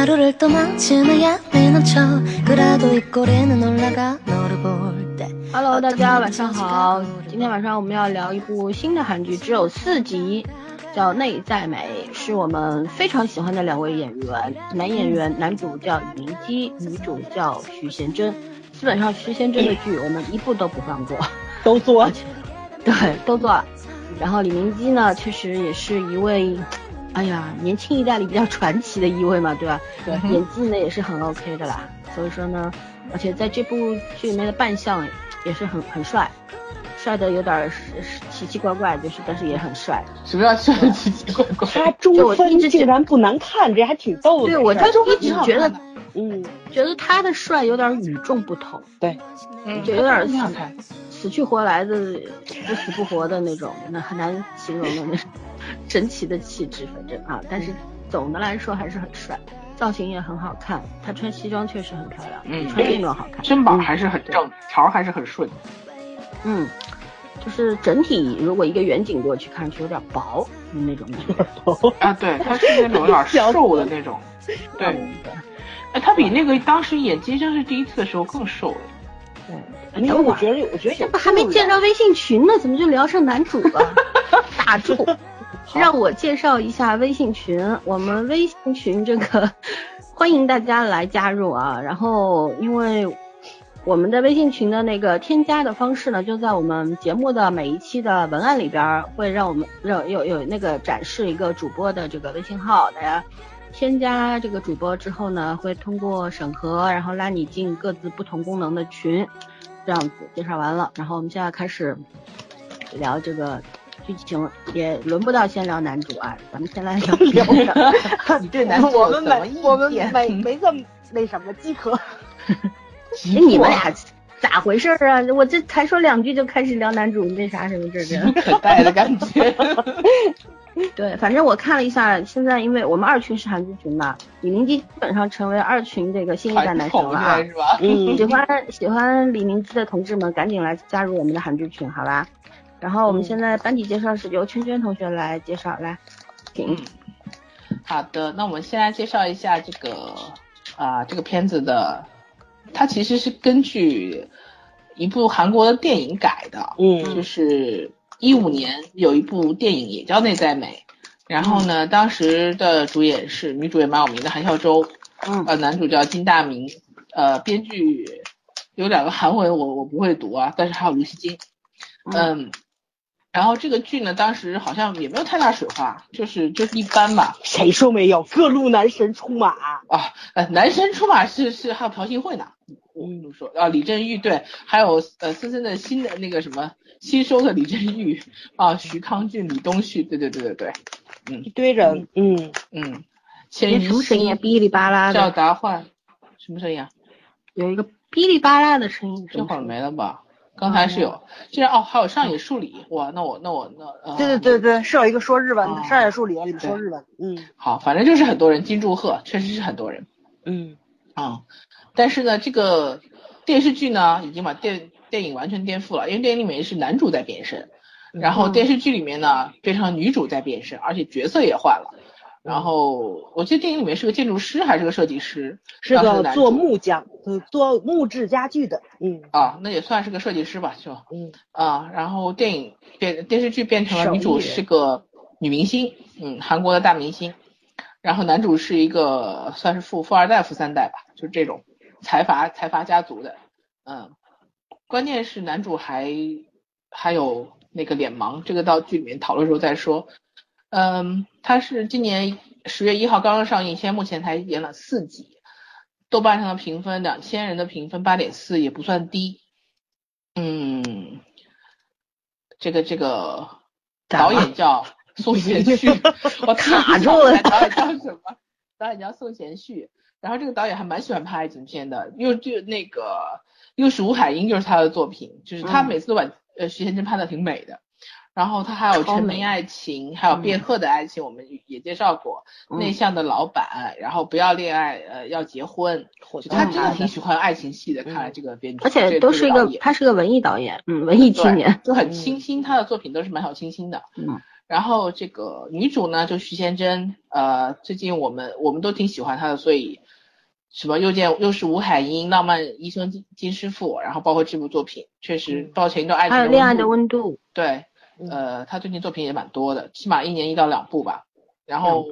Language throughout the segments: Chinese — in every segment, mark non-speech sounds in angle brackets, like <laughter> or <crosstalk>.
지나야 내 눈초 그래도 이 꼬리는 올라가 너를 볼때 Hello，大家晚上好。今天晚上我们要聊一部新的韩剧，只有四集，叫《内在美》，是我们非常喜欢的两位演员，男演员男主叫李明基，女主叫徐贤真。基本上徐贤真的剧我们一部都不放过，都啊做而且 <laughs> 对都做了。然后李明基呢，确实也是一位，哎呀，年轻一代里比较传奇的一位嘛，对吧？对嗯演技呢也是很 OK 的啦。所以说呢，而且在这部剧里面的扮相也是很很帅，帅的有点儿是是奇奇怪怪，就是但是也很帅。什么叫帅得奇奇怪怪？他中分竟然不难看，这还挺逗的。对我这当时儿中分一直挺好觉得看的嗯，觉得他的帅有点儿与众不同，嗯就有点儿挺好看。死去活来的不死不活的那种，那很难形容的那种神奇的气质，反正啊，但是总的来说还是很帅，造型也很好看，他穿西装确实很漂亮，嗯穿运动好看，身板还是很正，条儿还是很顺。嗯，就是整体如果一个远景给我去看上去有点薄那种感觉，啊，对，他是那种有点瘦的那种。对，哎，他比那个当时演《今生是第一次》的时候更瘦了。没有，我觉得我觉得有我还没见着微信群呢，怎么就聊上男主了？打住！让我介绍一下微信群，我们微信群这个 <laughs> 欢迎大家来加入啊。然后，因为我们的微信群的那个添加的方式呢，就在我们节目的每一期的文案里边儿，会让我们让有有那个展示一个主播的这个微信号，大家添加这个主播之后呢，会通过审核，然后拉你进各自不同功能的群，这样子介绍完了，然后我们现在开始聊这个剧情，也轮不到先聊男主啊，咱们先来聊嗯别的。你对我们每我们每没这么那什么饥渴，哎，你们俩咋回事儿啊？我这才说两句就开始聊男主那啥什么这这。可待的感 <laughs> 觉。对，反正我看了一下，现在因为我们二群是韩剧群嘛，李明基基本上成为二群这个新一代男神了啊。是吧？嗯喜欢喜欢李明基的同志们，赶紧来加入我们的韩剧群，好吧？然后我们现在班底介绍是由圈圈同学来介绍，来，请嗯好的，那我们先来介绍一下这个啊、这个片子的，它其实是根据一部韩国的电影改的，就嗯是一五年有一部电影也叫《内在美》，然后呢，当时的主演是女主也蛮有名的韩孝周，嗯呃，男主叫金大明，呃，编剧有两个韩文我我不会读啊，但是还有卢锡金，嗯，然后这个剧呢，当时好像也没有太大水花，就是就是一般吧，谁说没有？各路男神出马，啊，呃，男神出马是是还有朴信惠呢，我跟你们说啊，李振玉对，还有呃森森的新的那个什么新收的李振玉啊，徐康俊、李东旭，对对对对对，一堆人，嗯，嗯，你钱什么一声音啊？哔哩吧啦赵的，达焕，什么声音啊？有一个哔哩吧啦的声音，这会儿没了吧？刚才是有，这样哦，还有上野树里，哇，那我那我那呃，对对对对，是有一个说日文的，哦上野树里里面说日文，嗯好，反正就是很多人，金柱赫确实是很多人。嗯啊、但是呢，这个电视剧呢，已经把电电影完全颠覆了，因为电影里面是男主在变身，嗯然后电视剧里面呢变成女主在变身，而且角色也换了。嗯然后我记得电影里面是个建筑师还是个设计师，是当时个男做主木匠，呃做木质家具的，嗯啊，那也算是个设计师吧，是吧？嗯啊，然后电影变电视剧变成了女手艺主人是个女明星，嗯，韩国的大明星，然后男主是一个算是富富二代、富三代吧，就是这种财阀财阀家族的，嗯，关键是男主还还有那个脸盲，这个到剧里面讨论时候再说，嗯，他是今年十月一号刚刚上映，现在目前才演了四集，豆瓣上的评分两千人的评分八点四，也不算低。嗯，这个这个导演叫宋贤旭， <laughs> 我卡住了导演叫什么？导演叫宋贤旭，然后这个导演还蛮喜欢拍爱情片的，又就那个又是吴海英，就是他的作品，就是嗯他每次都把、呃徐贤真拍的挺美的。然后他还有《超沉美迷爱情》，还有《变赫的爱情》，我们也介绍过。嗯内向的老板，然后不要恋爱，呃，要结婚。就他嗯嗯真的挺喜欢爱情戏的，看来这个编剧，而且这都是一这个导，演他是个文艺导演，嗯，文艺青年，就很清新，他的作品都是蛮小清新的。嗯，然后这个女主呢，就徐贤真，呃，最近我们我们都挺喜欢她的，所以什么又见又是吴海英、浪漫医生金金师傅，然后包括这部作品，确实嗯抱前一段爱情还有恋爱的温度，对，嗯呃，他最近作品也蛮多的，起码一年一到两部吧。然后，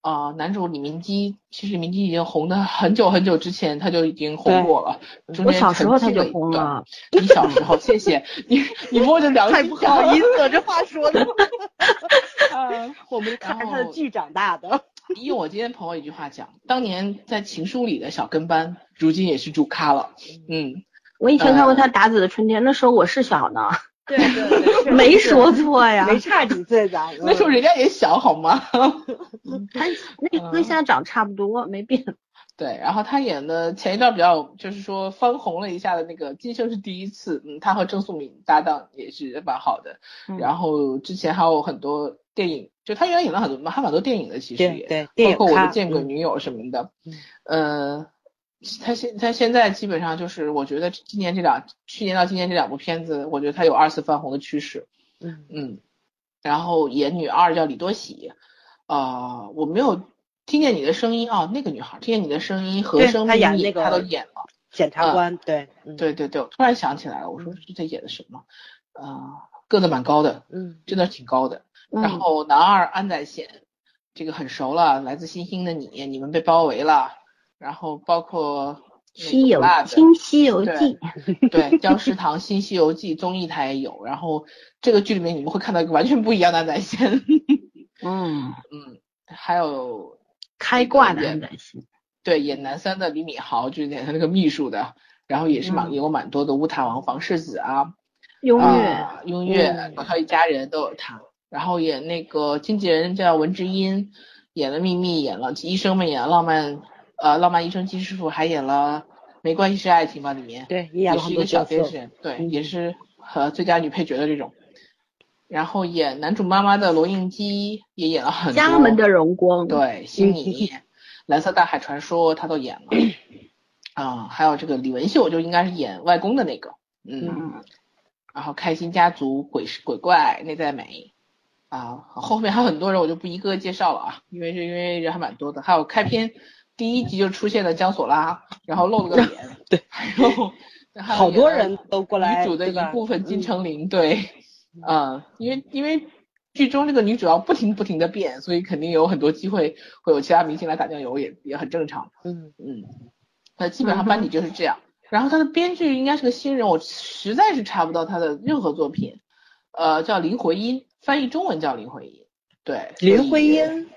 啊、男主李明基，其实李明基已经红的很久很久之前他就已经红过了，中我间小时候他沉寂就了一红段。了，你小时候，谢谢你，你摸着良太心不讲啊好意思了，这话说的。我们看着他的哦剧长大的，以我今天朋友一句话讲，当年在《情书》里的小跟班，如今也是主咖了。嗯，我以前看过他打字的春天，那时候我是小 <laughs> 呢，对对 <laughs> 对，没说错呀。没差几岁 <laughs> 嗯咱那时候人家也小，好吗？他嗯那个跟现在长差不多，没变。对，然后他演的前一段比较就是说翻红了一下的那个《今生是第一次》，嗯，他和郑素敏搭档也是蛮好的。嗯嗯然后之前还有很多电影，就他原来演了很多，还蛮多电影的，其实也对包括我的见鬼女友什么的。嗯呃，他现他现在基本上就是，我觉得今年这两去年到今年这两部片子，我觉得他有二次翻红的趋势。嗯嗯，然后演女二叫李多喜，啊，我没有听见你的声音啊，那个女孩听见你的声音和对声她蜜演语那个她都演了。检察官对嗯对对对，我突然想起来了，我说这在演的什么？啊，个子蛮高的，嗯真的挺高的。然嗯，后男二安宰贤，这个很熟了，来自星星的你，你们被包围了。然后包括那个西游 Blood 新西游对记，对，僵尸堂、新西游记综艺台也有。然后这个剧里面你们会看到一个完全不一样的安宰贤，嗯，嗯，还有开挂的对很感谢。对演男三的李敏镐，就是演他那个秘书的，然后也是蛮有蛮多的乌塔王房世子啊，优越，啊，雍月嗯、搞笑一家人都有他，然后演那个经纪人叫文志英，演了秘密，演了医生们演了浪漫，呃，浪漫医生金师傅，还演了没关系是爱情吧里面，对也演是一个小天使，对，嗯也是和最佳女配角的这种。然后演男主妈妈的罗应基也演了很多，家门的荣光，对，悉尼、蓝色大海传说他都演了，啊、还有这个李文秀就应该是演外公的那个，嗯，嗯，然后开心家族、鬼鬼怪、内在美，啊，后面还有很多人我就不一个个介绍了啊，因为是因为人还蛮多的，还有开篇第一集就出现了江索拉，然后露了个脸， <laughs> 对，还有还有好多演了人都过来女主的对一吧部分金嗯城林，对，嗯，因为因为剧中这个女主要不停不停的变，所以肯定有很多机会会有其他明星来打酱油，也也很正常，嗯嗯，那基本上班底就是这样。然后他的编剧应该是个新人，我实在是查不到他的任何作品，呃，叫林回音，翻译中文叫林回音，对，林徽所以因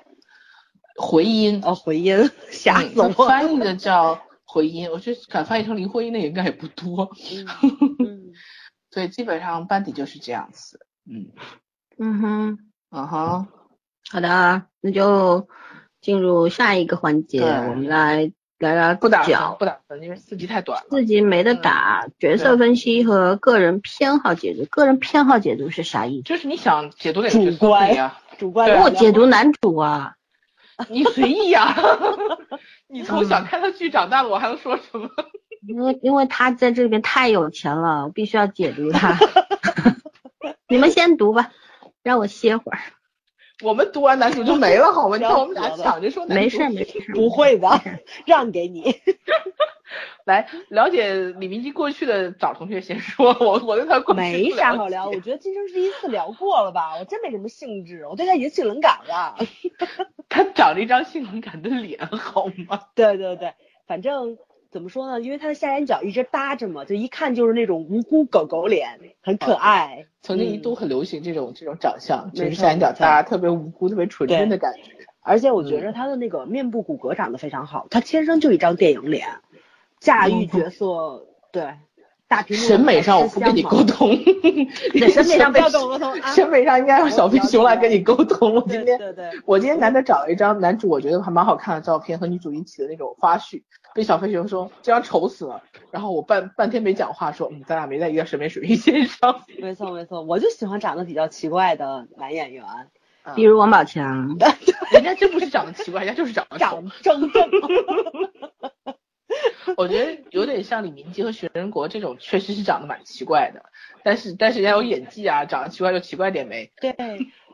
回音，哦回音吓嗯死我了翻译的叫回音，我觉得敢翻译成林徽因的应该也不多， <laughs> 嗯所以基本上班底就是这样子。嗯，嗯哼，啊哈，好的，那就进入下一个环节，对我们来聊聊不打嗯分，角不打分，因为四集太短了。自己没得打，角色分析和个人偏好解读。个人偏好解读是啥意思？就是你想解读哪个角主色观可以啊，主观对我解读男主啊，你随意呀、 <laughs> 你从嗯小看的剧长大的，我还能说什么？ <laughs> 因为因为他在这里边太有钱了，我必须要解读 <laughs> 他。你们先读吧，让我歇会儿。我们读完男主就没了，好吗？你看我们笑俩死了抢着说男主。没事儿没事儿，不会的， <laughs> 让给你来了解李明基过去的找同学先说，我 <laughs> 我对他过去没不啥了好聊，解我觉得今生是一次聊过了吧，我真没什么兴致，我对他已经性冷感了。他长着一张性冷感的脸，好吗？对对对，反正怎么说呢，因为他的下眼角一直搭着嘛，就一看就是那种无辜狗狗脸，很可啊爱。曾经一度很流行这种这种长相，就嗯是没错下眼角没错大，特别无辜、特别纯真的感觉。而且我嗯觉着他的那个面部骨骼长得非常好，他天生就一张电影脸，驾驭角色对大屏幕审美上我不跟你沟通，对审美上不要审跟我沟通 <laughs> 啊审美上应该让小飞熊来跟你沟通。我对今对天对对，我今天难得找了一张男主我觉得还蛮好看的照片和女主一起的那种花絮，被小飞熊说这张丑死了，然后我半半天没讲话说，嗯，咱俩没在一个审美水平线上。没错没错，我就喜欢长得比较奇怪的男演员，啊比如王宝强，人家真不是长得奇怪，人家就是长得丑长。正正。 <laughs> 我觉得有点像李明基和徐仁国这种，确实是长得蛮奇怪的，但是但是人家有演技啊，长得奇怪就奇怪点呗。对，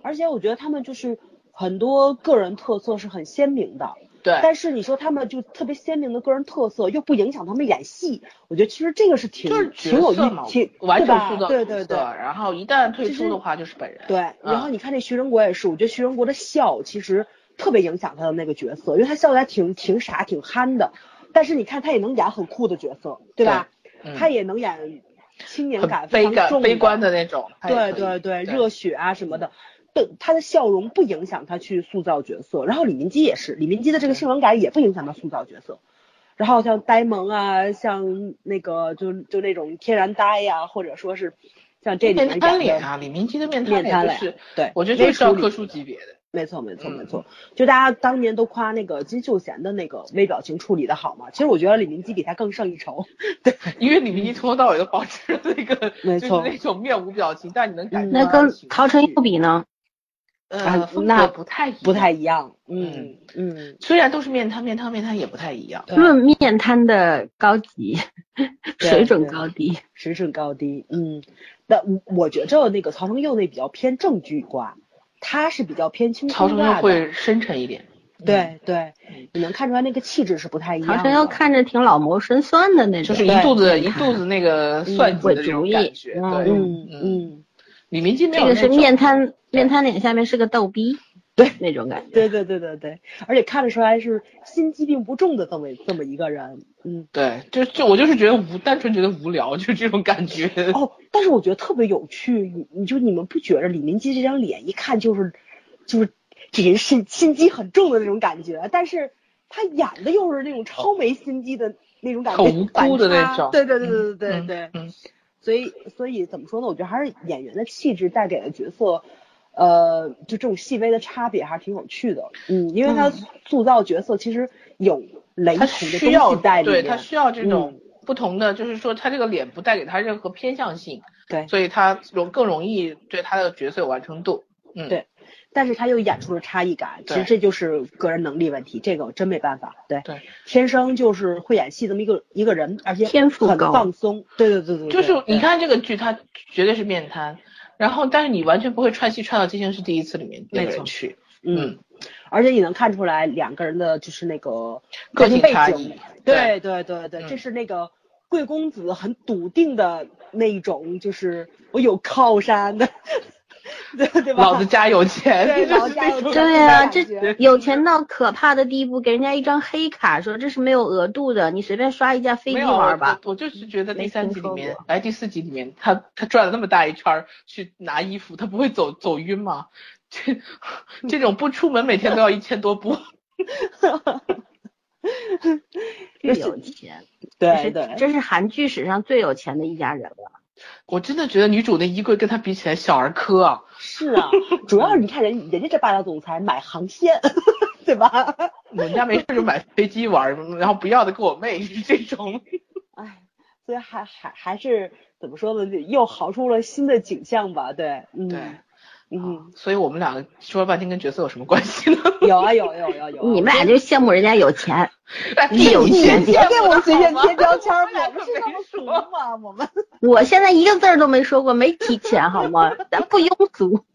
而且我觉得他们就是很多个人特色是很鲜明的，对，但是你说他们就特别鲜明的个人特色，又不影响他们演戏，我觉得其实这个是挺就是挺有角色意嘛挺完对全吧塑造对角对色对然后一旦退其出实的话就是本人。对，然嗯后你看这徐仁国也是，我觉得徐仁国的笑其实特别影响他的那个角色，因为他笑起来挺挺傻、挺憨的，但是你看他也能演很酷的角色，对吧？嗯他也能演青年感很非悲常感、重悲观的那种。他也对可以嗯对对，对热血啊什么的。对，他的笑容不影响他去塑造角色，然后李明基也是，李明基的这个性冷感也不影响他塑造角色。然后像呆萌啊，像那个就就那种天然呆呀、或者说是像这里面面瘫演脸的，啊，李明基的面面瘫脸就脸是，对，我觉得就是微教处理科书级别的。 <laughs> 没错，没错，嗯没错。就大家当年都夸那个金秀贤的那个微表情处理的好嘛，其实我觉得李明基比他更胜一筹。因为李明基从头到尾都保持着那个， <laughs> 没就是错那种面无表情，但你能嗯感觉那到跟情陶晨绪佑比呢？呃啊风那格不太一不太样，一样，嗯嗯，虽然都是面瘫面瘫面瘫也不太一样。对论面瘫的高级，对水准对高低，水准高低，嗯。但我我觉着那个曹承佑那比较偏正剧挂，他是比较偏轻曹松承佑挂的，会深沉一点，对对嗯，你能看出来那个气质是不太一样的。陶晨佑看着挺老谋深算的那种，就是一对肚子一肚子那个算计鬼的这主种意感觉。嗯对，嗯嗯，李明基没这有个那是种面瘫面瘫脸下面是个逗逼，对那种感觉。对对对对对，而且看得出来是心机并不重的这么这么一个人，嗯。对，就就我就是觉得无，单纯觉得无聊，就这种 <laughs> 感觉。 <laughs> 哦，但是我觉得特别有趣，你你就你们不觉着李明基这张脸一看就是，就是这人心心机很重的那种感觉，但是他演的又是那种超没心机的那种感觉，很无辜的那反差种对对对对对对对。嗯，所以所以怎么说呢？我觉得还是演员的气质带给了角色，呃，就这种细微的差别还是挺有趣的。嗯，因为他塑造角色其实有雷嗯他同的需东要西在里对面，嗯他需要这种不同的，就是说他这个脸不带给他任何偏向性，对所以他容更容易对他的角色有完成度。嗯，对但是他又演出了差异感，其实对这就是个人能力问题，这个我真没办法。对，对，天生就是会演戏这么一个一个人，而且天赋很高放松。对对对对，就对是你，对看这个剧，他绝对是面瘫，然后但是你完全不会串戏串到今天是第一次里面那个没人错去，嗯，，而且你能看出来两个人的就是那个个性性背差景异，对对对对，嗯这是那个贵公子很笃定的那一种，就是我有靠山的， <laughs> 对对吧？老子家有钱，对就是老子家有那种钱对啊，感这觉有钱到可怕的地步，给人家一张黑卡，说这是没有额度的，你随便刷一架飞机没有玩儿吧。我我就是觉得没第三听集里说面过，哎，第四集里面，他他转了那么大一圈儿去拿衣服，他不会走走晕吗？ <laughs> 这这种不出门每天都要一千多步，巨有钱，这对是对，这是韩剧史上最有钱的一家人了。我真的觉得女主那衣柜跟她比起来小儿科啊。是啊，主要是你看人人家这霸道总裁买航线， <laughs> 对吧？我们家没事就买飞机玩儿， <laughs> 然后不要的给我妹，是这种。哎，所以还还还是怎么说呢？就又好出了新的景象吧？对，嗯，对，嗯，所以我们两个说了半天跟角色有什么关系呢？ <laughs> 有啊有有有有啊，你们俩就羡慕人家有钱，哎你有你钱别给我随便贴标签儿，我们俩我可们没是那么俗说吗？我们我现在一个字儿都没说过，没提钱好吗？咱不庸俗。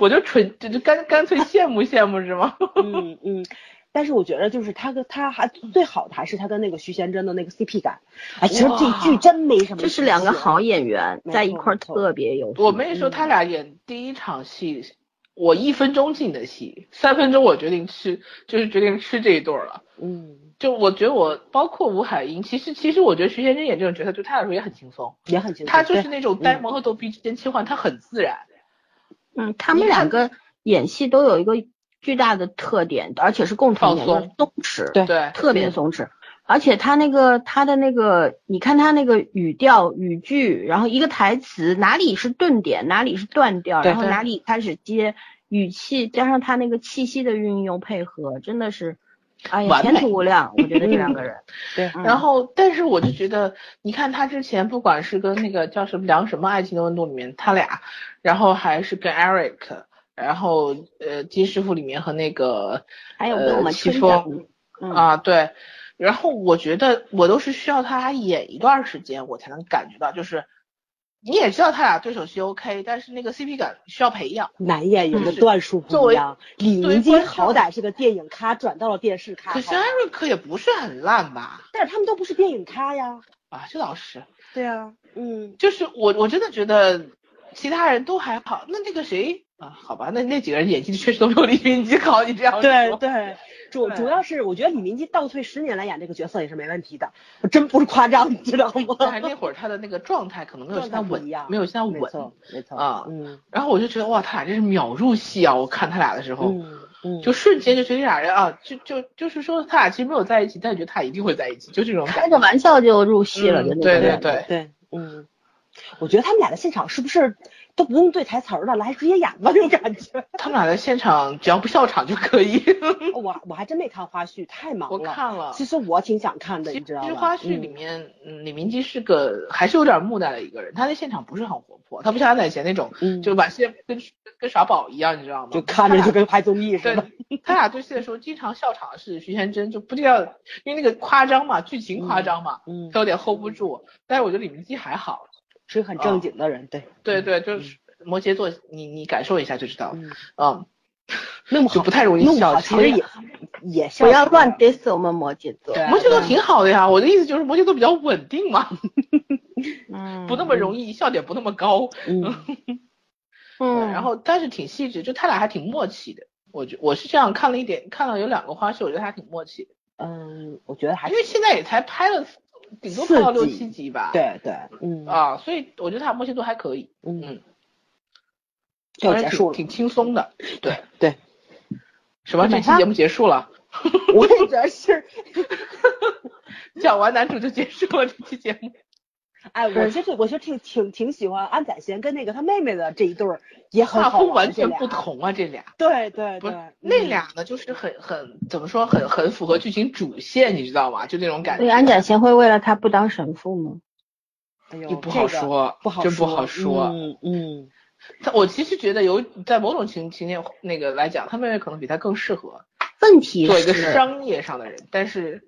我就纯就就干干脆羡慕羡慕是吗？ <laughs> 嗯嗯。但是我觉得，就是他跟他还最好的还是他跟那个徐贤真的那个 CP 感，哎，其实这哇剧真没什么。这是两个好，演员没错在一块儿没错特别有。我妹说他俩演第一场戏，我一分钟进的戏，三分钟我决定吃，就是决定吃这一对儿了。嗯，就我觉得我包括吴海英，其实其实我觉得徐贤真演这种角色对他来说也很轻松，也很清楚。他就是对那种呆萌和逗逼之间切换，他很自然。嗯，他们两个演戏都有一个巨大的特点，而且是共同点，就放是松松弛，对对，特别松弛。而且他那个他的那个，你看他那个语调、语句，然后一个台词哪里是顿点，哪里是断掉，对然后对哪里开始接语气，加上他那个气息的运用配合，真的是，哎呀，完美前途无量。我觉得这两个 <laughs> 人，对嗯然后，但是我就觉得，你看他之前不管是跟那个叫什么《梁什么爱情的温度》里面他俩，然后还是跟 Eric，然后呃金师傅里面和那个还有跟我呃们戚村风长，嗯啊，对。然后我觉得我都是需要他演一段时间，我才能感觉到，就是你也知道他俩对手戏 OK，但是那个 CP 感需要培养。男演员的嗯是段数作不为一样，李作为宁基观众好歹是个电影咖，转到了电视咖，可是好吧 Eric 也不是很烂吧？但是他们都不是电影咖呀。啊，这倒是，对啊，嗯，就是我我真的觉得其他人都还好，那那个谁啊，好吧，那那几个人演技确实都没有李云基好，你这样说对 <laughs> 对，主对主要是我觉得李明基倒退十年来演这个角色也是没问题的，我真不是夸张，你知道吗？ <laughs> 但是那会儿他的那个状态可能没有现在状态不稳一样，没有现在没稳。错，没错啊嗯然后我就觉得哇，他俩真是秒入戏啊！我看他俩的时候，嗯嗯，就瞬间就觉得这俩人啊，就就就是说他俩其实没有在一起，但是觉得他俩一定会在一起，就这种感开觉。个玩笑就入戏了，嗯就那对种对感觉对，对，嗯，我觉得他们俩在现场是不是都不用对台词儿了，来直接演吧，这种感 <laughs> 觉。他们俩在现场只要不笑场就可 <laughs> 以。我我还真没看花絮，太忙我了。看了，其实我挺想看的，其你知道实吗？花絮里嗯面，嗯，李明基是个还是有点木讷的一个人，他在现场不是很活泼，他不像安宰贤那种，嗯就完事跟跟傻宝一样，你知道吗？就看着就跟拍综艺似对的。，他俩对戏的时候，经常笑场是徐贤真就不知道，因为那个夸张嘛，剧情夸张嘛，嗯，他有点 hold 不住。但是我觉得李明基还好，是很正经的人，对对对，就是摩羯座，你你感受一下就知道了，嗯，嗯，那么好就不太容易弄笑好，其场实。也也不要笑场乱 diss 我们摩羯座，对啊摩羯座挺好的呀，我的意思就是摩羯座比较稳定嘛，嗯，不那么容易，笑点不那么高。嗯嗯，对然后但是挺细致，就他俩还挺默契的。我觉我是这样看了一点，看了有两个花絮，我觉得还挺默契的，嗯，我觉得还因为现在也才拍了，顶多拍到六四集七集吧。。对对，嗯啊，所以我觉得他默契度还可以，嗯嗯，就而结且束了。挺挺轻松的。对对，什么？这期节目结束了，我也觉得 <laughs> 是，讲完男主就结束了这期节 <laughs> 目。哎，我其实我就挺挺挺喜欢安宰贤跟那个他妹妹的这一对儿，也很画好风玩完这全俩不。同啊，这俩对对对不是，嗯那俩呢，就是很很怎么说，很很符合剧情主线，你知道吗？就那种感所以觉，安宰贤会为了他不当神父吗？哎呦就不好，这个说，不好真不好说。嗯嗯，他我其实觉得有在某种情情节那个来讲，他妹妹可能比他更适合问题做一个是，商业上的人，但是，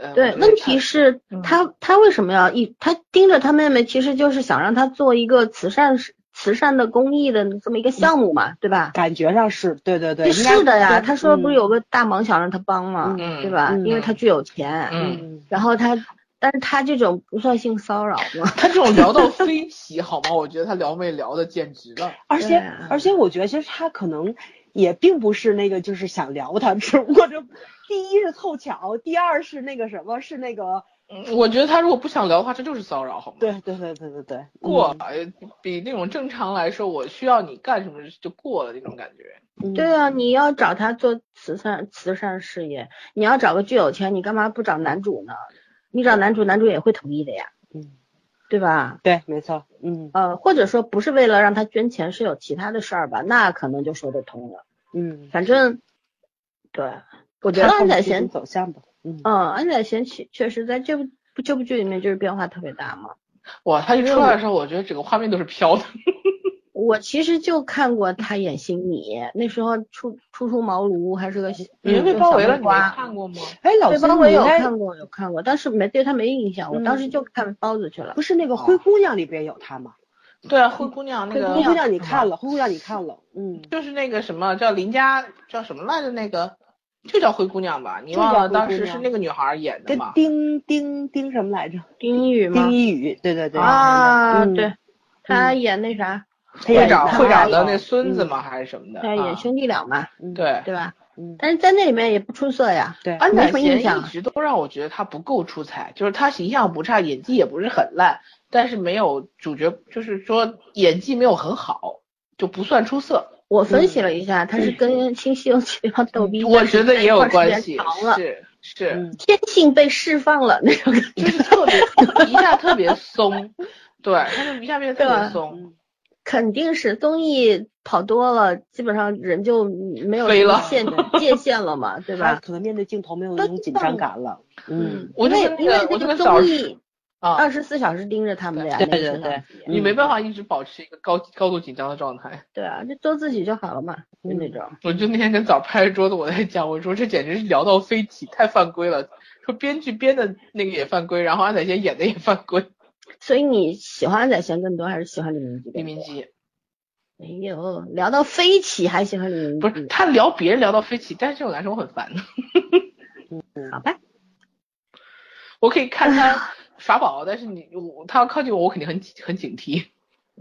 呃，对，问题是。是嗯他他为什么要一他盯着他妹妹，其实就是想让他做一个慈善慈善的公益的这么一个项目嘛，对吧？感觉上是对对对，应该是的呀，对他说不是嗯有个大忙想让他帮吗？嗯对吧？嗯因为他具有钱，嗯，嗯，然后他，但是他这种不算性骚扰吗？他这种聊到飞起好 <laughs> 吗？我觉得他撩妹聊的简直了。而对且啊而且我觉得其实他可能也并不是那个就是想聊他，只不过就第一是凑巧，第二是那个什么，是那个嗯我觉得他如果不想聊的话，这就是骚扰好吗？，对对对对对对，过呃比那种正常来说，我需要你干什么就过了那种感觉。嗯，对嗯啊，你要找他做慈善慈善事业，你要找个具有钱，你干嘛不找男主呢？你找男主，男主也会同意的呀，嗯，对吧？对，没错，嗯呃，或者说不是为了让他捐钱，是有其他的事儿吧？那可能就说得通了。嗯，反正，对，我觉谈得谈安宰剧情贤，走向吧，嗯，嗯，安宰贤确确实在这部这部剧里面就是变化特别大嘛。哇，他一出来的时候，我觉得整个画面都是飘的。我其实就看过他演《星米》，那时候初初出茅庐，还是个小你们被嗯包围小了，木你没瓜看过吗？哎，老对孙包围你有应该看过有看过，但是没对他没印象，我当嗯时就看包子去了不。是那个灰姑娘里边有他吗？对啊，灰姑娘那个灰姑娘你什么看了，灰姑娘你看了，嗯，就是那个什么叫林家叫什么来着？那个就叫灰姑娘吧？你就忘叫了灰当姑时是娘那个女孩演的跟吗？丁丁丁什么来着？丁一宇吗丁？一宇，对对对，啊，嗯对，他演那啥，他会演嗯长他会长妈的妈那孙子吗？还是什么的？他演啊兄弟俩嘛，嗯对。对吧？嗯但是在那里面也不出色呀。对，安没宰什么贤印象一直都让我觉得他不够出彩，就是他形象不差，演技也不是很烂，但是没有主角，就是说演技没有很好，就不算出色。我分析了一下，他是跟《新西游记》那帮逗逼，嗯我觉得也有关系长，了，是是，嗯天性被释放了那种感觉。就是特别一下特别松，对，他就一下变得特别松，嗯肯定是综艺跑多了，基本上人就没有飞什么了限界限了嘛，对他吧？可能面对镜头没有那种紧张感了，嗯，我就因跟为那因为个这我就个跟早综上艺啊，二十四小时盯着他们的呀，对那个对对摄像机嗯你没办法一直保持一个高高度紧张的状态。对啊，就做自己就好了嘛，就那种。我就那天跟早拍着桌子，我在讲，我说这简直是聊到飞起，太犯规了。说编剧编的那个也犯规，然后安宰贤演的也犯规。所以你喜欢宰贤更多还是喜欢李明基？李明基哎呦，聊到飞起还喜欢李明基？不是他聊别人聊到飞起，但是这种男生我很烦的。嗯好吧，我可以看他耍宝，但是你我他要靠近我，我肯定很警很警惕。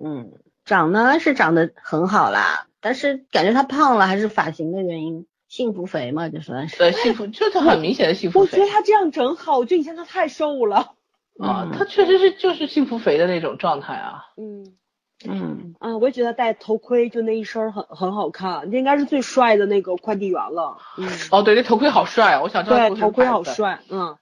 嗯，长呢是长得很好啦，但是感觉他胖了还是发型的原因，幸福肥嘛，就算是。对，呃幸福就是很明显的幸福嗯我觉肥得他这样整好，我觉得以前他太瘦了。啊嗯，他确实是就是幸福肥的那种状态啊。嗯嗯，啊，我也觉得戴头盔就那一身儿很很好看，这应该是最帅的那个快递员了。嗯，哦，对，那头盔好帅，我想知道对那，头盔好是帅。嗯，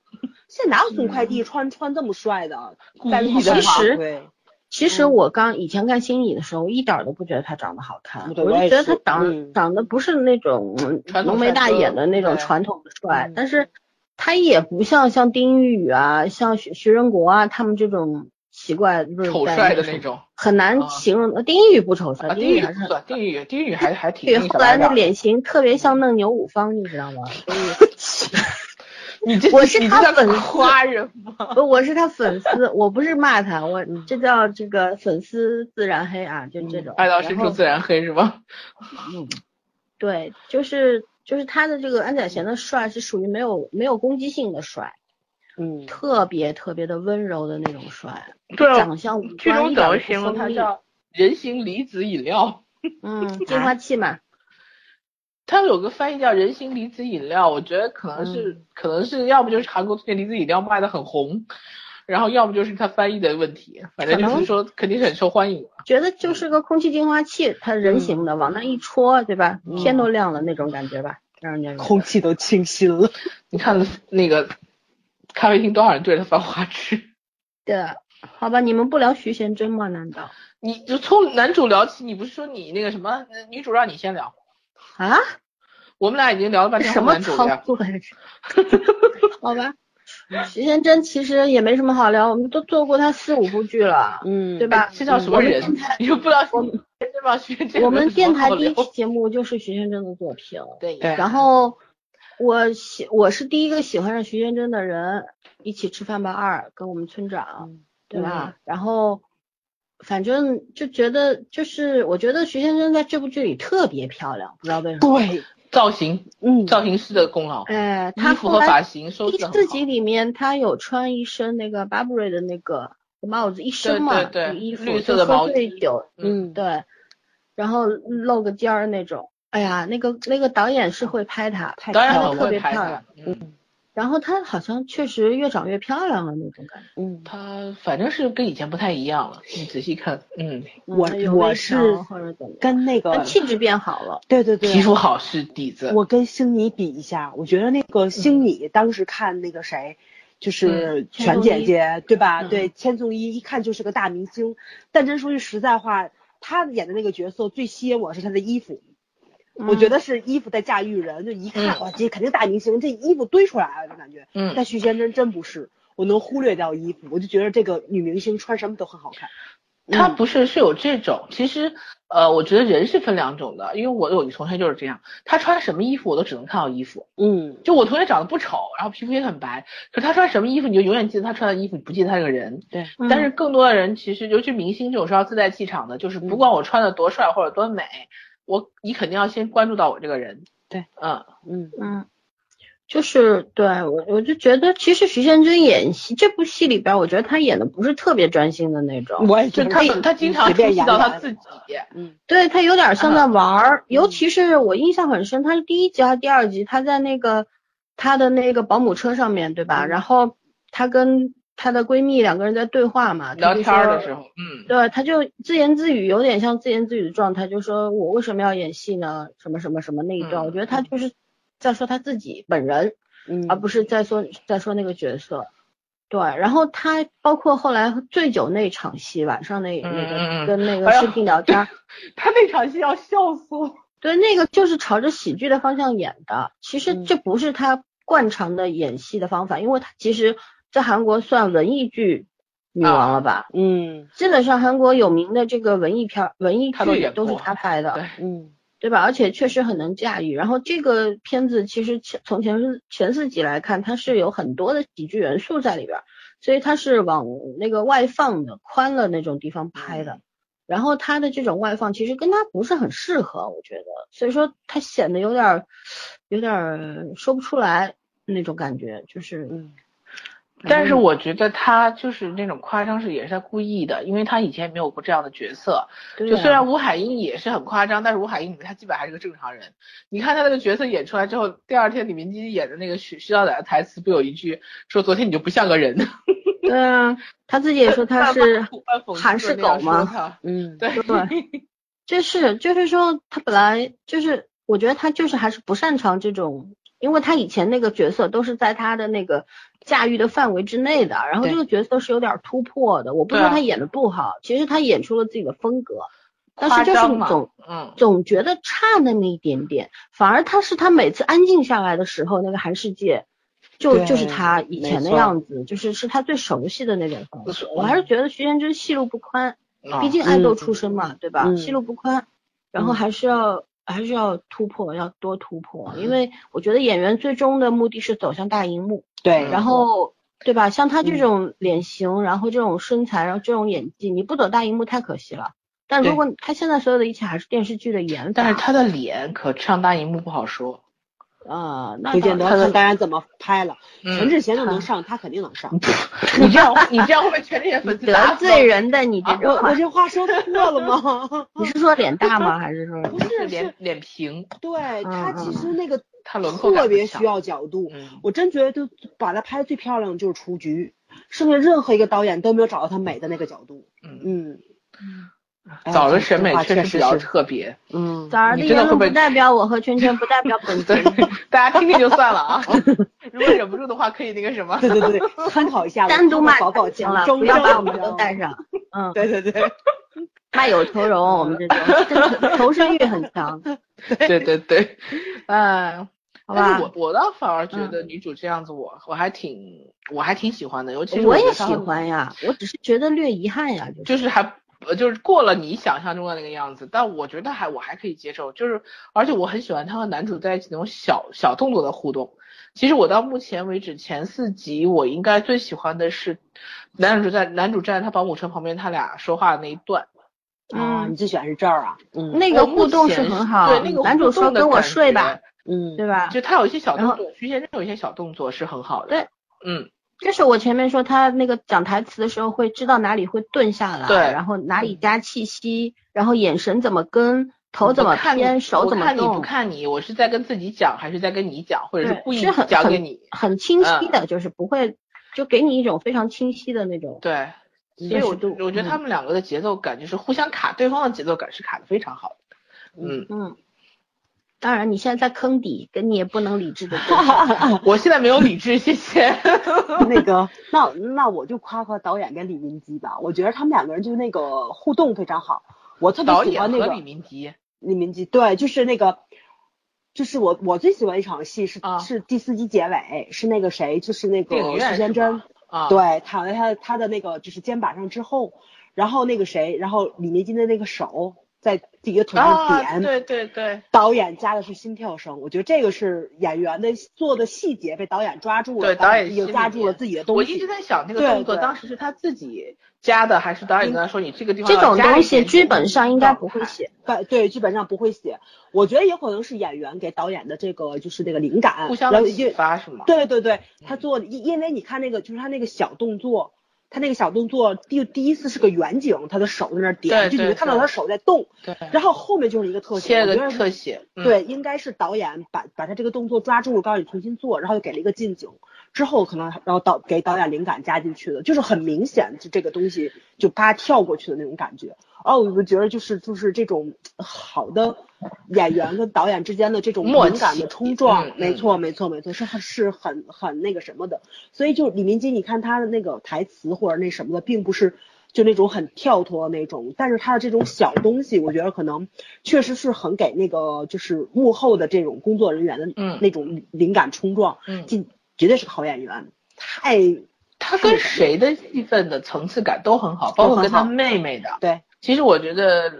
现在哪有送快递穿穿这么帅的？故戴那意么其帅的实头盔其实嗯我刚以前看心理的时候，一点儿都不觉得他长得好看，嗯对我我就也觉得他是长、嗯长得不是那种嗯传统浓眉帅大哥眼的那种对传统的帅，嗯但是他也不像像丁宇啊、像徐徐仁国啊他们这种奇怪不是丑在帅的那种很啊难形容。呃丁宇不丑帅，啊。丁丁宇宇还不是很算，丁宇丁宇还还挺对，那个后小嗯来白的脸。脸型特别像嫩牛五方，你知道吗？ <laughs> 所你这我是你他这粉丝叫夸人吗？以不，我是他粉丝，我不是骂他，我嗯这叫这个粉丝自然黑啊，就这种。嗯爱到然深后处自然黑是吧？对，就是就是他的这个安宰贤的帅是属于没有没有攻击性的帅，嗯，特别特别的温柔的那种帅，对啊，长相五这官种一怎点么都形不容它锋利， <laughs> 叫人形离子饮料？嗯，净化器嘛，他们有个翻译叫人形离子饮料，我觉得可能是、嗯可能是要不就是韩国最近离子饮料卖的很红，然后要不就是他翻译的问题，反正就可能是说肯定是很受欢迎。觉得就是个空气净化器，它人形的，往那一戳，对吧？天都亮了那种感觉吧，让人家有空气都清新了。你看那个咖啡厅多少人对着他翻花痴？对，好吧，你们不聊徐贤真吗？难道你就从男主聊起，你不是说你那个什么呃女主让你先聊？啊？我们俩已经聊了半天什后么男主操了，作呀？ <laughs> 好吧，徐贤真其实也没什么好聊，我们都做过他四五部剧了，嗯对吧？这叫什么人？你就不知道我这帮学这我们有什电么台好第一聊期节目就是徐贤真的作品，对对然后我喜我是第一个喜欢上徐贤真的人，一起吃饭吧二跟我们村长，嗯对吧？然后反正就觉得就是我觉得徐先生在这部剧里特别漂亮，不知道为 <laughs> 什么。对，造型嗯，造型师的功劳，哎，她衣服后和发来型收拾第的很四好集。里面她有穿一身那个 Burberry 的那个帽子，一身对嘛，对对衣服绿就色的喝毛醉酒，嗯，对，然后露个尖儿那种。哎呀，那个那个导演是会拍她，太导演她漂亮很特了会别拍漂的亮，嗯，然后她好像确实越长越漂亮了那种感觉。嗯，他反正是跟以前不太一样了，你仔细看，嗯，我嗯有我微是调或者怎么样，跟那她个气质变好了。对对对，皮肤好是底子，我跟星你比一下，我觉得那个嗯星你当时看那个谁，就是全姐姐对吧？嗯对，千颂伊一看就是个大明星。但真说句实在话，她演的那个角色最吸引我是她的衣服，我觉得是衣服在驾驭人，就一看嗯哇，这肯定大明星，这衣服堆出来了就感觉。嗯但徐贤真真不是，我能忽略掉衣服，我就觉得这个女明星穿什么都很好看。他嗯不是是有这种，其实呃，我觉得人是分两种的，因为我有一个同学就是这样，他穿什么衣服我都只能看到衣服，嗯就我同学长得不丑，然后皮肤也很白，可是他穿什么衣服你就永远记得他穿的衣服，不记得他这个人。对，嗯但是更多的人其实，尤其明星这种是要自带气场的，就是嗯不管我穿的多帅或者多美，我你肯定要先关注到我这个人。对，嗯，嗯嗯，就是对我我就觉得，其实徐贤真演戏这部戏里边，我觉得她演的不是特别专心的那种，我也就觉得他他经常随出便戏演到他演自己，嗯对她有点像在嗯玩儿、尤其是我印象很深，她是第一集还是第二集，她在那个她的那个保姆车上面对吧？嗯然后她跟她的闺蜜两个人在对话嘛，她聊就天儿的说时候，嗯，对，他就自言自语，有点像自言自语的状态，就说我为什么要演戏呢？什么什么什么那一段，嗯我觉得他就是在说他自己本人，嗯啊而不是在说在说那个角色。对，然后他包括后来醉酒那场戏，晚上那那嗯嗯个嗯跟那个哎呀视频聊天，他那场戏要笑死我。对，那个就是朝着喜剧的方向演的。其实嗯这不是他惯常的演戏的方法，因为他其实在韩国算文艺剧女王啊了吧？嗯基本上韩国有名的这个文艺片儿、文艺他都剧演都是过他拍的，对嗯对吧？而且确实很能驾驭。然后这个片子其实前从前四前四集来看，它是有很多的喜剧元素在里边儿，所以它是往那个外放的宽了那种地方拍嗯的。然后它的这种外放其实跟它不是很适合，我觉得，所以说它显得有点儿有点儿说不出来那种感觉，就是嗯， <laughs> 但是我觉得他就是那种夸张是也是他故意的，因为他以前没有过这样的角色。对就啊虽然吴海英也是很夸张，但是吴海英她基本还是个正常人。你看她那个角色演出来之后，第二天李明基演的那个徐徐导仔的台词不有一句说：“昨天你就不像个人。对啊，他自己也说 <laughs> 他是半讽刺韩式狗吗那样说她？嗯，对， <laughs> 对，就是就是说他本来就是，我觉得他就是还是不擅长这种，因为他以前那个角色都是在他的那个驾驭的范围之内的，然后对这个角色是有点突破的。我不是说对啊他演的不好，其实他演出了自己的风格，但夸是就是张你嘛总 <laughs> 嗯，总觉得差那么一点点，反而他是他每次安静下来的时候，那个韩世界就对就是他以前没的错样子，就是是他最熟悉的那种方式。嗯我还是觉得徐贤真戏路不宽，啊毕竟爱豆出身嘛，对吧？嗯戏路不宽，然后还是要、还是要突破，要多突破，因为我觉得演员最终的目的是走向大荧幕，对，嗯然后。对吧？像他这种脸型，然后这种身材，然后这种演技，你不走大荧幕太可惜了。但如对果他现在所有的一切还是电视剧的演法，但是他的脸可上大荧幕不好说。啊，那不见得倒要是看大家怎么拍了。陈嗯，志贤都能上，他肯定能上。 <laughs> 你这样你这样会被全职粉丝打得死罪人的你这我种话， <laughs> 我这话说错了 <laughs> 吗？你是说脸大吗？还是说不是是是脸，脸平，嗯对他其实那个他轮廓感特别很强需要角度。嗯，我真觉得，就把他拍最漂亮的就是《雏菊》，剩下任何一个导演都没有找到他美的那个角度。嗯，嗯，哎早的这审美这话确确实实比较是特别，嗯，早儿的你真言的论会不会不代表我和圈圈，不代表本对群。，大家听听就算了啊。 <laughs> 如果忍不住的话，可以那个什么。对对对， <laughs> 参考一下我，单独骂宝宝就行强了，中不要正把我们都你知道吗带上。嗯，对对对，卖友求荣，我们这种真 <laughs> 的求生欲很强，对对对，嗯，好但吧是？我我倒反而觉得女主这样子我，我还挺我还挺喜欢的，尤其是我觉也得她喜，欢呀，我只是觉得略遗憾呀，就是就是还呃就是过了你想象中的那个样子，但我觉得还我还可以接受，就是而且我很喜欢她和男主在一起那种小小动作的互动。其实我到目前为止前四集，我应该最喜欢的是男主在男主站在他保姆车旁边，他俩说话的那一段。啊，嗯你最喜欢是这儿啊？嗯那我个目互动前是很好。对那个男主互动说的跟我感睡觉吧，嗯，对吧？就他有一些小然动作，徐先生有一些小动作是很好的。对，嗯，这是我前面说他那个讲台词的时候会知道哪里会顿下来，对嗯然后哪里加气息，然后眼神怎么跟，头怎么我看你偏，手怎我么看你不动，看你，我是在跟自己讲，还是在跟你讲，或者是对故意是很讲给你？嗯很清晰的，就是不会就给你一种非常清晰的那种对，所辨以识我度。我觉得他们两个的节奏感就是互相卡，对方的节奏感是卡的非常好的。嗯，嗯，嗯当然你现在在坑底，跟你也不能理智的 <laughs> 嗯我现在没有理智，谢谢。 <laughs> 那个，那那我就夸夸导演跟李明基吧，我觉得他们两个人就那个互动非常好，我特别导喜演欢那和个李明基，李明基，对，就是那个，就是我我最喜欢一场戏是、啊是第四集结尾，是那个谁，就是那电影个院徐贤是真吧，啊，对，躺在他的他的那个就是肩膀上之后，然后那个谁，然后李明基的那个手在自己的腿上啊，点，对对对导演加的是心跳声，我觉得这个是演员的做的细节被导演抓住了，对，导演已心经里抓住了面自己的我东一直西。在想，这个对动作对当时是他自己加的，还是导演跟他说你这个地方这种要加一东西点剧点本上应该不会写，对呃对，剧本上不会写，我觉得也可能是演员给导演的这个就是那个灵感，互相然的后启因发嗯是吗？对对对，他做的因因为你看那个就是他那个小动作，他那个小动作第第一次是个远景，他的手在那儿点，对就你对能看到对他手在动，对然后后面就是一个特写，切我了觉个得特是写，嗯，对，应该是导演把把他这个动作抓住了，告诉你重新做，然后又给了一个近景，之后可能然后导给导演灵感加进去的，就是很明显，就这个东西就啪跳过去的那种感觉。哦，我就觉得就是就是这种好的演员跟导演之间的这种默敏感契的冲撞，嗯没嗯错没错没错，是很是很很那个什么的。所以就李明基，你看他的那个台词或者那什么的，并不是就那种很跳脱的那种，但是他的这种小东西，我觉得可能确实是很给那个就是幕后的这种工作人员的嗯那种灵感冲撞，嗯这绝对是个好演员，哎太他跟谁的戏份的层次感都很好，包括跟他妹妹的。对其实我觉得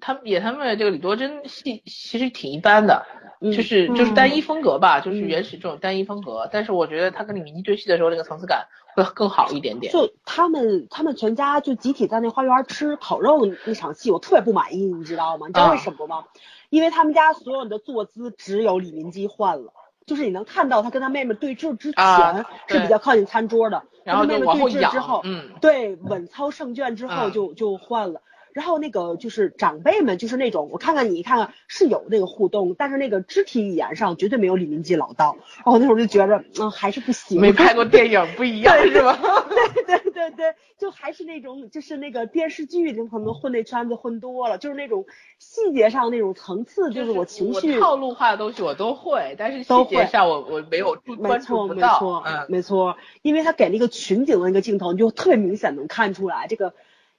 他演他妹妹这个李多珍戏其实挺一般的，嗯就是就是嗯单一风格吧，就是嗯原始这种单一风格。但是我觉得他跟李明基对戏的时候，那个层次感会更好一点点。就他们他们全家就集体在那花园吃烤肉那场戏，我特别不满意，你知道吗？你知道为什么啊吗？因为他们家所有人的坐姿只有李明基换了。就是你能看到他跟他妹妹对峙之前啊是对比较靠近餐桌的，然后跟就他妹妹往后对峙仰之后，，嗯，对，稳操胜券之后嗯就、就换了。然后那个就是长辈们，就是那种我看看你看看是有那个互动，但是那个肢体语言上绝对没有李明基老道。然后我那时候就觉着，嗯，还是不行，没拍过电影不一样是吧？对对对对，就还是那种就是那个电视剧里可能混那圈子混多了，就是那种细节上那种层次， <laughs> 就是我情绪套路化的东西我都会，但是都细会节上我我没有注没关错，注不没到错，，嗯，没错，因为他给那个群景的那个镜头，你就特别明显能看出来这个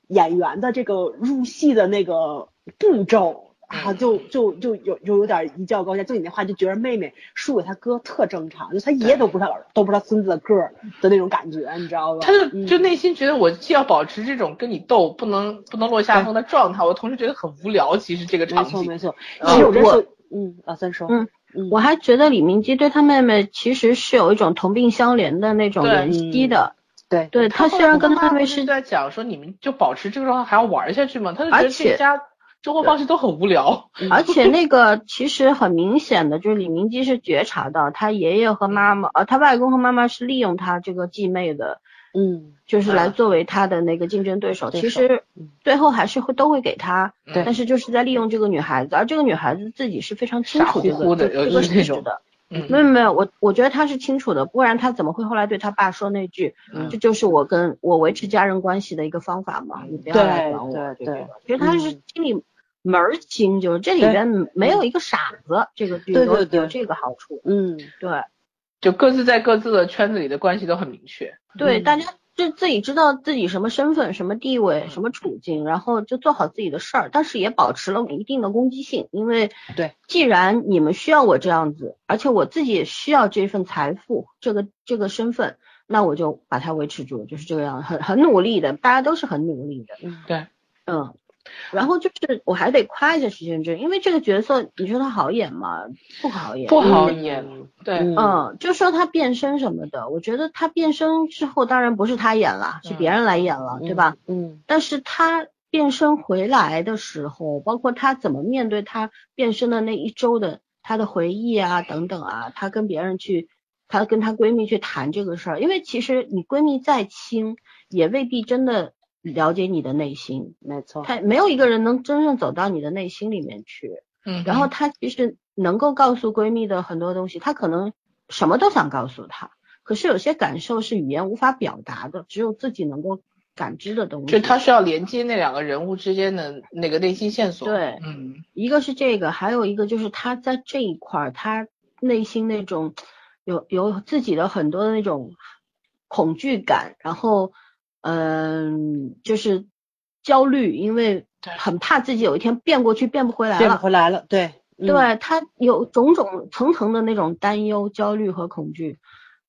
演员的这个入戏的那个步骤啊，嗯就就就有就有点一较高下。就你那话，就觉得妹妹输给他哥特正常，就他爷都不是他儿都不是他孙子的个儿的那种感觉，你知道吧？他就嗯就内心觉得我既要保持这种跟你斗不能不能落下风的状态，我同时觉得很无聊。其实这个没场错景没错，嗯其实我真我是嗯，老三说，嗯嗯我还觉得李明基对他妹妹其实是有一种同病相怜的那种对怜惜的。对对嗯他虽然跟妹他们妹是是，在讲说你们就保持这个状态还要玩下去吗？他就觉而得且这家生活方式都很无聊。而且那个其实很明显的，就是李明基是觉察到他爷爷和妈妈，呃，他外公和妈妈是利用他这个继妹的，嗯就是来嗯作为他的那个竞争对手。对其手实嗯最后还是会都会给他，对但是就是在利用这个女孩子，而这个女孩子自己是非常清傻楚这乎乎个的这有个有事那实种的。没嗯有没有，我我觉得他是清楚的，不然他怎么会后来对他爸说那句，嗯这就是我跟我维持家人关系的一个方法嘛，你不要来对管我。对就这对种其实他是嗯心里门儿清，就是这里对边没有一个傻子，这个剧对有对对有这个好处。嗯，对就各自在各自的圈子里的关系都很明确。对，嗯大家就自己知道自己什么身份、什么地位、什么处境，然后就做好自己的事儿，但是也保持了一定的攻击性，因为对，既然你们需要我这样子，而且我自己也需要这份财富、这个这个身份，那我就把它维持住，就是这个样，很很努力的，大家都是很努力的，对，嗯。然后就是我还得夸一下徐贤真，因为这个角色你说他好演吗？不好演，不嗯好演。对，嗯，就说他变身什么的，我觉得他变身之后，当然不是他演了，是别人来演了，对吧？嗯但是他变身回来的时候，包括他怎么面对他变身的那一周的他的回忆啊，等等啊，他跟别人去，他跟她闺蜜去谈这个事儿，因为其实你闺蜜再亲，也未必真的了解你的内心，没错，他没有一个人能真正走到你的内心里面去。嗯，然后她其实能够告诉闺蜜的很多东西，她可能什么都想告诉她，可是有些感受是语言无法表达的，只有自己能够感知的东西。就他需要连接那两个人物之间的那个内心线索。对嗯，一个是这个，还有一个就是她在这一块儿，她内心那种有有自己的很多的那种恐惧感，然后嗯、就是焦虑，因为对很怕自己有一天变过去变不回来变了不。回来了，对，嗯对他有种种层层的那种担忧、焦虑和恐惧，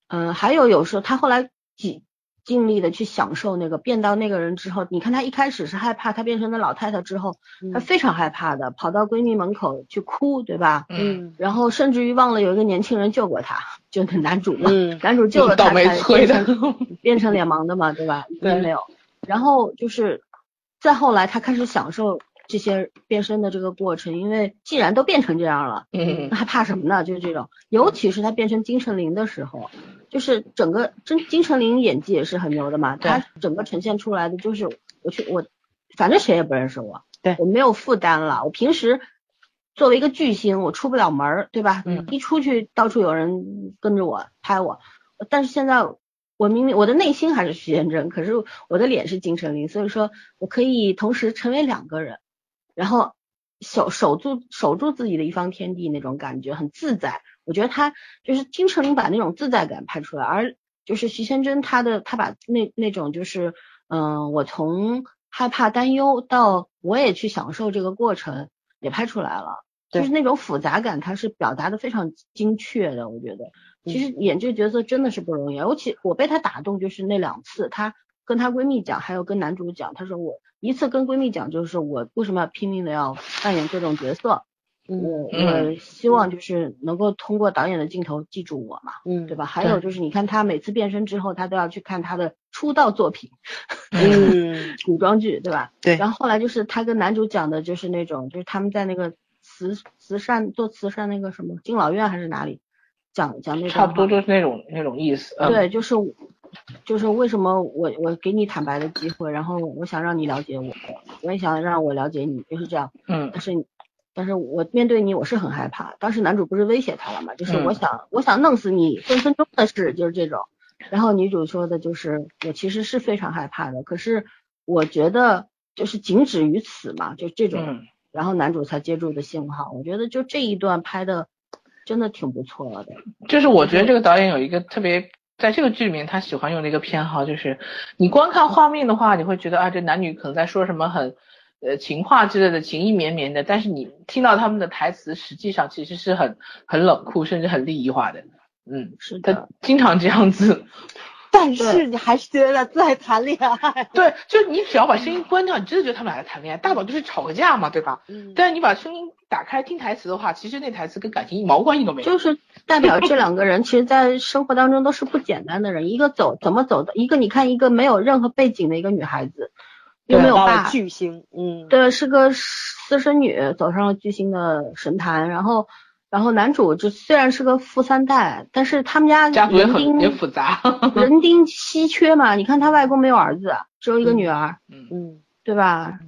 嗯、还有有时候他后来尽尽力的去享受那个变到那个人之后，你看他一开始是害怕，他变成那老太太之后，嗯他非常害怕的，跑到闺蜜门口去哭，对吧？嗯，然后甚至于忘了有一个年轻人救过他，就那男主嘛，嗯男主救就了是他，倒霉才催的变。成变成脸盲的嘛，对吧？对没有。然后就是再后来，他开始享受这些变身的这个过程，因为既然都变成这样了，嗯那还怕什么呢？就是这种，尤其是他变成金城林的时候，就是整个真金城林演技也是很牛的嘛，对他整个呈现出来的就是我去我反正谁也不认识我，对我没有负担了，我平时。作为一个巨星，我出不了门儿，对吧？嗯一出去到处有人跟着我拍我，但是现在我明明我的内心还是徐贤真，可是我的脸是金城林，所以说我可以同时成为两个人，然后守守住守住自己的一方天地那种感觉，很自在。我觉得他就是金城林把那种自在感拍出来，而就是徐贤真他的他把那那种就是嗯、呃我从害怕担忧到我也去享受这个过程也拍出来了，对就是那种复杂感，他是表达的非常精确的，我觉得。其实演这个角色真的是不容易，尤其我被她打动就是那两次，她跟她闺蜜讲，还有跟男主 <laughs> 讲，她说我一次跟闺蜜讲就是我为什么要拼命的要扮演这种角色，嗯我希望就是能够通过导演的镜头记住我嘛，嗯对吧？还有就是你看他每次变身之后，他都要去看他的出道作品， <laughs> 嗯古装剧，对吧？对然后后来就是他跟男主讲的就是那种，就是他们在那个慈慈善做慈善那个什么敬老院还是哪里讲讲那个差不多就是那种那种意思。嗯、对，就是就是为什么我我给你坦白的机会，然后我想让你了解我，我也想让我了解你，就是这样。嗯，但是但是我面对你，我是很害怕。当时男主不是威胁他了嘛，就是嗯我想、我想弄死你，分分钟的事，就是这种。然后女主说的就是我其实是非常害怕的，可是我觉得就是仅止于此嘛，就这种。嗯然后男主才接住的信号，我觉得就这一段拍的真的挺不错的。就是我嗯觉得这个导演有一个特别，在这个剧里面他喜欢用的一个偏好，就是你光看画面的话，你会觉得啊，这男女可能在说什么很呃情话之类的，情意绵绵的，但是你听到他们的台词，实际上其实是很很冷酷，甚至很利益化的。嗯，是他的，经常这样 <laughs> 子。但是你还是觉得在谈恋爱。对，就是你只要把声音关掉，你真的觉得他们俩在谈恋爱，大不了就是吵个架嘛，对吧？嗯但是你把声音打开听台词的话，其实那台词跟感情一毛关系都没有。就是代表这两个人，其实，在生活当中都是不简单的人。一个走怎么走的，一个你看一个没有任何背景的一个女孩子，又没有到爸了，巨星，嗯，对，是个私生女，走上了巨星的神坛。然后，然后男主就虽然是个富三代，但是他们家家族也人很也丁复杂。 <laughs> 人丁稀缺嘛。你看他外公没有儿子，只有一个女儿，嗯，嗯，对吧？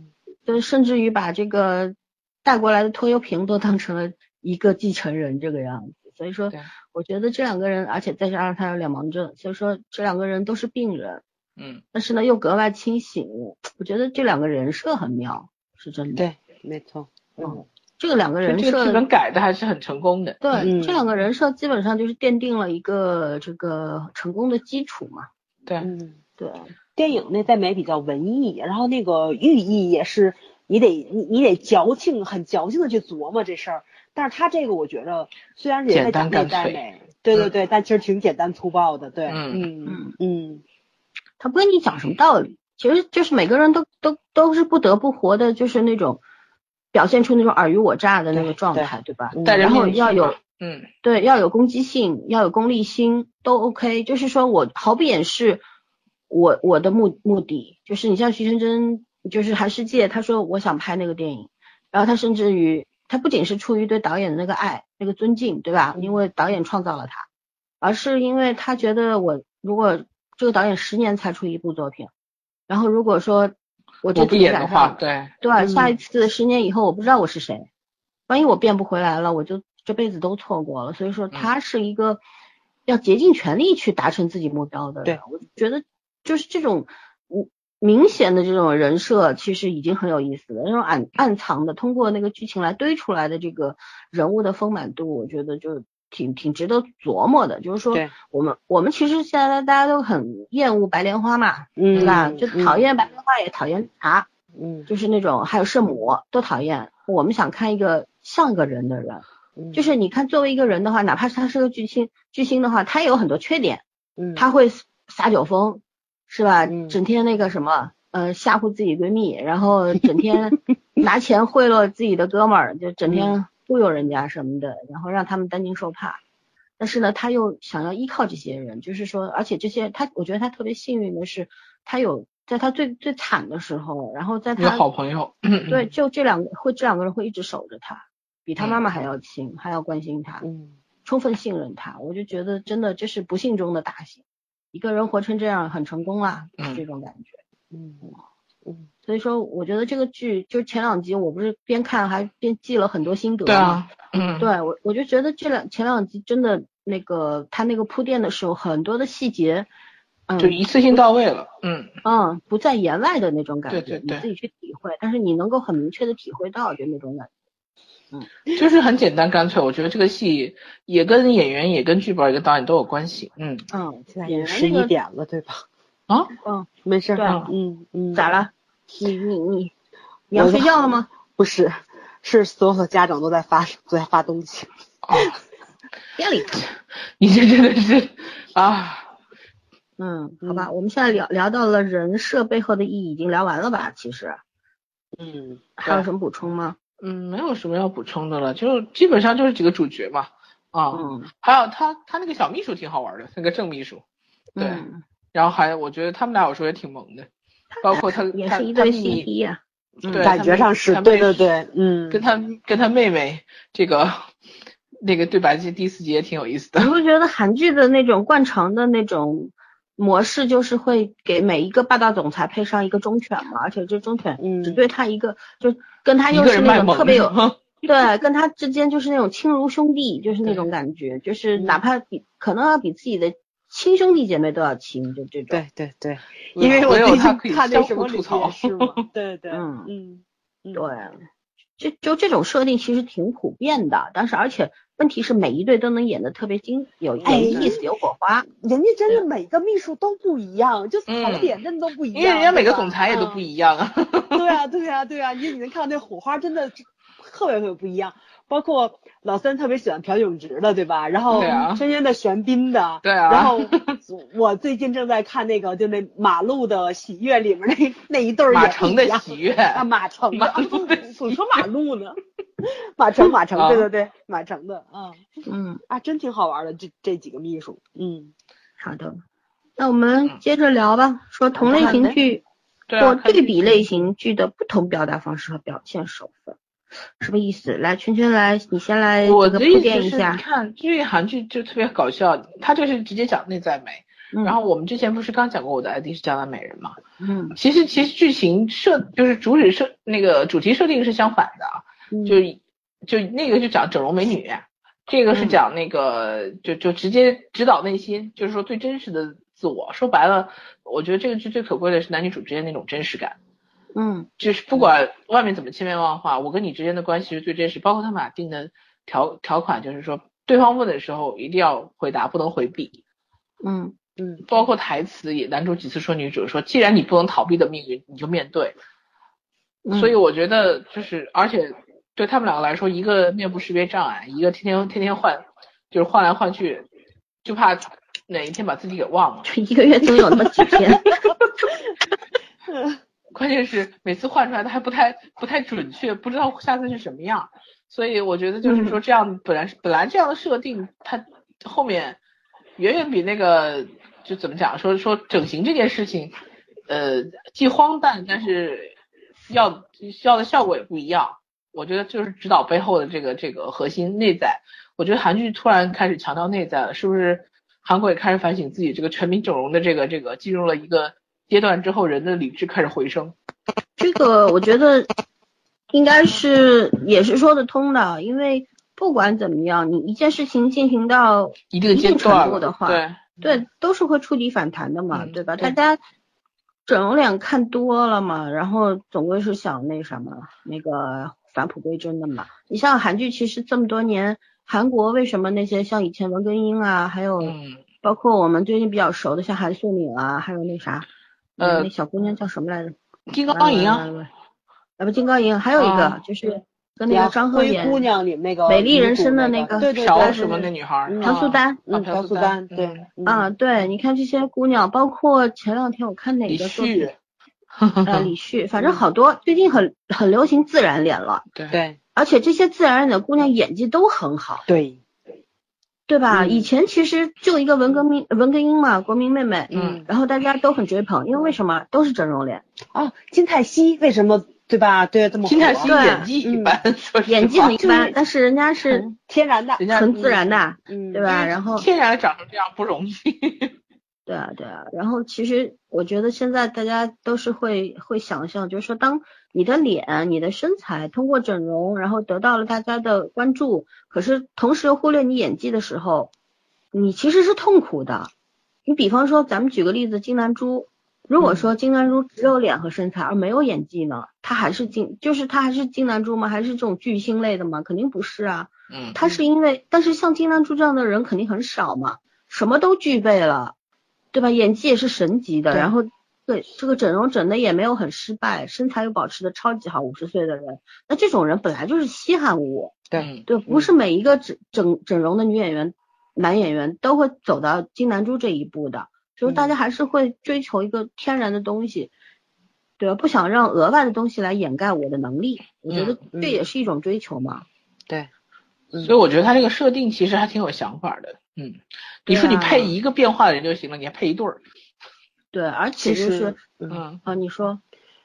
对，甚至于把这个带过来的拖油瓶都当成了一个继承人这个样子。所以说对，我觉得这两个人，而且再加上他有脸盲症，所以说这两个人都是病人，嗯，但是呢又格外清醒。我觉得这两个人设很妙，是真的。对，没错，嗯，这个两个就人这个剧设本改的还是很成功的。对、嗯这两个人设基本上就是奠定了一个这个成功的基础嘛。对，嗯。对，电影那在美比较文艺，然后那个寓意也是你得你你得矫情，很矫情的去琢磨这事儿。但是他这个我觉得虽然是也在讲内简单在干脆美，对对对，但其实挺简单粗暴的，对，嗯嗯嗯他不跟你讲什么道理，其实就是每个人都都都是不得不活的，就是那种表现出那种尔虞我诈的那个对状态，对吧？嗯，戴着然后面具要有嘛嗯对，要有攻击性，要有功利心，都 OK。就是说我毫不掩饰我我的目目的，就是你像徐真真，就是韩世界，他说我想拍那个电影，然后他甚至于他不仅是出于对导演的那个爱、那个尊敬，对吧？因为导演创造了他，而是因为他觉得我如果这个导演十年才出一部作品，然后如果说我这我不次演赶的上话了，对，嗯对，下一次十年以后我不知道我是谁，万一我变不回来了，我就这辈子都错过了。所嗯以说，他是一个要竭尽全力去达成自己目标的人。对我觉得就是这种嗯明显的这种人设，其实已经很有意思了。那种暗暗藏的，通过那个剧情来堆出来的这个人物的丰满度，我觉得就挺挺值得琢磨的。就是说对，我们我们其实现在大家都很厌恶白莲花嘛，嗯对吧？就讨，嗯厌白莲花，也讨厌茶。嗯就是那种还有圣母都讨厌。我们想看一个像个人的人，嗯，就是你看作为一个人的话，哪怕是他是个巨星，巨星的话，他也有很多缺点，嗯他会撒酒疯，是吧？嗯整天那个什么，呃，吓唬自己闺蜜，然后整 <laughs> 天拿钱贿赂自己的哥们儿，就整嗯天忽悠人家什么的，然后让他们担惊受怕。但是呢，他又想要依靠这些人，就是说，而且这些他，我觉得他特别幸运的是，他有在他最最惨的时候，然后在有他好朋友。对，就这两个会，这两个人会一直守着他，比他妈嗯妈还要亲，还要关心他，嗯充分信任他。我就觉得真的这是不幸中的大幸，一个人活成这样很成功啦，嗯这种感觉。嗯嗯所以说，我觉得这个剧就前两集，我不是边看还边记了很多心得对嘛。啊，嗯，对我我就觉得这两前两集真的那个他那个铺垫的时候，很多的细节，嗯，就一次性到位了。嗯，嗯，不在言外的那种感觉，对对对你自己去体会，但是你能够很明确的体会到就那种感觉。就是很简单干脆。我觉得这个戏也跟演员、也跟剧本、也跟导演都有关系。嗯嗯，现在演也员那十一个点了，对吧？啊，嗯，没事儿对啊，嗯嗯，咋？了？你你你你要我睡觉了吗？不是，是所有的家长都在发都在发东西，哦，别理他。你这真的是啊，嗯，好吧，我们现在聊聊到了人设背后的意义，已经聊完了吧？其实嗯，还有什么补充吗？嗯，没有什么要补充的了，就基本上就是几个主角嘛，啊，嗯，还有他他那个小秘书挺好玩的，那个郑秘书，对，嗯然后还我觉得他们俩有时候也挺萌的，包括他 <laughs> 也他是一他对秘密 CP 啊，对，感他觉妹上是他妹对对对，嗯，跟他跟他妹妹这个那个对白，这第四集也挺有意思你的。不觉得韩剧的那种惯常的那种模式，就是会给每一个霸道总裁配上一个忠犬嘛？而且这忠犬嗯只对他一个，就跟他一又个是人那卖种萌，特别 <laughs> 有 <laughs> 对，跟他之间就是那种亲如兄弟，就是那对种感觉，就是哪怕比可能要比自己的亲兄弟姐妹都要亲，就这种。对对对，对因为我唯有最他近可以看那相什互么吐里槽面。是 <laughs> 嘛，对对，嗯嗯嗯，对，就就这种设定其实挺普遍的，但是而且问题是每一对都能演的特别精，有有哎意思，有火花。人家真的每个秘书都不一样，就槽嗯点真的都不一样，因为人家每个对吧总裁也都不一样啊，对啊，对啊，对啊，你你能看到那火花真的是特别特别不一样。包括老三特别喜欢朴炯植的，对吧？然后对啊轩轩的玄彬的，对啊 <laughs> 然后我最近正在看那个，就那马路的喜悦里面那那一对儿马也不成一的样喜悦，啊，马成的，马路的总说马路呢，马成马成，啊对对对，马成的，啊嗯，啊，真挺好玩的，这这几个秘书，嗯，好的，那我们接着聊吧，说同类型剧。嗯对啊或看对这比类型剧的不同表达方式和表现手法，什么意思？来，圈圈来，你先来我这个的铺意垫思一是，你下。看，因为韩剧就特别搞笑，它就是直接讲内在美。嗯然后我们之前不是刚讲过我的 ID 是江南美人嘛？嗯其实其实剧情设就是主旨设那个主题设定是相反的啊，嗯就就那个就讲整容美女，这个是讲那个、就就直接指导内心，就是说最真实的自我。说白了，我觉得这个剧最可贵的是男女主之间那种真实感。嗯就是不管外面怎么千变万化，我跟你之间的关系是最真实。包括他们俩定的条条款，就是说对方问的时候一定要回答，不能回避。嗯包括台词也，男主几次说女主说，既然你不能逃避的命运，你就面对。嗯，所以我觉得就是，而且对他们两个来说，一个面部识别障碍，一个天天天天换，就是换来换去，就怕哪一天把自己给忘了。就一个月总有那么几天。 <laughs> 关键是每次换出来的还不太不太准确，不知道下次是什么样。所以我觉得就是说，这样本来是本来这样的设定，它后面远远比那个就怎么讲说说整形这件事情，呃，既荒诞，但是要要的效果也不一样。我觉得就是指导背后的这个这个核心内在。我觉得韩剧突然开始强调内在了，是不是？韩国也开始反省自己这个全民整容的这个这个进入了一个阶段之后，人的理智开始回升。这个我觉得应该是也是说得通的，因为不管怎么样，你一件事情进行到一定阶一定段程度了，的话对，对，都是会触底反弹的嘛，嗯对吧？对大家整容脸看多了嘛，然后总归是想那什么，那个返璞归真的嘛。你像韩剧，其实这么多年，韩国为什么那些像以前文根英啊，还有嗯，包括我们最近比较熟的像韩素敏啊，还有那啥，呃那小姑娘叫什么来着？金刚银啊，啊，啊不，金高银，还有一个啊就是跟那个张赫灰演姑娘里面那个美丽女人主生的那那个对对朴对，什么那女孩儿，嗯朴素丹。啊嗯，朴朴素素丹，丹对嗯，嗯啊，对，你看这些姑娘，包括前两天我看哪李个作品旭，呃，李旭，反正好多最近很很流行自然脸了，对，对而且这些自然脸的姑娘演技都很好，对，对吧？嗯以前其实就一个文革明文革英嘛，国民妹妹，嗯然后大家都很追捧，因为为什么都是整容脸，啊，金泰熙为什么对吧？对，这么金泰火熙对啊嗯演技一般，说实话演技很一就般是，但是人家是天然的，人家很自然的，嗯，对吧？啊然后天然长成这样不容易， <laughs> 对啊，对啊。然后其实我觉得现在大家都是会会想象，就是说，当你的脸、你的身材通过整容，然后得到了大家的关注，可是同时又忽略你演技的时候，你其实是痛苦的。你比方说，咱们举个例子，金南珠。如果说金南珠只有脸和身材而没有演技呢，她还是金，就是她还是金南珠吗？还是这种巨星类的吗？肯定不是啊。嗯，他是因为，但是像金南珠这样的人肯定很少嘛，什么都具备了，对吧？演技也是神级的，对然后对这个整容整的也没有很失败，身材又保持的超级好，五十岁的人，那这种人本来就是稀罕物，对，对，不嗯是每一个整整整容的女演员、男演员都会走嗯到金南珠这一步的，就是大家还是会追求一个天然的东西。对吧？不想让额外的东西来掩盖我的能力，我觉得嗯这也是一种追求嘛。对，嗯所以我觉得他这个设定其实还挺有想法的。嗯，你说你对啊配一个变化的人就行了，你还配一对儿。对，而且其就实是嗯，嗯啊，你说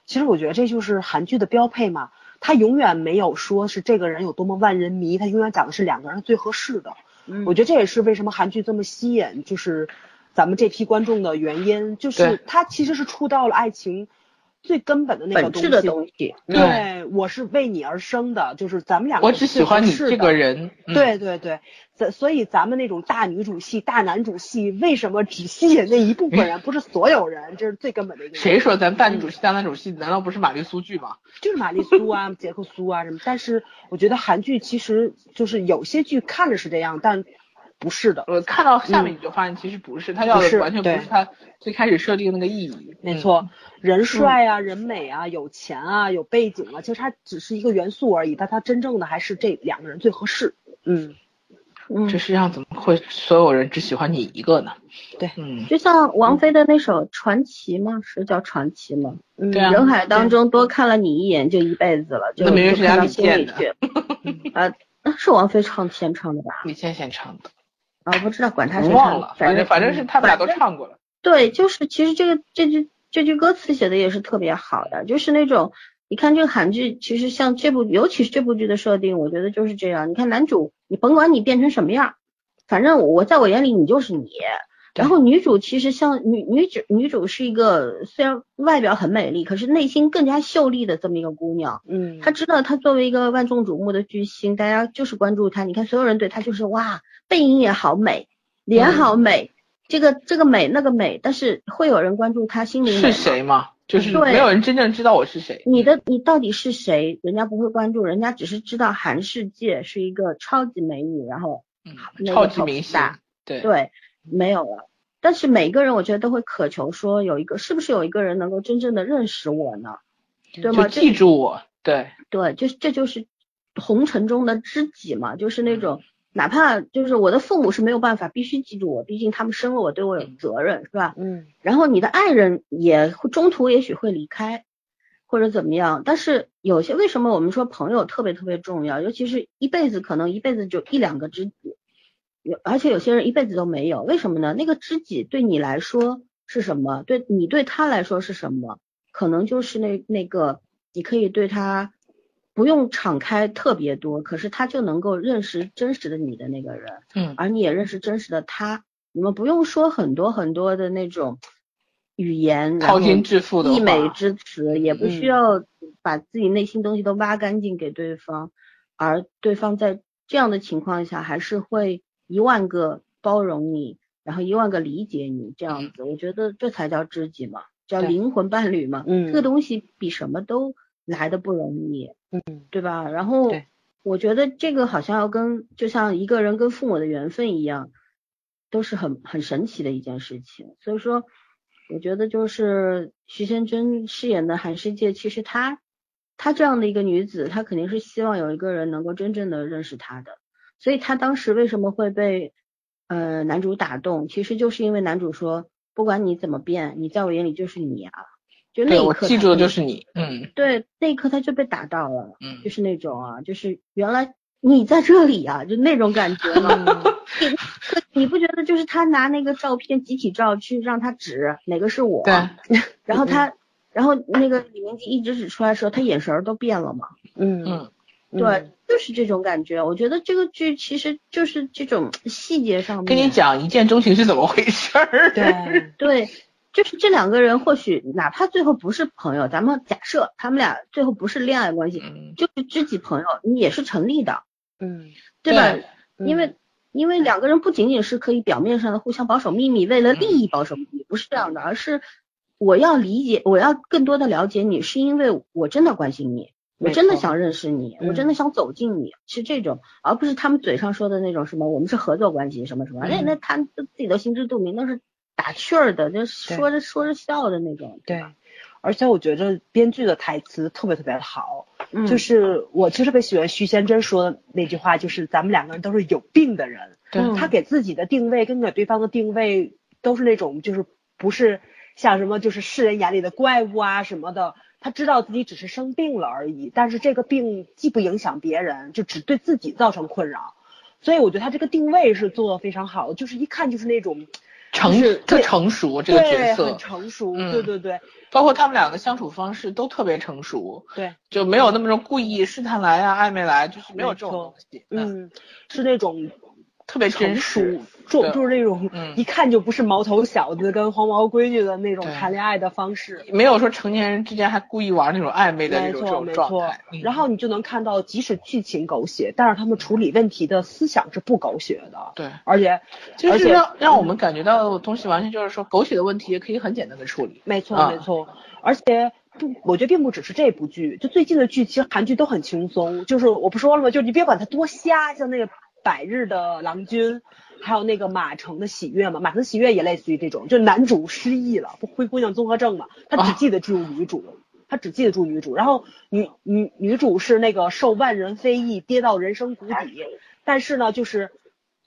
其实我觉得这就是韩剧的标配嘛。他永远没有说是这个人有多么万人迷，他永远讲的是两个人最合适的。嗯我觉得这也是为什么韩剧这么吸引，就是咱们这批观众的原因，就对是它其实是触到了爱情最根本的那个本东质西。的东西，对对，我是为你而生的，就是咱们两个我是只喜欢你最合适这的个。人。嗯，对对对，咱所以咱们那种大女主戏、大男主戏，为什么只吸引那一部分 <laughs> 人，不是所有人？这是最根本的一个原因。谁说咱大嗯女主戏、大男主戏难道不是玛丽苏剧吗？就是玛丽苏啊、杰克苏啊什么。但是我觉得韩剧其实就是有些剧看着是这样，但不是的。我看到嗯下面你就发现其实不是，他要不的是完全不对是他最开始设定的那个意义。没嗯，错，人帅啊、人美啊、有钱啊、有背景啊，其实它只是一个元素而已，但它真正的还是这两个人最合适。嗯，嗯这，世上怎么会所有人只喜欢你一个呢？对嗯，就像王菲的那首《传奇》吗？是叫《传奇》吗？嗯对啊人海当中多看了你一眼就一辈子了，就那明明就是人看到家李心里健去。 <laughs> 啊，那是王菲唱先唱的吧？李健先唱的，啊，不知道，管他我谁忘唱了的，，反正反正是他们俩都反正唱过了。对，就是其实这个这句这句歌词写的也是特别好的，就是那种你看这个韩剧，其实像这部，尤其是这部剧的设定，我觉得就是这样。你看男主，你甭管你变成什么样，反正我在我眼里你就是你。然后女主其实像女女主女主是一个虽然外表很美丽，可是内心更加秀丽的这么一个姑娘。嗯，她知道她作为一个万众瞩目的巨星，大家就是关注她。你看所有人对她就是哇，背影也好美，脸好嗯美，这个这个美那个美，但是会有人关注她心灵美是谁嘛？就是对没有人真正知道我是谁。你的你到底是谁？人家不会关注，人家只是知道韩世界是一个超级美女，然后嗯，那个超级超明级星大，对对没有了。但是每个人我觉得都会渴求说有一个是不是有一个人能够真正的认识我呢？对就吗？这记住我，对，对，就是这就是红尘中的知己嘛，就是那种哪怕就是我的父母是没有办法必须记住我，毕竟他们生了我，对我有责任，是吧？嗯然后你的爱人也会中途也许会离开，或者怎么样，但是有些为什么我们说朋友特别特别重要，尤其是一辈子可能一辈子就一两个知己，有而且有些人一辈子都没有，为什么呢？那个知己对你来说是什么？对你对他来说是什么？可能就是那那个你可以对他不用敞开特别多，可是他就能够认识真实的你的那个人。嗯，而你也认识真实的他，你们不用说很多很多的那种语言，然掏后金致富的溢美话，嗯之词，也不需要把自己内心东西都挖干净给对方，而对方在这样的情况下，还是会一万个包容你，然后一万个理解你，这样子，我觉得这才叫知己嘛，叫对灵魂伴侣嘛，嗯这个东西比什么都来的不容易，嗯，对吧？然后对我觉得这个好像要跟就像一个人跟父母的缘分一样，都是很很神奇的一件事情。所以说，我觉得就是徐贤真饰演的韩世界，其实她她这样的一个女子，她肯定是希望有一个人能够真正的认识她的。所以她当时为什么会被呃男主打动，其实就是因为男主说，不管你怎么变，你在我眼里就是你啊。就那对一我刻她记住的被就是你，嗯对，那一刻他就被打到了，嗯就，是那种啊，就是原来你在这里啊，就那种感觉 <laughs> 嘛。你可你不觉得就是他拿那个照片集体照去让他指哪个是我，对，嗯然后他，然后那个李明基一指指出来的时候，他眼神儿都变了嘛。嗯嗯，对，就是这种感觉。我觉得这个剧其实就是这种细节上面。跟你讲一见钟情是怎么回事儿，对，对，就是这两个人或许哪怕最后不是朋友，咱们假设他们俩最后不是恋爱关系，嗯，就是知己朋友，你也是成立的，嗯，对吧？对因为因为两个人不仅仅是可以表面上的互相保守秘密，为了利嗯益保守秘密，不是这样的，而是我要理解，我要更多的了解你，是因为我真的关心你，我没真的错嗯想认识你，我真的想走近你，是这种，而不是他们嘴上说的那种什么我们是合作关系什么什么，那嗯那他们自己都心知肚明，那是打趣儿的，就对说着说着笑的那种，对。而且我觉着编剧的台词特别特别好，嗯，就是我其实特别喜欢徐贤真说的那句话，就是咱们两个人都是有病的人，对嗯他给自己的定位跟给对方的定位都是那种就是不是像什么就是世人眼里的怪物啊什么的，他知道自己只是生病了而已，但是这个病既不影响别人，就只对自己造成困扰。所以我觉得他这个定位是做的非常好的，就是一看就是那种成就是特对成熟这个角对色很，成熟，嗯对对对包括他们两个相处方式都特别成熟，对，就没有那么种故意试探来啊、暧昧来，就是没有这没种错东西。，嗯，是那种特别成成熟熟。，就对就是那种嗯一看就不是毛头小子跟黄毛闺女的那种对谈恋爱的方式。没有说成年人之间还故意玩那种暧昧的那没种这错，没种状错态。嗯。然后你就能看到，即使剧情狗血，但是他们处理问题的思想是不狗血的，对，而且就而是且嗯让让我们感觉到的东西，完全就是说狗血的问题也可以很简单的处理。没错，啊没错，而且不，我觉得并不只是这部剧，就最近的剧，其实韩剧都很轻松。就是我不说了吗？就你别管它多瞎，像那个《百日的郎君》，还有那个《马城的喜悦》嘛，《马城的喜悦》也类似于这种，就男主失忆了，不灰姑娘综合症嘛，他只记得住女主。他只记得住女主，然后女女女主是那个受万人非议，跌到人生谷底，但是呢，就是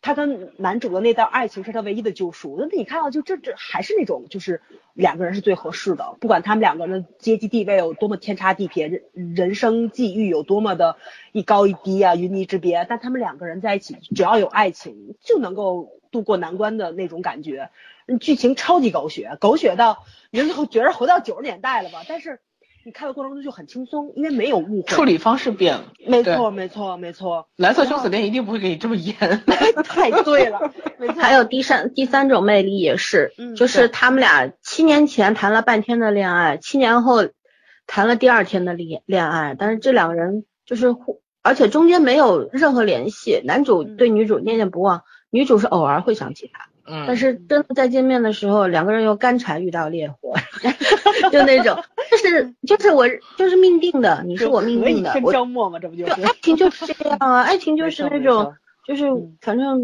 她跟男主的那段爱情是她唯一的救赎。那你看到就这这还是那种就是两个人是最合适的，不管他们两个人的阶级地位有多么天差地别，人人生际遇有多么的一高一低啊，云泥之别，但他们两个人在一起，只要有爱情，就能够度过难关的那种感觉。嗯剧情超级狗血，狗血到你就觉得活到九十年代了吧？但是你看的过程中就很轻松，因为没有误会。处理方式变了，没对错，没错，没错。蓝色生死恋一定不会给你这么严。太对了，没错。还有第三第三种魅力也是，嗯就是他们俩七年前谈了半天的恋爱，七年后谈了第二天的恋恋爱，但是这两个人就是互，而且中间没有任何联系，男主嗯对女主念念不忘，女主是偶尔会想起他，嗯，但是真的再见面的时候，两个人又干柴遇到烈火， <laughs> 就那种，就是就是我就是命定的，你是我命可以定的，跟我张默嘛，这不就？就是爱情就是这样啊，爱情就是那种，就是嗯反正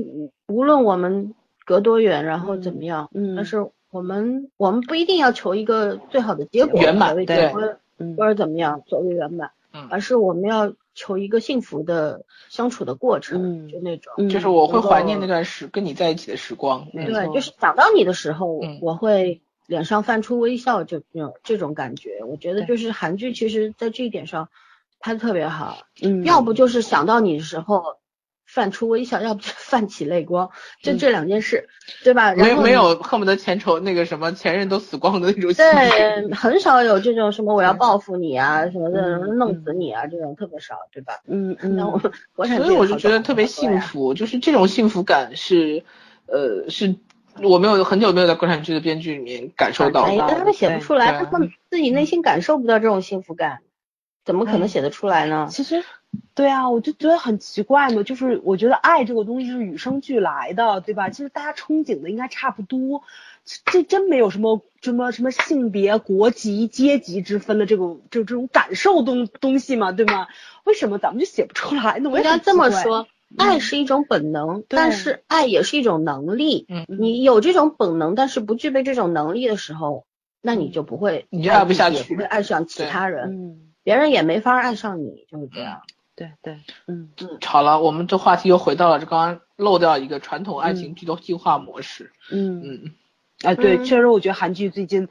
无论我们隔多远，然后怎么样，嗯但是我们我们不一定要求一个最好的结果，圆满所谓对结婚嗯或者怎么样，所谓圆满嗯，而是我们要求一个幸福的相处的过程，嗯就那种。嗯就是我会怀念那段时跟你在一起的时光。没嗯，错对，就是想到你的时候，我嗯我会脸上泛出微笑，就这种这种感觉。我觉得对就是韩剧，其实在这一点上拍的特别好。嗯要不就是想到你的时候泛出微笑，要不就泛起泪光，就嗯这两件事，对吧？然没后有没你有恨不得前仇那个什么前任都死光的那种。，对，很少有这种什么我要报复你啊，什么的嗯弄死你啊，这种特别少，对吧？嗯嗯那我 <laughs> 们国产剧所以我就好觉得多特别好多幸呀。福，就是这种幸福感是，呃，是我没有很久没有在国产剧的编剧里面感受到哎，的。但他们写不对出来，对啊他们自己内心感受不到这种幸福感，怎么哎可能写得出来呢？其实，对啊，我就觉得很奇怪嘛，就是我觉得爱这个东西是与生俱来的，对吧？其实大家憧憬的应该差不多，这这真没有什么什么什么性别、国籍、阶级之分的这种这这种感受东东西嘛，对吗？为什么咱们就写不出来呢？我应也该很这么奇怪，说，嗯爱是一种本能，但对是爱也是一种能力。嗯你有这种本能，但是不具备这种能力的时候，那你就不会，你就爱不下也去不会爱上其对他人，嗯，别人也没法爱上你，就是这样。对对，嗯好了，我们这话题又回到了这刚刚漏掉一个传统爱情剧的进化模式。嗯。嗯，哎，对，嗯确实我觉得韩剧最近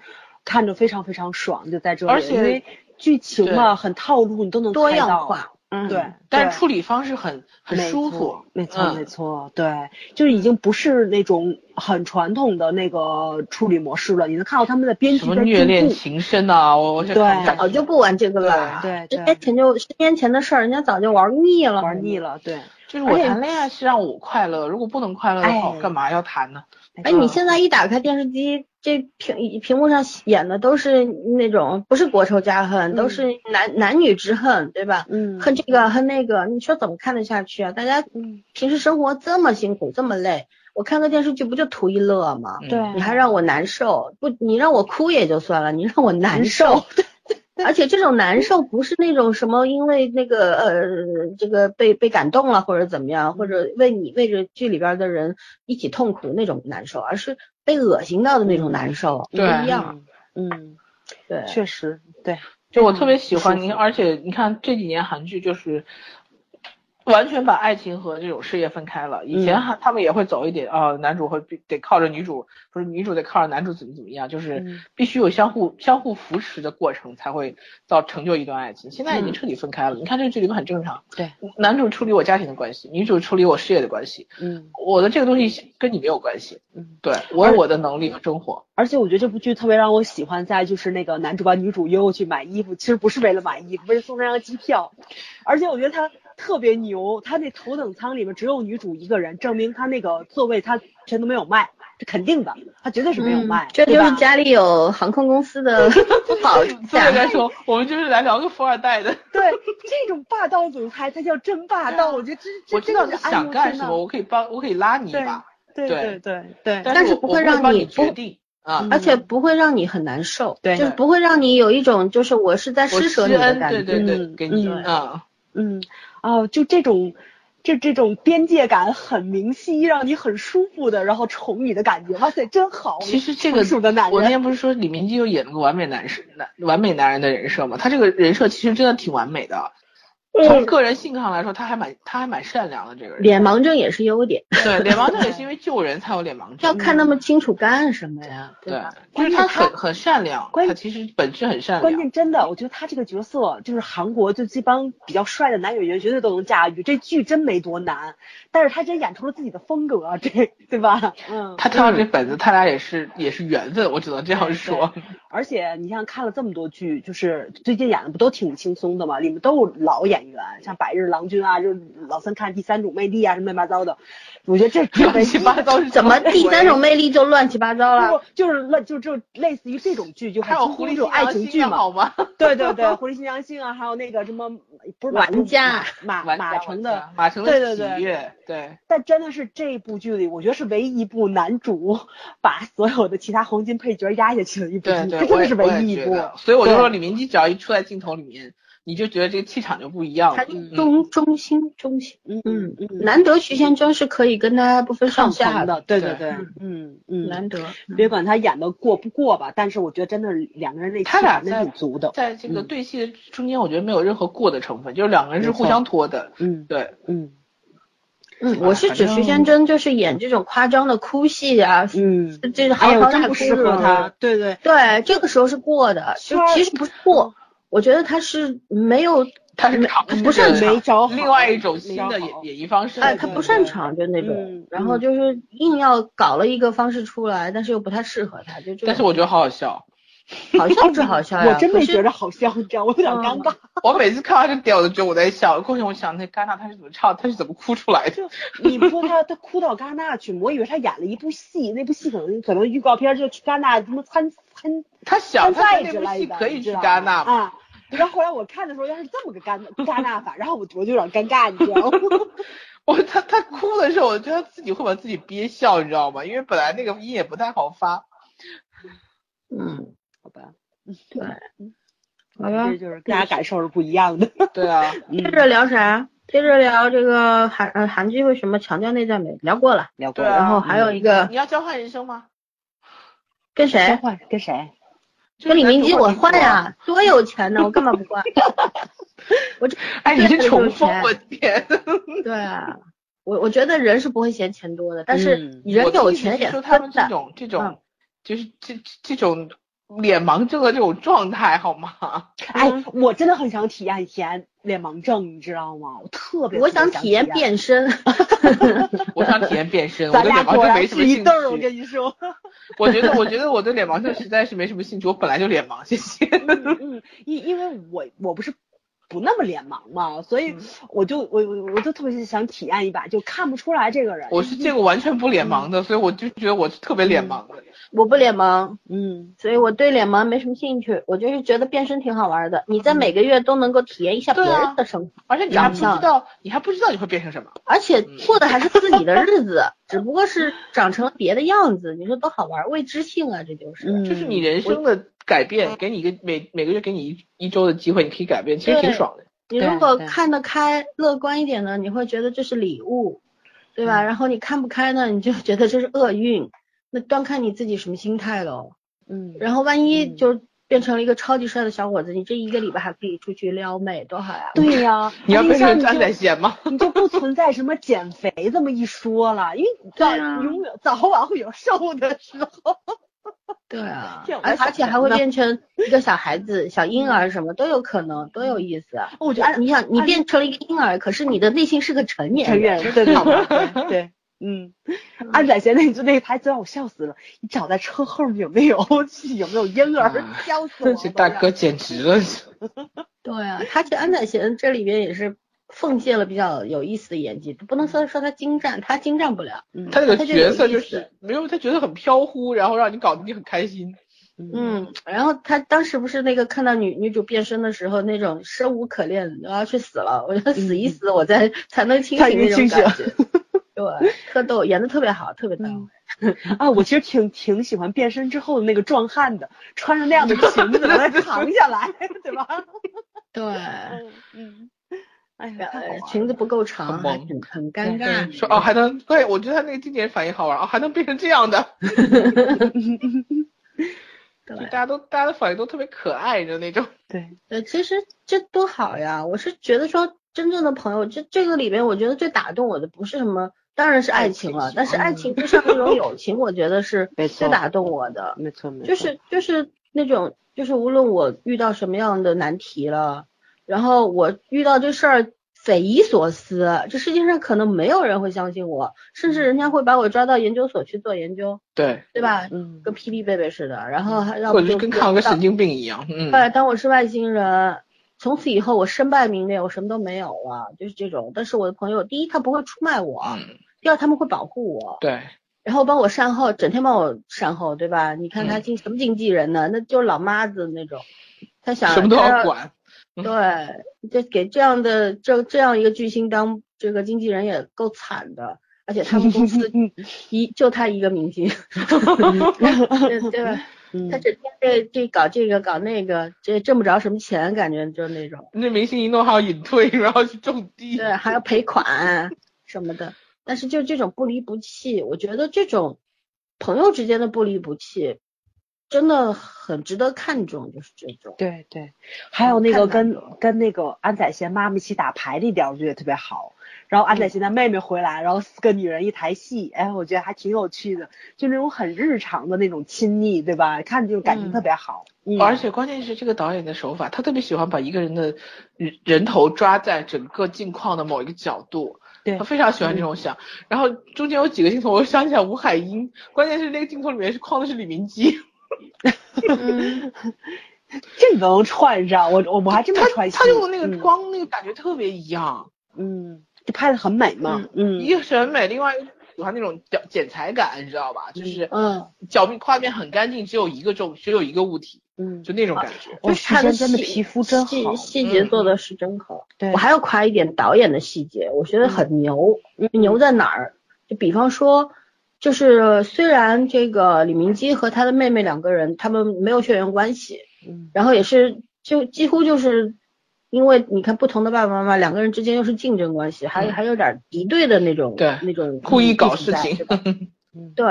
看着非常非常爽，就在这里，而且因为剧情嘛很套路，你都能多猜样到，化，嗯，对，但对是处理方式很很舒服，没错，没嗯错，对，就是已经不是那种很传统的那个处理模式了，你能看到他们的编什剧么在虐恋进步。情深啊，我我这对看不下去早就不玩这个了。对对十年前就十年前的事儿，人家早就玩腻了，玩腻。了，对。就是而我且谈恋爱是让我快乐，如果不能快乐的话，哎我干嘛要谈呢？哎，嗯你现在一打开电视机，这屏屏幕上演的都是那种不是国仇家恨，嗯都是男男女之恨，对吧？嗯，恨这个恨那个，你说怎么看得下去啊？大家嗯平时生活这么辛苦，这么累，我看个电视剧不就图一乐吗？嗯对你还让我难受，不，你让我哭也就算了，你让我难受， <laughs> 而且这种难受不是那种什么因为那个呃这个被被感动了或者怎么样，或者为你为着剧里边的人一起痛苦那种难受，而是被恶心到的那种难受，不对一样，嗯，嗯，对，确实，对，嗯就我特别喜欢舒服你，而且你看这几年韩剧就是完全把爱情和这种事业分开了。以嗯前还他们也会走一点啊、男主会必得靠着女主，不是女主得靠着男主怎么怎么样，就是嗯必须有相互相互扶持的过程才会造成就一段爱情。现在已经彻底分开了，你看这个剧里面很正常。嗯对，男主处理我家庭的关系，女主处理我事业的关系，嗯我的这个东西跟你没有关系。嗯。对我有我的能力和生活，而且我觉得这部剧特别让我喜欢在就是那个男主把女主约过去买衣服，其实不是为了买衣服，为了送上张机票。而且我觉得他特别牛，他那头等舱里面只有女主一个人，证明他那个座位他全都没有卖，这肯定的，他绝对是没有卖。嗯这对就吧是家里有航空公司的不 <laughs> 好所以来家。说，我们就是来聊个富二代的。对这种霸道总裁，他叫真霸道，我觉得这这我知道这你个是想干什哎么，呦我可以帮，我可以拉你一对把，天哪对对对对，但是是我不我会会让帮你你不决定啊嗯。而且不会让你很难受，对就是不会让你有一种就是我是在我施舍你施的恩感觉。对对对，嗯给你嗯啊，嗯，哦，就这种，这这种边界感很明晰，让你很舒服的，然后宠你的感觉，哇塞，真好！其实这个成熟的男我那人，天不是说李明基又演了个完美男神男完美男人的人设嘛？他这个人设其实真的挺完美的。嗯从个人性格上来说，他还蛮他还蛮善良的这个人。脸盲症也是优点，嗯 <laughs> 对脸盲症也是因为救人才有脸盲要症。看那么清楚干什么呀？对吧？，就关是他键他很很善良，关他其实本质很善关良。键真的，我觉得他这个角色就是韩国就这帮比较帅的男演员绝对都能驾驭，这剧真没多难，但是他真演出了自己的风格啊，这对吧？嗯，他挑这本子，他俩也是也是缘分，我只能这样说。而且你像看了这么多剧，就是最近演的不都挺轻松的嘛，里面都有老演员，像百日郎君啊，就是老三看第三种魅力啊，什么乱七八糟的，我觉得这这 <laughs> 乱七八糟是怎么鬼第三种魅力就乱七八糟了？不就是类就就类似于这种剧，就还很有轻狐松狸这种爱情剧嘛。啊好吗？ <laughs> 对对对，狐狸新娘心啊，还有那个什么不是马玩家马马完马完城完的，马城对的对对喜悦，对，但真的是这部剧里，我觉得是唯一一部男主把所有的其他黄金配角压下去的一部对剧，对， <laughs> 这真我的也是我唯也一一觉部。得所以我就对说李明基只要一出在镜头里面，你就觉得这个气场就不一样他了。就嗯中中心中心，嗯嗯嗯，难得徐宪真是可以跟他不分上上下的，，对对对，嗯嗯，难得。别管他演的过不过吧，但是我觉得真的两个人那他气俩场真在挺足的。在这个嗯对戏的中间，我觉得没有任何过的成分，就是两个人是互相拖的。嗯对，嗯嗯，我是指徐宪真就是演这种夸张的哭戏啊，嗯，这哎嚎呀，啕我大真哭不适合的他。。对对，对，这个时候是过的，就虽然其实不是嗯过，我觉得他是没有，他是尝试不擅着没长，找好另外一种没新找的好演演绎方式。哎，对他对不对擅长就那种嗯，然后嗯就是硬要搞了一个方式出来，但是又不太适合他，就这种。但是我觉得好 <laughs> 好笑，好笑是哦好笑呀，我真可没是觉得好笑，你知道，我有点嗯尴尬。我每次看到这点，我都觉得我在笑。过去我想那戛纳他是怎么唱，他是怎么哭出来的？就你说他他哭到戛纳去，我以为他演了一部戏，那部戏可能可能预告片就去戛纳什么参参他参想他赛那之部类戏的，可以你去知道吗戛纳吗？啊。然后后来我看的时候，要是这么个戛纳戛纳法，然后我我就有点尴尬，你知道吗？ <laughs> 我他他哭的时候，我觉得他自己会把自己憋笑，你知道吗？因为本来那个音也不太好发。嗯，好吧，好吧这，就是大家感受是不一样的。对啊，接嗯，着聊啥？接着聊这个韩呃韩剧为什么强调内在美？聊过了，聊对过啊了，然后还有一嗯个你要交换人生吗？跟交嗯谁？换跟谁？就是跟李男明主基换我女主换呀，多有钱呢，我干嘛不换？ <laughs> 我这啊！哎，你对这有重复，钱我天！对啊，我我觉得人是不会嫌钱多的，但是嗯人我的有意思钱是也说他们分这的，种这种、嗯就是这这这种脸盲症的这种状态，好吗？ <laughs> 嗯哎，我真的很想体验以前脸盲症，你知道吗？我特别，我特别想想体验变身， <laughs> 我想体验变身，我咱对俩脸盲果症然没什么是一兴对儿，我趣。跟你 <laughs> 说。我觉得我觉得我对脸盲症实在是没什么兴趣，我本来就脸盲，谢谢。嗯，嗯，因因为我我不是不那么脸盲嘛，所嗯以我就我我我就特别想体验一把，就看不出来这个人。我是见过完全不脸盲的，所以我就觉得我是特别脸盲的。我不脸盲，嗯，所以我对脸盲没什么兴趣，我就是觉得变身挺好玩的，你在每个月都能够体验一下别对啊人的生活。而且你还不知长相道，你还不知道你会变成什么。而且过的还是自己的日子，只不过是长成了别的样子，你说多好玩，未知性啊，这就是。嗯就是你人生的改变，给你一个每每个月给你一一周的机会，你可以改变，其实挺爽的。你如果看得开、乐观一点呢，你会觉得这是礼物，对吧？然后你看不开呢，你就觉得这是厄运，那端看你自己什么心态喽。嗯然后万一嗯就变成了一个超级帅的小伙子，你这一个礼拜还可以出去撩妹，多好呀！对呀、 <laughs> 你要那变一下成你张就展 <laughs> 贤吗？ <laughs> 你就不存在什么减肥这么一说了，因为早、对啊永远早晚会有瘦的时候。对啊这我，而在而且想还会呢变成一个小孩子、小婴儿什么都有可能，多有意思啊！我觉得按你想，你按变成了一个婴儿，可是你的内心是个成年嗯成人，人对对 <laughs> 对对，嗯，安宰贤那句那个台词让我笑死了，你找在车后面有没有 <laughs> 有没有婴儿嗯？笑死我这了！大哥简直了！对啊，他其实安宰贤这里边也是奉献了比较有意思的演技，不能说说他精湛，他精湛不了。嗯，他那个他就角有色意就是思没有，他觉得很飘忽，然后让你搞得你很开心。嗯，然后他当时不是那个看到女女主变身的时候那种生无可恋，我要去死了，我要死一死，我再才能清嗯才醒能那种清感 <laughs> 觉。对，特逗，演的特别好，特别到位。嗯 <laughs> 啊，我其实挺挺喜欢变身之后的那个壮汉的，穿着那样的裙子把它扛下来， <laughs> 对吧？对，嗯嗯，哎呀，太好玩呃了裙子不够很长，萌还很很尴尬。说哦，还能对，我觉得他那个经典反应好玩哦，还能变成这样的，就大对，家都大家的反应都特别可爱的那种。对，对，其实这多好呀！我是觉得说，真正的朋友，这这个里边，我觉得最打动我的不是什么，当然是爱情了，但是爱情就像那种友情，我觉得是嗯没最错打动我的，没错没错，就是就是那种，就是无论我遇到什么样的难题了，然后我遇到这事儿。匪夷所思，这世界上可能没有人会相信我，甚至人家会把我抓到研究所去做研究，对，对吧？嗯跟霹雳贝贝似的，然后还让或我者是就跟看了个神经病一样。嗯，对，当我是外星人，从此以后我身败名裂，我什么都没有了，就是这种。但是我的朋友，第一他不会出卖我，嗯，第二他们会保护我，对，然后帮我善后，整天帮我善后，对吧？你看他嗯经什么经纪人呢？那就是老妈子那种，他想什么都他要管。对，这给这样的这这样一个巨星当这个经纪人也够惨的，而且他们公 <laughs> 司一就他一个明星，对对吧？嗯他整天这这搞这个搞那个，这挣不着什么钱，感觉就那种，那明星一弄还要隐退，然后去种地。对，还要赔款什么的。但是就这种不离不弃，我觉得这种朋友之间的不离不弃，真的很值得看重，就是这种。嗯对对，还有那个看跟跟那个安宰贤妈妈一起打牌那点儿，我觉得也特别好。然后安宰贤的妹妹回来，然后四个女人一台戏，哎，我觉得还挺有趣的，就那种很日常的那种亲昵，对吧？看着就感情嗯特别好。嗯而且关键是这个导演的手法，他特别喜欢把一个人的人人头抓在整个镜框的某一个角度，对嗯他非常喜欢这种想。然后中间有几个镜头，我想起来吴海英，关键是那个镜头里面是框的是李明基，嗯，这都能串上，我我我还真没他串戏。他用那个嗯，光那个感觉特别一样，嗯，就拍的很美嘛，嗯一个审美，另外一个喜欢那种剪剪裁感，你知道吧？就是嗯角面画面很干净，只有一个重，只有一个物体，嗯，就那种感觉。我就时他的间真的细皮肤真细好细节嗯做的是真好。对嗯我还要夸一点导演的细节，我觉得很牛。牛在哪儿？就比方说，就是虽然这个李明基和他的妹妹两个人，他们没有血缘关系，嗯然后也是就几乎就是因为你看不同的爸爸妈妈，两个人之间又是竞争关系，还嗯还有点敌对的那种，对那种故意搞意思在事情对吧嗯对，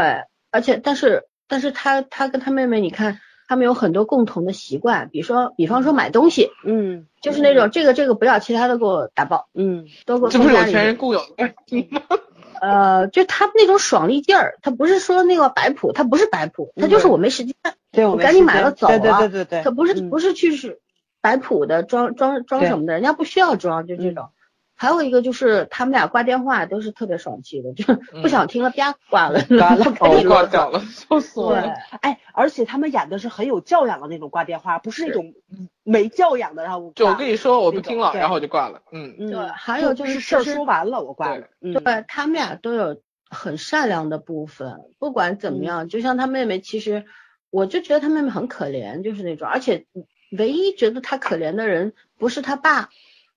而且但是但是他他跟他妹妹，你看他们有很多共同的习惯，比如说比方说买东西，嗯就是那种这个这个不要，其他的给我打包，嗯都给我这送不是有家里钱面。人共有的呃，就他那种爽利劲儿，他不是说那个摆谱，他不是摆谱，嗯他就是我没时间，对我没赶紧时买间了走对对啊了对对对，他不是嗯不是去是摆谱的装装装对嗯什么的，人家不需要装，就这种。还有一个就是他们俩挂电话都是特别爽气的，就不想听了， <laughs> 啪挂了，完嗯了都哦 <laughs> 挂掉了，笑死我对了。，哎，而且他们演的是很有教养的那种挂电话，不是那种没教养的，然后我就我挂跟你说，我不那种听了，对然后我就挂了。嗯，嗯，对还有就是是事儿其实说完了，我挂了。嗯，对他们俩都有很善良的部分，不管嗯怎么样，就像他妹妹，其实我就觉得他妹妹很可怜，就是那种，而且唯一觉得他可怜的人不是他爸，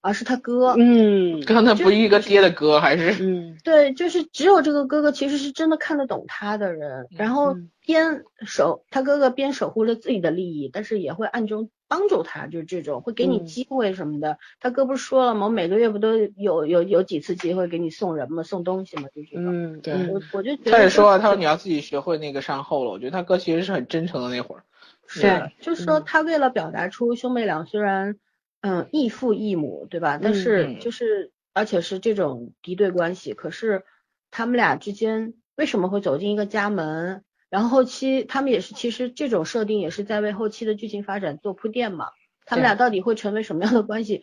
而是他哥。嗯刚才不是一个爹的歌，还是嗯对，就是只有这个哥哥其实是真的看得懂他的人，然后嗯边守他哥哥边守护了自己的利益，但是也会暗中帮助他，就是这种会给你嗯机会什么的。他哥不是说了吗？我每个月不都有有有几次机会给你送人吗？送东西吗？就这种。嗯，对嗯我我就觉得他也这说了，个他说你要自己学会那个善后了。我觉得他哥其实是很真诚的那会儿，嗯是，就是说他为了表达出兄妹俩虽然嗯异父异母，对吧？但是嗯就是而且是这种敌对关系，可是他们俩之间为什么会走进一个家门？然后后期他们也是，其实这种设定也是在为后期的剧情发展做铺垫嘛。他们对俩到底会成为什么样的关系，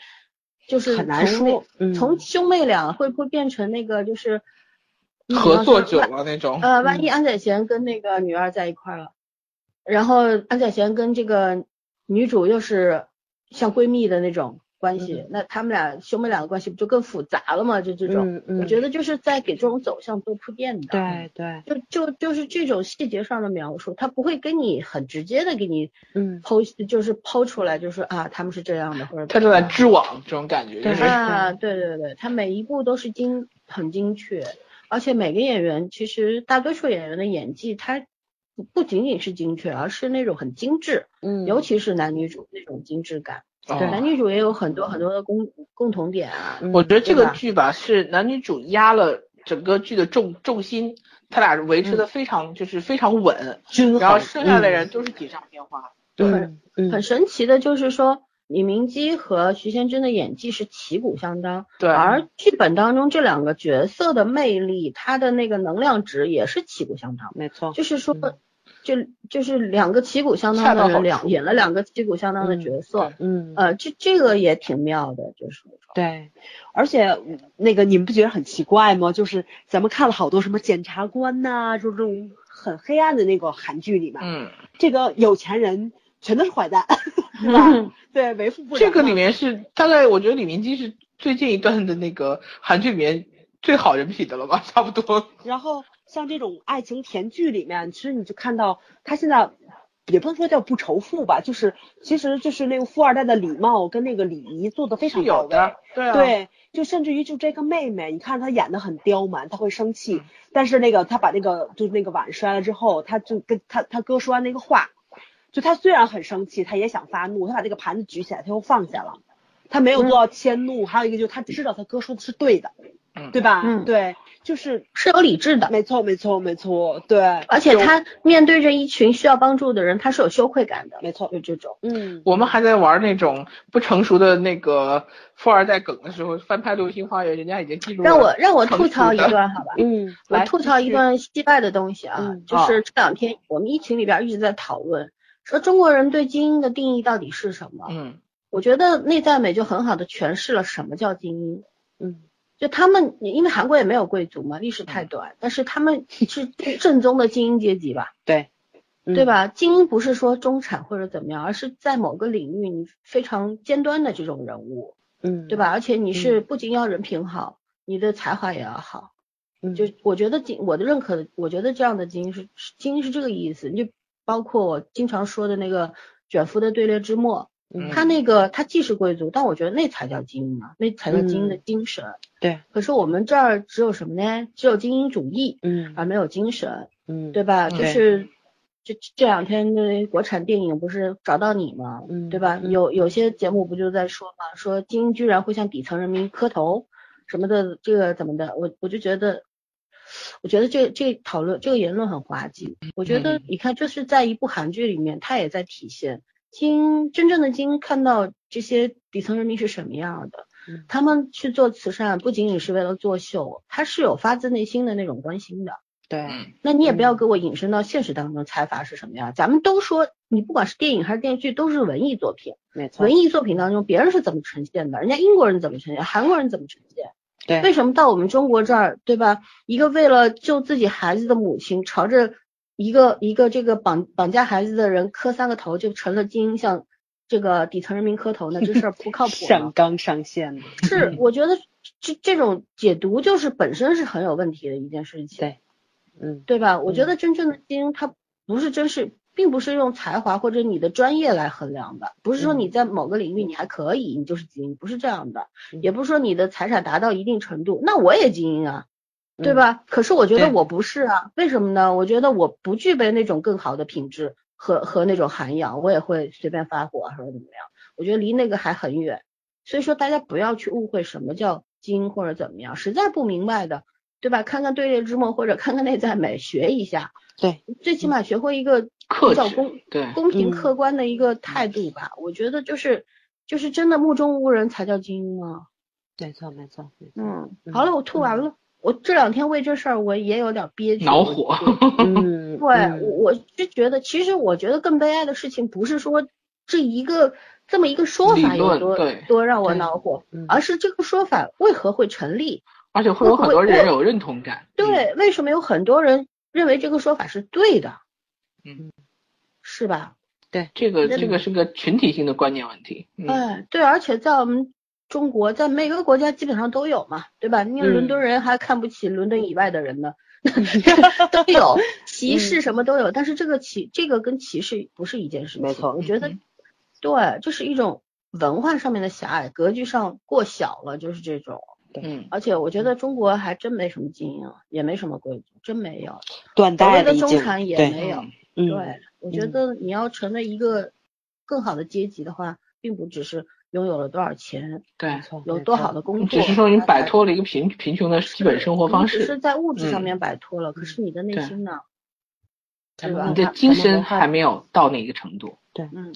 就是很难从那说。嗯从兄妹俩会不会变成那个就是你比合方作说久了那哦种，呃，万嗯一安宰贤跟那个女二在一块儿了，然后安宰贤跟这个女主又是像闺蜜的那种关系，嗯那他们俩兄妹俩的关系不就更复杂了吗？就这种，嗯嗯，我觉得就是在给这种走向做铺垫的。对对，就就就是这种细节上的描述，他不会跟你很直接的给你嗯剖，就是剖出来，就是啊，他们是这样的，或者他就在织网这种感觉，就对是啊，对对对，他每一步都是精很精确，而且每个演员其实大多数演员的演技，他不不仅仅是精确，而是那种很精致，嗯尤其是男女主那种精致感。哦男女主也有很多很多的共共同点啊，我觉得这个对吧剧吧，是男女主压了整个剧的重重心，他俩维持嗯的非常、就是非常稳，均然后剩下的人都是锦上添花。对很嗯很神奇的就是说。李明基和徐贤真的演技是旗鼓相当，对，而剧本当中这两个角色的魅力，他的那个能量值也是旗鼓相当。没哦错，就是说嗯，就就是两个旗鼓相当恰到的人，好处两演了两个旗鼓相当的嗯角色，嗯呃，这这个也挺妙的，就是说对，而且嗯那个你们不觉得很奇怪吗？就是咱们看了好多什么检察官呐、就这种很黑暗的那个韩剧里面，嗯，这个有钱人全都是坏蛋， <laughs> 是吧？对，为富不仁嗯这嘛。个里面是大概我觉得李明基是最近一段的那个韩剧里面最好人品的了吧， <laughs> 差不多。然后像这种爱情甜剧里面，其实你就看到他现在也不能说叫不仇富吧，就是其实就是那个富二代的礼貌跟那个礼仪做的非是常到位。有的，对啊，对，就甚至于就这个妹妹，你看她演的很刁蛮，她会生气嗯，但是那个她把那个就是那个碗摔了之后，她就跟她她哥说完那个话，就她虽然很生气，她也想发怒，她把那个盘子举起来，她又放下了，她没有做到迁怒，还有一个就是她知道她哥说的是对的，嗯对吧？嗯对，就是是有理智的，没错，没错，没嗯错，对，而且有他面对着一群需要帮助的人，他是有羞愧感的，没错，就这种。嗯，我们还在玩那种不成熟的那个富二代梗的时候，翻拍《流星花园》，人家已经记住了。让我让我成吐熟槽一的段好吧，嗯，我来吐槽继一续段戏外的东西啊嗯，就啊是这两天我们一群里边一直在讨论，说中国人对精英的定义到底是什么？嗯，我觉得内在美就很好的诠释了什么叫精英。嗯，就他们，因为韩国也没有贵族嘛，历史太短，但是他们是正宗的精英阶级吧，对，嗯对？吧？精英不是说中产或者怎么样，而是在某个领域你非常尖端的这种人物，嗯，对？吧？而且你是不仅要人品好，你的才华也要好。嗯，就我觉得精，我的认可的，我觉得这样的精英是是精英是这个意思。你就包括我经常说的那个卷福的队列之末，嗯他那个他既是贵族，但我觉得那才叫精英啊，那才叫精英的精神。嗯对。可是我们这儿只有什么呢？只有精英主义，嗯而没有精神，嗯，啊对吧？嗯就对是这这两天的国产电影不是找到你吗？嗯对吧？嗯有有些节目不就在说嘛，说精英居然会向底层人民磕头什么的，这个怎么的？我我就觉得，我觉得这这讨论这个言论很滑稽。我觉得嗯你看，就是在一部韩剧里面，它也在体现精真正的精英看到这些底层人民是什么样的嗯。他们去做慈善，不仅仅是为了作秀，他是有发自内心的那种关心的。对，那你也不要给我引申到现实当中财阀是什么样。咱们都说，你不管是电影还是电视剧，都是文艺作品。没错，文艺作品当中，别人是怎么呈现的，人家英国人怎么呈现，韩国人怎么呈现？对为什么到我们中国这儿，对吧？一个为了救自己孩子的母亲，朝着一个一个这个绑绑架孩子的人磕三个头，就成了精英向这个底层人民磕头呢？这事儿不靠 <laughs> 谱吗上？纲上线的，是，我觉得这这种解读就是本身是很有问题的一件事情。对嗯对吧？我觉嗯得真正的精英，他不是真是，并不是用才华或者你的专业来衡量的，不是说嗯你在某个领域你还可以，你就是精英，不是这样的，嗯也不是说你的财产达到一定程度，那我也精英啊，对嗯吧？可是我觉得对我不是啊，为什么呢？我觉得我不具备那种更好的品质和和那种涵养，我也会随便发火啊或者怎么样，我觉得离那个还很远。所以说大家不要去误会什么叫精英或者怎么样，实在不明白的，对吧？看看《队列之梦》或者看看《内在美》，学一下。对，最起码学会一个克比较制公对，公平嗯客观的一个态度吧。我觉得就是就是真的目中无人才叫精英啊。没错没错没错，嗯，好了，我吐完了。我这两天为这事儿我也有点憋屈。恼我火。嗯，对，我我是觉得，其实我觉得更悲哀的事情不是说这一个这么一个说法理有论多对多让我对恼火嗯，而是这个说法为何会成立？而且会有很多人有认同感。嗯，对，为什么有很多人认为这个说法是对的？嗯，是吧？这个那这个是个群体性的观念问题。嗯，哎，对，而且在我们中国，在每个国家基本上都有嘛，对吧？你看伦嗯敦人还看不起伦敦以外的人 <laughs> 呢，都有歧嗯视什么都有，但是这个歧这个跟歧视不是一件事情。没错我觉得嗯对，这是一种文化上面的狭隘，格局上过小了，就是这种。嗯，而且我觉得中国还真没什么精英，啊也没什么规矩，真没有。断所代谓了的已中经，产也对，没有。嗯对，我觉得你要成为一个更好的阶级的话，并不只是拥有了多少钱，对没，错，有没多错好的工作，只是说你摆那才脱了一个贫贫穷的基本生活方你只式哎是，在物质上嗯面摆脱了，可是你的内对心呢？咱是们吧你文的化精咱们神文化还没有到那个程度。嗯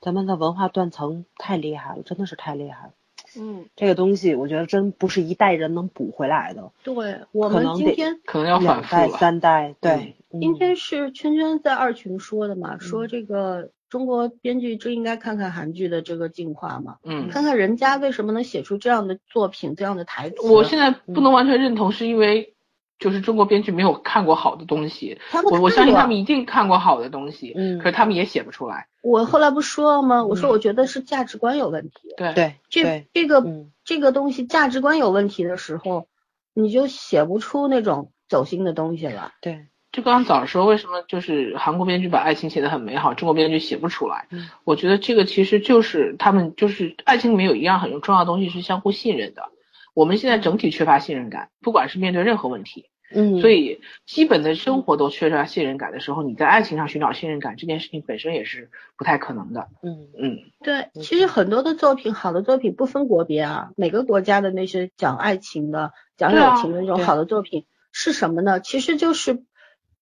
咱们的文化断层太厉害了，真的是太厉害了。嗯，这个东西，我觉得真不是一代人能补回来的，对我可们能今得天可能要两反代、复吧。三代，对。嗯今天是圈圈在二群说的嘛，嗯说这个中国编剧就应该看看韩剧的这个进化嘛，嗯，看看人家为什么能写出这样的作品、这样的台词。我现在嗯不能完全认同，是因为就是中国编剧没有看过好的东西，他们我我看相信过他们一定看过好的东西，嗯可是他们也写不出来。我后来不说了吗？我说嗯我觉得是价值观有问题。对，对这对，这个、嗯这个东西价值观有问题的时候，你就写不出那种走心的东西了。对，就刚刚早说，为什么就是韩国编剧把爱情写得很美好，中国编剧写不出来？嗯我觉得这个其实就是他们就是爱情里面有一样很重要的东西是相互信任的。我们现在整体缺乏信任感，不管是面对任何问题，嗯，所以基本的生活都缺乏信任感的时候，你在爱情上寻找信任感这件事情本身也是不太可能的。嗯嗯，对，嗯其实很多的作品，好的作品不分国别啊，每个国家的那些讲爱情的、讲对啊友情的那种对好的作品、是什么呢？其实就是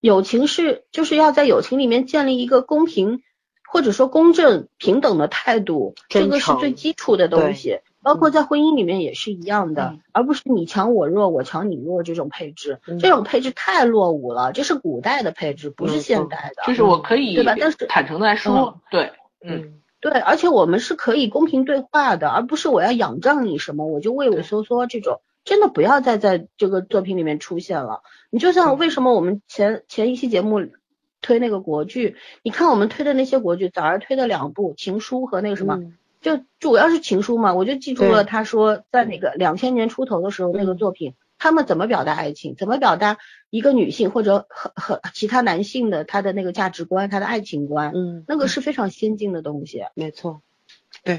友情是就是要在友情里面建立一个公平或者说公正平等的态度，这真个是诚嗯最基础的东西。包括在婚姻里面也是一样的，嗯而不是你强我弱，我强你弱这种配置，嗯这种配置太落伍了，这是古代的配置，不是没错现代的。嗯就是我可以对吧但是坦诚的来说，对，嗯，嗯对，而且我们是可以公平对话的，而不是我要仰仗你什么，我就畏畏对缩缩这种，真的不要再在这个作品里面出现了。你就像为什么我们前前一期节目推那个国剧，你看我们推的那些国剧，早儿推的两部《情书》和那个什么，嗯就主要是《情书》嘛，我就记住对了他说在那个两千年出头的时候那个嗯作品。他们怎么表达爱情？怎么表达一个女性或者和和其他男性的他的那个价值观、他的爱情观？嗯，那个是非常先进的东西，没错。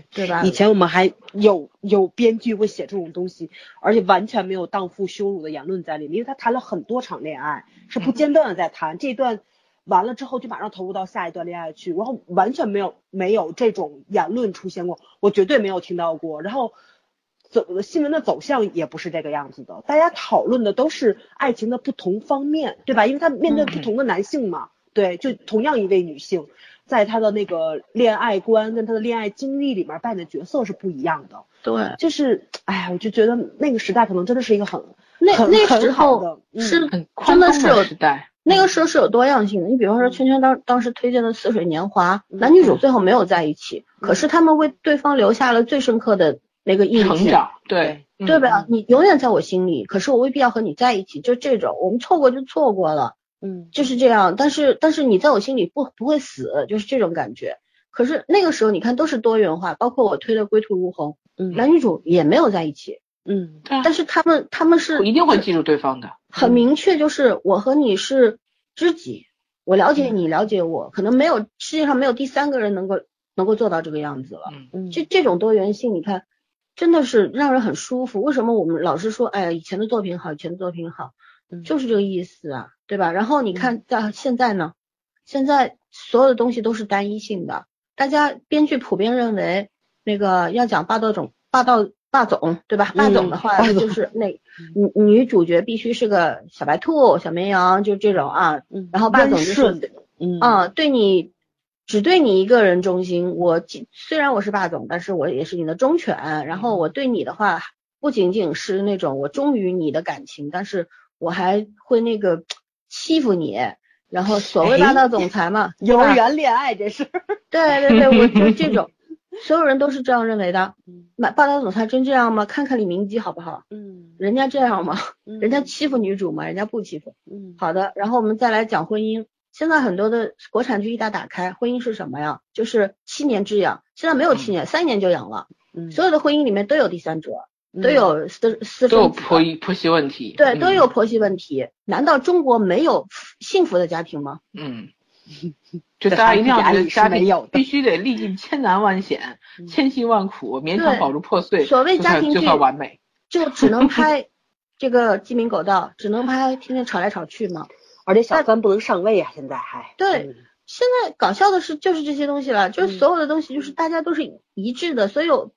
对吧？以前我们还有有编剧会写这种东西，而且完全没有荡妇羞辱的言论在里面，因为他谈了很多场恋爱，是不间断的在谈、这一段，完了之后就马上投入到下一段恋爱去，然后完全没有没有这种言论出现过，我绝对没有听到过。然后走新闻的走向也不是这个样子的，大家讨论的都是爱情的不同方面，对吧？因为他面对不同的男性嘛，对，就同样一位女性，在她的那个恋爱观跟她的恋爱经历里面扮演的角色是不一样的。对，就是，哎呀，我就觉得那个时代可能真的是一个很那很那很时好候的嗯是很真宽的松是的有时代，那个时候是有多样性的。你比方说圈圈当当时推荐的《似水年华》，男女主最后没有在一起，可是他们为对方留下了最深刻的那个印记，成长，对，对嗯吧？你永远在我心里，可是我未必要和你在一起，就这种我们错过就错过了，嗯就是这样。但是但是你在我心里不不会死，就是这种感觉。可是那个时候你看都是多元化，包括我推的《归途如虹》，嗯男女主也没有在一起，嗯对啊但是他们他们是我一定会记住对方的。很明确，就是我和你是知己，我了解你，了解我，可能没有世界上没有第三个人能够能够做到这个样子了。嗯，嗯，这这种多元性，你看，真的是让人很舒服。为什么我们老是说，哎呀，以前的作品好，以前的作品好，嗯就是这个意思啊，对吧？然后你看到现在呢，现在所有的东西都是单一性的，大家编剧普遍认为，那个要讲霸道总霸道霸总，对吧？霸总的话嗯霸总嗯就是那女女主角必须是个小白兔、小绵羊，就这种啊。嗯然后霸总就温顺是嗯啊，对你只对你一个人忠心。我既虽然我是霸总，但是我也是你的忠犬。然后我对你的话，不仅仅是那种我忠于你的感情，但是我还会那个欺负你。然后所谓霸道总裁嘛，幼儿对吧园恋爱这是，对对对，我就是这种，所有人都是这样认为的。霸霸道总裁真这样吗？看看李明基好不好？嗯，人家这样吗？人人家欺负女主吗？人家不欺负。嗯好的，然后我们再来讲婚姻。现在很多的国产剧一打打开，婚姻是什么呀？就是七年之痒。现在没有七年，三年就养了。嗯所有的婚姻里面都有第三者，嗯都有私私都有生子，婆媳婆媳问题，对，都嗯有婆媳问题。难道中国没有幸福的家庭吗？嗯，就大家一定要觉得家这还是家里是没有庭的必须得历尽千难万险、嗯千辛万苦，勉对强保住破碎，所谓就家算庭就剧算完美。就只能 <laughs> 拍这个鸡鸣狗盗，只能拍天天吵来吵去吗？而且小三不能上位啊，现在还对，嗯现在搞笑的是就是这些东西了，就是嗯所有的东西就是大家都是一致的，所有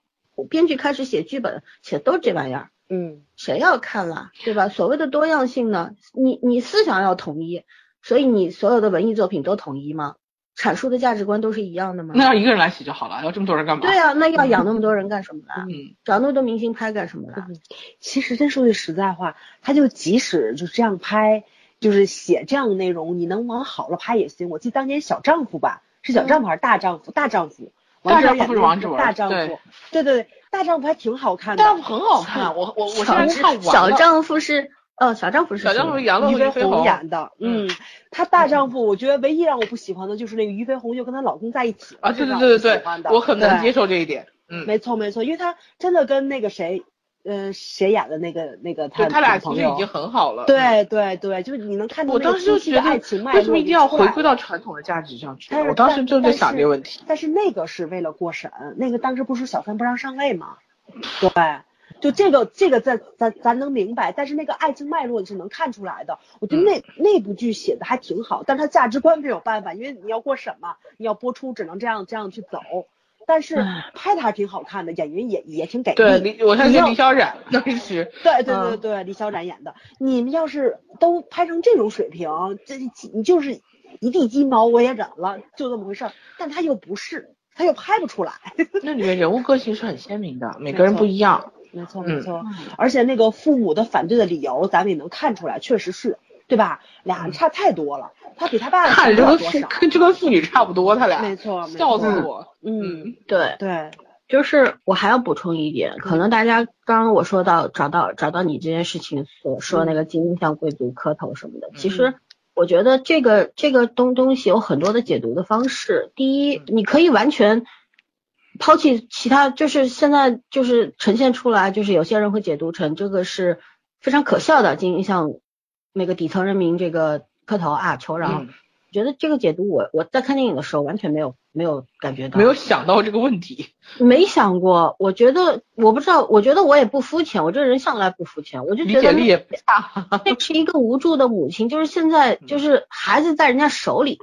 编剧开始写剧本写都是这玩意儿，嗯谁要看啦，对吧？所谓的多样性呢，你你思想要统一，所以你所有的文艺作品都统一吗？阐述的价值观都是一样的吗？那要一个人来写就好了，要这么多人干嘛？对啊，那要养那么多人干什么啦？嗯，找那么多明星拍干什么啦？其实真说句实在话，他就即使就这样拍，就是写这样的内容，你能往好了拍也行。我记得当年《小丈夫》吧，是《小丈夫》还是《大丈夫》？大丈夫，嗯大丈夫王志文演是的王志文大丈夫对，对对对，大丈夫还挺好看的。但很 <laughs> 好看，我我我现在看完了。小丈夫是呃，小丈夫是小谁丈夫杨乐俞和飞俞飞鸿鸿，演的，嗯，她大丈夫，我觉得唯一让我不喜欢的就是那个俞飞鸿又跟她老公在一起了啊，对这对让对不对喜欢对，的我很能对接受这一点。嗯，没错没错，因为她真的跟那个谁，呃，谁演的那个那个她对他俩女其朋实友已经很好了。嗯，对对对，就是你能看到我那个当时就初期觉的得哎爱情脉络为什么一定要已经出回来归了？到传统的价值上去？但是我当时就在但想这个问题。但是那个是为了过审，那个当时不是小三不让上位吗？对，就这个这个咱咱咱能明白，但是那个爱情脉络你是能看出来的。我嗯觉得那、那部剧写的还挺好，但是它价值观没有办法，因为你要过审嘛，你要播出只能这样这样去走。但是拍的还挺好看的，演员也也挺给力。对，李，我相你信要李小冉当时对对对嗯对，李小冉演的。你们要是都拍成这种水平，这你就是一地鸡毛我也忍了，就这么回事儿。但他又不是，他又拍不出来。那里面人物个性是很鲜明的，每个人不一样。没错嗯没错，而且那个父母的反对的理由，咱们也能看出来，确实是对吧？俩人差太多了，他比他爸看着小就不了多跟妇少。跟就跟妇女差不多，他俩没错，没笑死错我。嗯，对，对，就是我还要补充一点，可能大家刚刚我说到找到找到你这件事情所说那个金星向贵族磕头什么的，其实我觉得这个这个东东西有很多的解读的方式。第一，你可以完全抛弃其他，就是现在就是呈现出来，就是有些人会解读成这个是非常可笑的金星向那个底层人民这个磕头啊求饶。嗯觉得这个解读我我在看电影的时候完全没有没有感觉到，没有想到这个问题，没想过，我觉得我不知道，我觉得我也不肤浅，我这人向来不肤浅，我就理觉解得力那也不差。那是一个无助的母亲，就是现在嗯就是孩子在人家手里，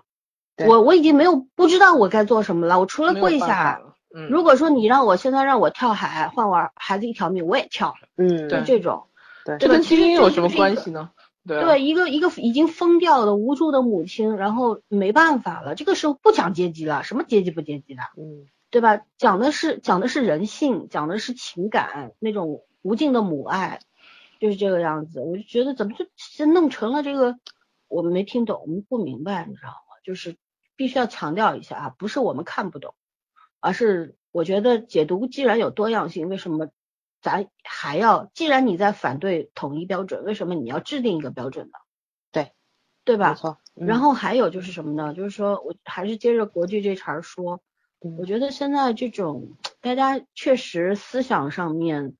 对我我已经没有不知道我该做什么了，我除了没有跪办法下，了。嗯，如果说你让我现在让我跳海换我孩子一条命，我也跳，嗯，对就这种，对这吧跟其基实因这有就什么是一关个系呢？啊对，一个一个已经疯掉的无助的母亲，然后没办法了，这个时候不讲阶级了，什么阶级不阶级的，嗯对吧？讲的是讲的是人性，讲的是情感那种无尽的母爱，就是这个样子。我就觉得怎么就就弄成了这个，我们没听懂，我们不明白，你知道吗？就是必须要强调一下啊，不是我们看不懂，而是我觉得解读既然有多样性，为什么咱还要？既然你在反对统一标准，为什么你要制定一个标准呢？对，对吧没？错。嗯然后还有就是什么呢？就是说我还是接着国剧这茬儿说，嗯我觉得现在这种大家确实思想上面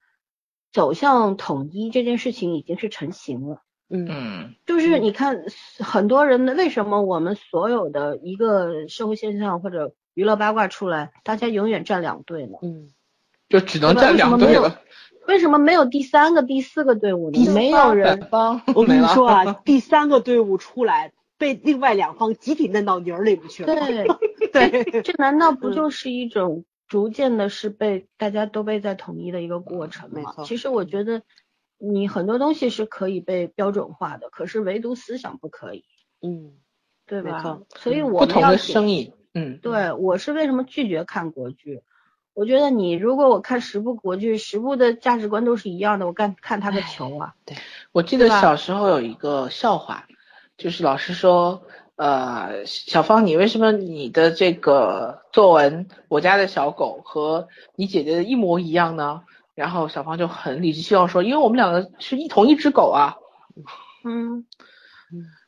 走向统一这件事情已经是成型了。嗯嗯，就是你看很多人的为什么我们所有的一个社会现象或者娱乐八卦出来，大家永远站两队呢？嗯，就只能对吧站为什两么队没有了。为什么没有第三个、第四个队伍呢？没有人帮，我没跟你了 <laughs> 说啊，第三个队伍出来被另外两方集体摁到泥儿里面去了。对。对，这难道不嗯就是一种逐渐的是被大家都被在统一的一个过程没吗错？其实我觉得你很多东西是可以被标准化的，可是唯独思想不可以。嗯，对没吧错？所以嗯我不们同要的写生意，嗯，对，我是为什么拒绝看国剧？我觉得你如果我看十部国剧，十部的价值观都是一样的，我干看他个球啊！我记对得吧小时候有一个笑话，就是老师说，呃，小芳，你为什么你的这个作文《我家的小狗》和你姐姐的一模一样呢？然后小芳就很理直气壮说，因为我们两个是一同一只狗啊，嗯，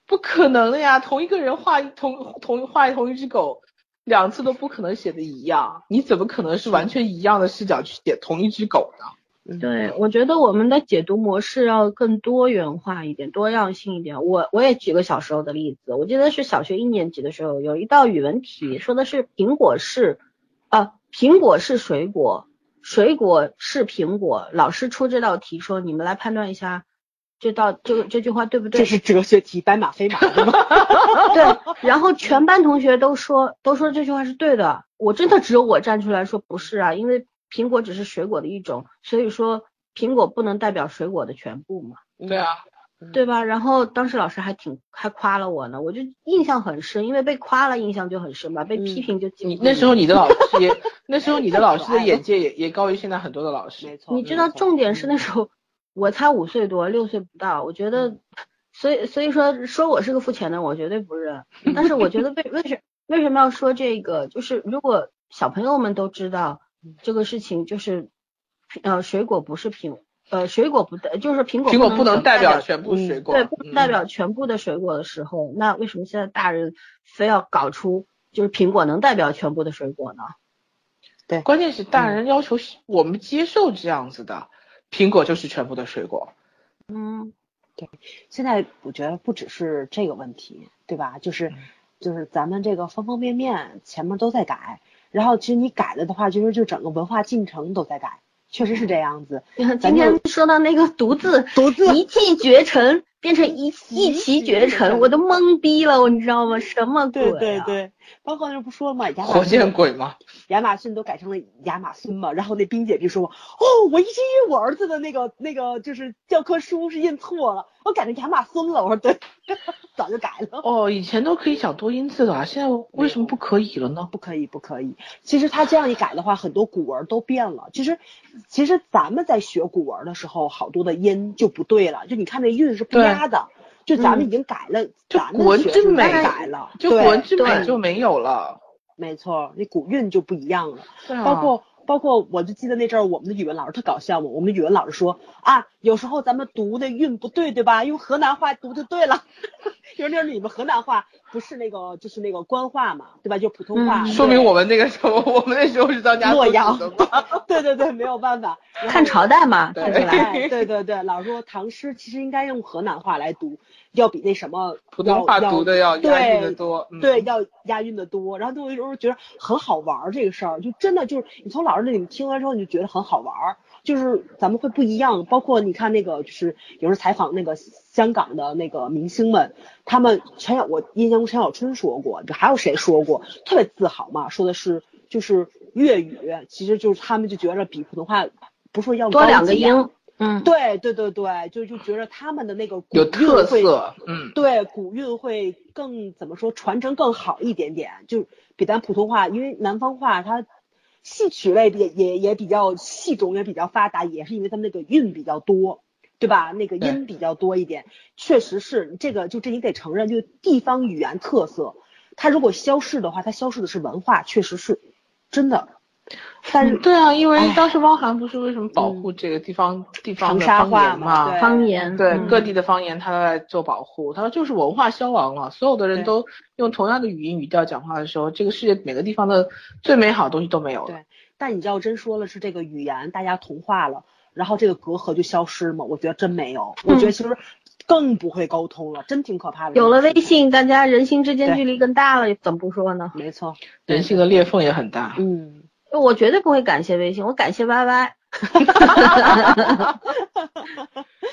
不可能的呀，同一个人画一同同画同一只狗，两次都不可能写的一样，你怎么可能是完全一样的视角去写同一只狗呢？对，我觉得我们的解读模式要更多元化一点，多样性一点。我我也举个小时候的例子，我记得是小学一年级的时候，有一道语文题说的是苹果是，啊，苹果是水果，水果是苹果。老师出这道题说，你们来判断一下这道这这句话对不对？ <laughs> 这是哲学题，白马非马对吗？ <laughs> 对，然后全班同学都说都说这句话是对的，我真的只有我站出来说不是啊，因为苹果只是水果的一种，所以说苹果不能代表水果的全部嘛，对啊，对吧？然后当时老师还挺还夸了我呢，我就印象很深，因为被夸了印象就很深嘛，被批评就记不嗯你住那时候你的老师也，那时候你的老师太可的爱眼界也也高于现在很多的老师没。错，你知道，没错重点是那时候我才五岁多，六岁不到，我觉嗯得，所以所以说说我是个付钱的，我绝对不 <laughs> 认。但是我觉得为为什为什么要说这个，就是如果小朋友们都知道嗯这个事情，就是呃水果不是苹呃水果不代就是苹果苹果不能全代表表全部水果，对，不能代嗯表全部的水果的时候，那为什么现在大人非要搞出就是苹果能代表全部的水果呢？关键是大人要求我们接受这样子的，苹果就是全部的水果。嗯， <laughs> 现在我觉得不只是这个问题，对吧？就是就是咱们这个方方面面前面都在改，然后其实你改了的话，就是就整个文化进程都在改，确实是这样子。 <laughs> 今天说到那个独自独自一骑绝尘变成一一骑绝尘，我都懵逼了，我你知道吗？什么鬼、对啊？对对，包括那不说嘛，亚马火箭逊鬼嘛，亚马逊都改成了亚马逊嘛，然后那冰姐就说哦，我一直以为我儿子的那个那个就是教科书是印错了，我改成亚马孙了，我说对， <laughs> 早就改了。 <laughs> 哦，以前都可以讲多音字的啊，现在为什么不可以了呢？不可以，不可以。其实他这样一改的话，很多古文都变了。其实，其实咱们在学古文的时候，好多的音就不对了。就你看这韵是不押的，就咱们已经改了，嗯就咱古们文学之术美改了，就对国之美对就没有了。没错，那古韵就不一样了。对啊包括包括，我就记得那阵儿我们的语文老师特搞笑嘛，我们语文老师说啊，有时候咱们读的韵不对，对吧？用河南话读就对了， <laughs> 因为那是你们河南话不是那个就是那个官话嘛，对吧？就普通话。嗯说明对我们那个时候， <laughs> 我们那时候是当家洛做主阳的嘛。对 <laughs> 对对，没有办 <laughs> 法。然后看朝代嘛，对看起 <laughs> 来。哎对对对，老师说唐诗其实应该用河南话来读，要比那什么普通话要读的要押韵的多。嗯对，要押韵的多。然后我有时候觉得很好玩儿这个事儿，就真的就是你从老师那里听完之后，你就觉得很好玩儿，就是咱们会不一样。包括你看那个，就是有时候采访那个香港的那个明星们，他们陈小我印象中陈小春说过，还有谁说过，特别自豪嘛，说的是就是粤语，其实就是他们就觉得比普通话不是说要多高两个级啊音，嗯，对对对对，就就觉得他们的那个古有韵特会，色，嗯，对古韵会更怎么说传承更好一点点，就比咱普通话，因为南方话它戏曲类也也也比较戏种也比较发达，也是因为他们那个韵比较多，对吧？那个音比较多一点，确实是这个，就这你得承认，就地方语言特色，它如果消逝的话，它消逝的是文化，确实是真的。但是对啊，因为哎当时汪涵不是为什么保护这个地方、地方长的沙方话言嘛？对方言，对，嗯各地的方言他都在做保护。他说就是文化消亡了，所有的人对都用同样的语音语调讲话的时候，这个世界每个地方的最美好的东西都没有了对。但你知道，真说了是这个语言大家同化了，然后这个隔阂就消失吗？我觉得真没有，我觉得其实更不会沟通了，真挺可怕的。嗯有了微，信，大家人心之间对距离更大了，怎么不说呢？ <laughs> 没错，人性的裂缝也很大。嗯，我绝对不会感谢微信，我感谢 YY。歪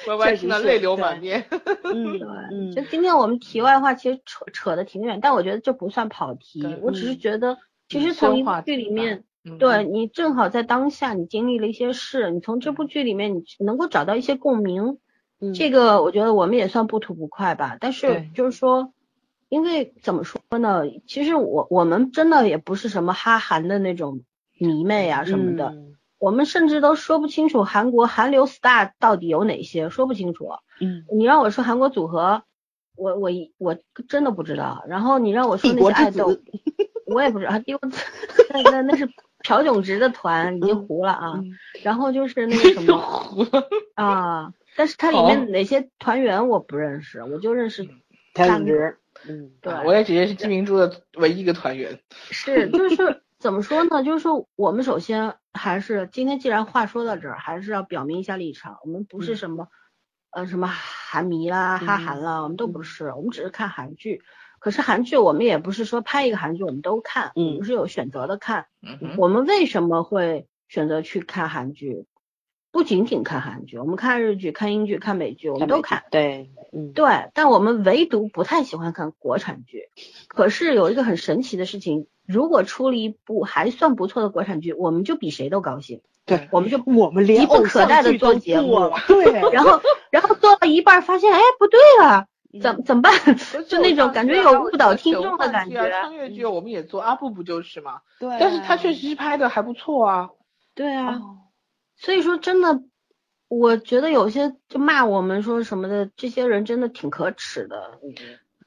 确歪实听得是泪流对满面。 <laughs> 嗯 <laughs> 对，就嗯，今天我们题外话其实扯扯的挺远，但我觉得这不算跑题对，我只是嗯觉得其实嗯从深一部化剧自里己吧面。嗯对你正好在当下，你经历了一些事，你从这部剧里面你能够找到一些共鸣，嗯这个我觉得我们也算不吐不快吧。但是对就是说，因为怎么说呢，其实我我们真的也不是什么哈韩的那种迷妹啊什么的，嗯我们甚至都说不清楚韩国韩流 star 到底有哪些，说不清楚。嗯，你让我说韩国组合，我我一我真的不知道。然后你让我说帝那些国爱之豆 <laughs> 子，，我也不知道。帝国之那那那是朴炯植的团，已经糊了啊。嗯然后 <laughs> 就是那个什么啊，但是它里好面哪些团员我不认识，我就认识嗯田看总之，嗯，对，我也直接是金明珠的唯一一个团员。是，就是怎么说呢？就是说我们首先还是今天既然话说到这儿，还是要表明一下立场，我们不是嗯什么、呃什么韩迷啦、哈韩嗯啦，我们都不是，我们只是看韩剧。可是韩剧我们也不是说拍一个韩剧我们都看，我嗯们是有选择的看。嗯哼，我们为什么会选择去看韩剧？不仅仅看韩剧，我们看日剧、看英剧、看美剧，我们都看。对，嗯，对，但我们唯独不太喜欢看国产剧。可是有一个很神奇的事情，如果出了一部还算不错的国产剧，我们就比谁都高兴，对，我们 <laughs> 就我们连急不偶可像待地剧做都节目 <laughs> 了，对，然后然后做到一半儿发现，哎，不对了，怎怎么办？就那种感觉有误导听众的感啊觉。穿越剧我们也做，阿布不就是吗？对，但是他确实是拍的还不错啊。对啊，所以说真的，我觉得有些就骂我们说什么的，这些人真的挺可耻的，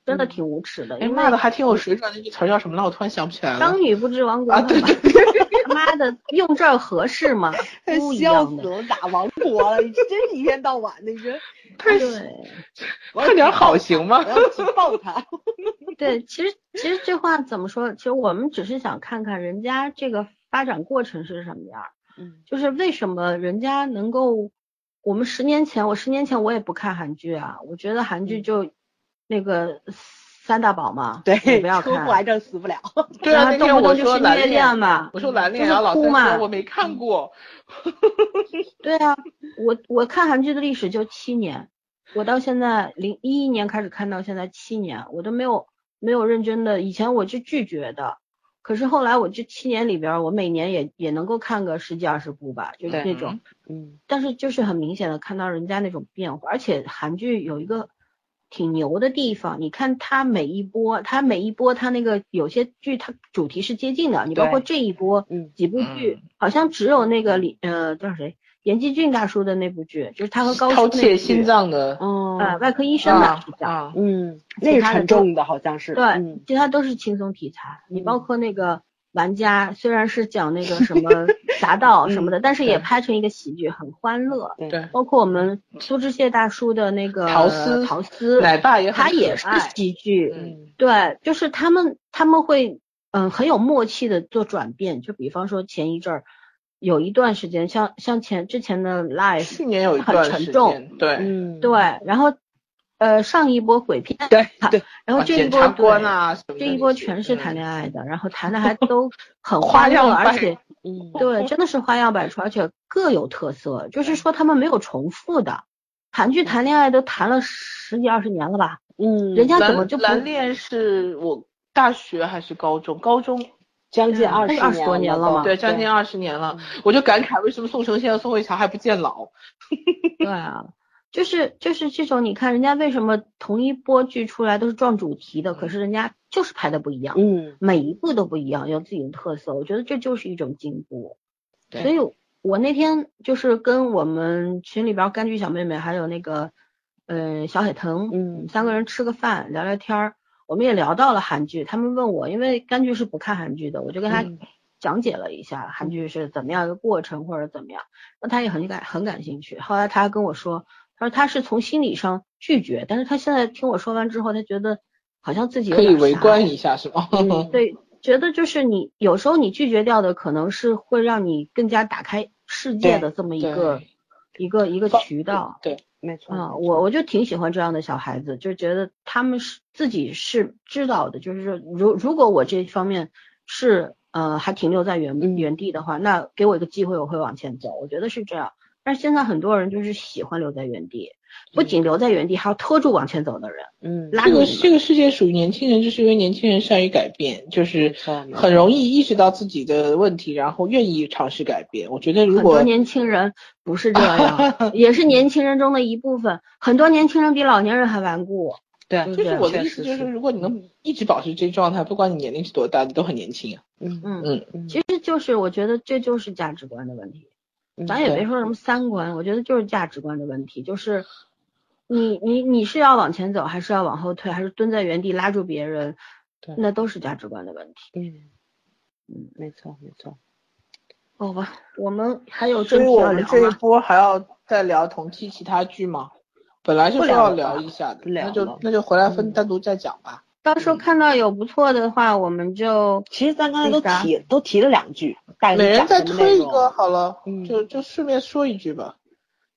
真的挺无耻的。嗯哎，因为骂的还挺有水准的，那句词儿叫什么呢？我突然想不起来 <laughs> 了当。女不知亡国啊恨嘛，他 <laughs> 妈的用这儿合适 <laughs> 吗？不一笑样死的，了，哪亡国了？你真是一天到晚的，你这太对 <laughs> 快点好行 <laughs> 吗我？要举报他。对，其实其实这话怎么说？其实我们只是想看看人家这个发展过程是什么样儿， <laughs> 嗯就是为什么人家能够，我们十年前，我十年前我也不看韩剧啊，我觉得韩嗯剧就那个三大宝嘛，对，你不要车祸癌看，症死 <laughs> 不了，对啊，那然后动不天我动就说是蓝虐恋恋，嘛，我说蓝恋，嗯就是然后老哭三嘛嗯说我没看过。对啊，我我看韩剧的历史就七年，我到现在零一一年开始看到现在七年，我都没有没有认真的，以前我是拒绝的，可是后来我这七年里边儿，我每年也也能够看个十几二十部吧，就是对那种，嗯但是就是很明显的看到人家那种变化，而且韩剧有一个挺牛的地方，你看它每一波，它每一波它那个有些剧它主题是接近的，你包括对这一波嗯几部剧，好像只有那个李呃叫谁严继俊大叔的那部剧，就是他和高掏鑫那窃部心剧，脏的，哦呃，外科医生吧啊是叫，啊，嗯，其那是他的沉都重的，好像是，对嗯，其他都是轻松题材，你包嗯括那个。玩家虽然是讲那个 <laughs> 什么侠盗什么的，但是也嗯对拍成一个喜剧，很欢乐。对，包括我们苏志燮大叔的那个陶斯陶斯，奶爸也很他也可是爱喜剧，嗯对，就是他们他们会嗯很有默契的做转变，就比方说前一阵儿有一段时间，像像前之前的 Life，哎去年有一很段沉时重间，对，啊嗯，对，然后呃上一波鬼片，对对，然后啊这一检波察官对啊，什么的这那一波些全是嗯谈恋爱的，然后谈 <laughs> 的还都很花欢乐，样而百且嗯对，真的是花样百出，而且各有特色。就是说他们没有重复的，韩嗯剧谈恋爱都谈了十几二十年了吧？嗯，人家怎么蓝就不蓝恋是我大学还是高中？高中将近嗯二那十是20多年了嘛都啊对，将近二十年了，嗯我就感慨为什么宋承宪和宋慧乔还不见老？对啊，就是就是这种，你看人家为什么同一波剧出来都是撞主题的，可是人家就是拍的不一样， <laughs> 嗯，每一部都不一样，有自己的特色。我觉得这就是一种进步。对所以我那天就是跟我们群里边儿柑橘小妹妹还有那个呃小海豚，嗯我们三个人吃个饭聊聊天儿，我们也聊到了韩剧。他们问我，因为柑橘是不看韩剧的，我就跟他嗯讲解了一下韩嗯剧是怎么样一个过程或者怎么样，那他也很感很感兴趣。后来他跟我说，他说他是从心理上拒绝，但是他现在听我说完之后，他觉得好像自己有可以点围傻观一下是吗？嗯对，觉得就是你有时候你拒绝掉的，可能是会让你更加打开世界的这么一个对一个一个包渠道。对，没错，啊、没我错我就挺喜欢这样的小孩子，就觉得他们是自己是知道的，就是说，如如果我这方面是呃还停留在原、嗯原地的话，那给我一个机会，我会往前走，我觉得是这样。但是现在很多人就是喜欢留在原地，不仅留在原地，还要拖住往前走的人，嗯，拉这住个你们。这个世界属于年轻人，就是因为年轻人善于改变，就是没错没错很容易意识到自己的问题，然后愿意尝试改变。我觉得如很多果年轻人不 <laughs> 是这样，也是年轻人中的一部分。很多年轻人比老年人还顽固，对，嗯就是我的确意实思就是是，如果你能一直保持这状态，不管你年龄是多大，你都很年轻啊。嗯嗯，嗯，其实就是我觉得这就是价值观的问题，嗯咱也对别说什么三观，我觉得就是价值观的问题，就是你你你是要往前走，还是要往后退，还是蹲在原地拉住别人对，那都是价值观的问题。嗯嗯，没错没错，好吧，我们还有所正以题我要们聊这一吗？波还要再聊同期其他剧吗？本来是不说聊要了聊一下的，不聊那就了那就回来分单独再讲吧。到时候嗯看到有不错的话，我们就其实咱刚才都那啥提都提了两句，大概每人哎讲再什么内推一容个，好了，嗯就就顺便说一句吧。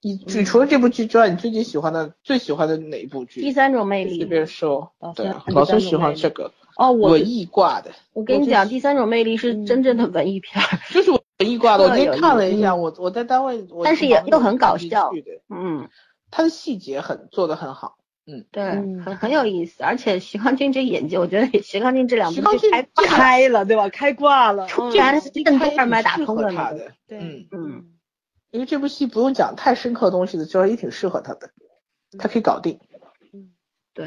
你举除了这部剧之外，你最近喜欢的最喜欢的哪一部剧？第三种魅随力。便说哦，对三啊，第老孙三喜种欢类这个哦，我文艺挂的，我跟你讲，第三种魅力嗯是真正的文艺片儿，就是文艺挂的。我特今天有看意了一下，思我我在单位，我但同是也行又有很搞看进笑去的嗯，它的细节很做的很好。对，嗯很很有意思，而且徐康俊这演技，我觉得徐康俊这两徐部康剧俊拍这爆了开了对吧？开挂了，突嗯然这正他对也半挺麦打适通合了他那个，的，对嗯，嗯，因为这部戏不用讲太深刻的东西的，就是也挺适合他的，嗯他可以搞定。对，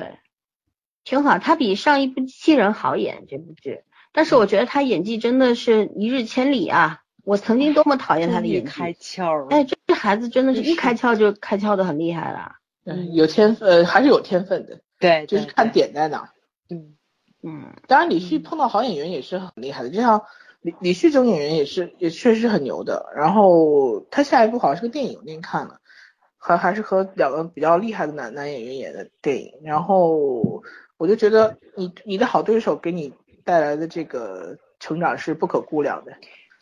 挺好。他比上一部《机器人》好演这部剧，但嗯是我觉得他演技真的是一日千里啊！我曾经多么讨厌他的终于演开技，窍了，哎，这这孩子真的是真是一开窍就开窍的很厉害了，对，嗯有天分，呃还是有天分的，对，就对是看，对点在哪儿。嗯嗯，当然，李旭碰到好演员也是很厉害的，就像李李旭这种演员也是也确实很牛的。然后他下一部好像是个电影，我那天看了，还还是和两个比较厉害的男男演员演的电影。然后我就觉得你你的好对手给你带来的这个成长是不可估量的。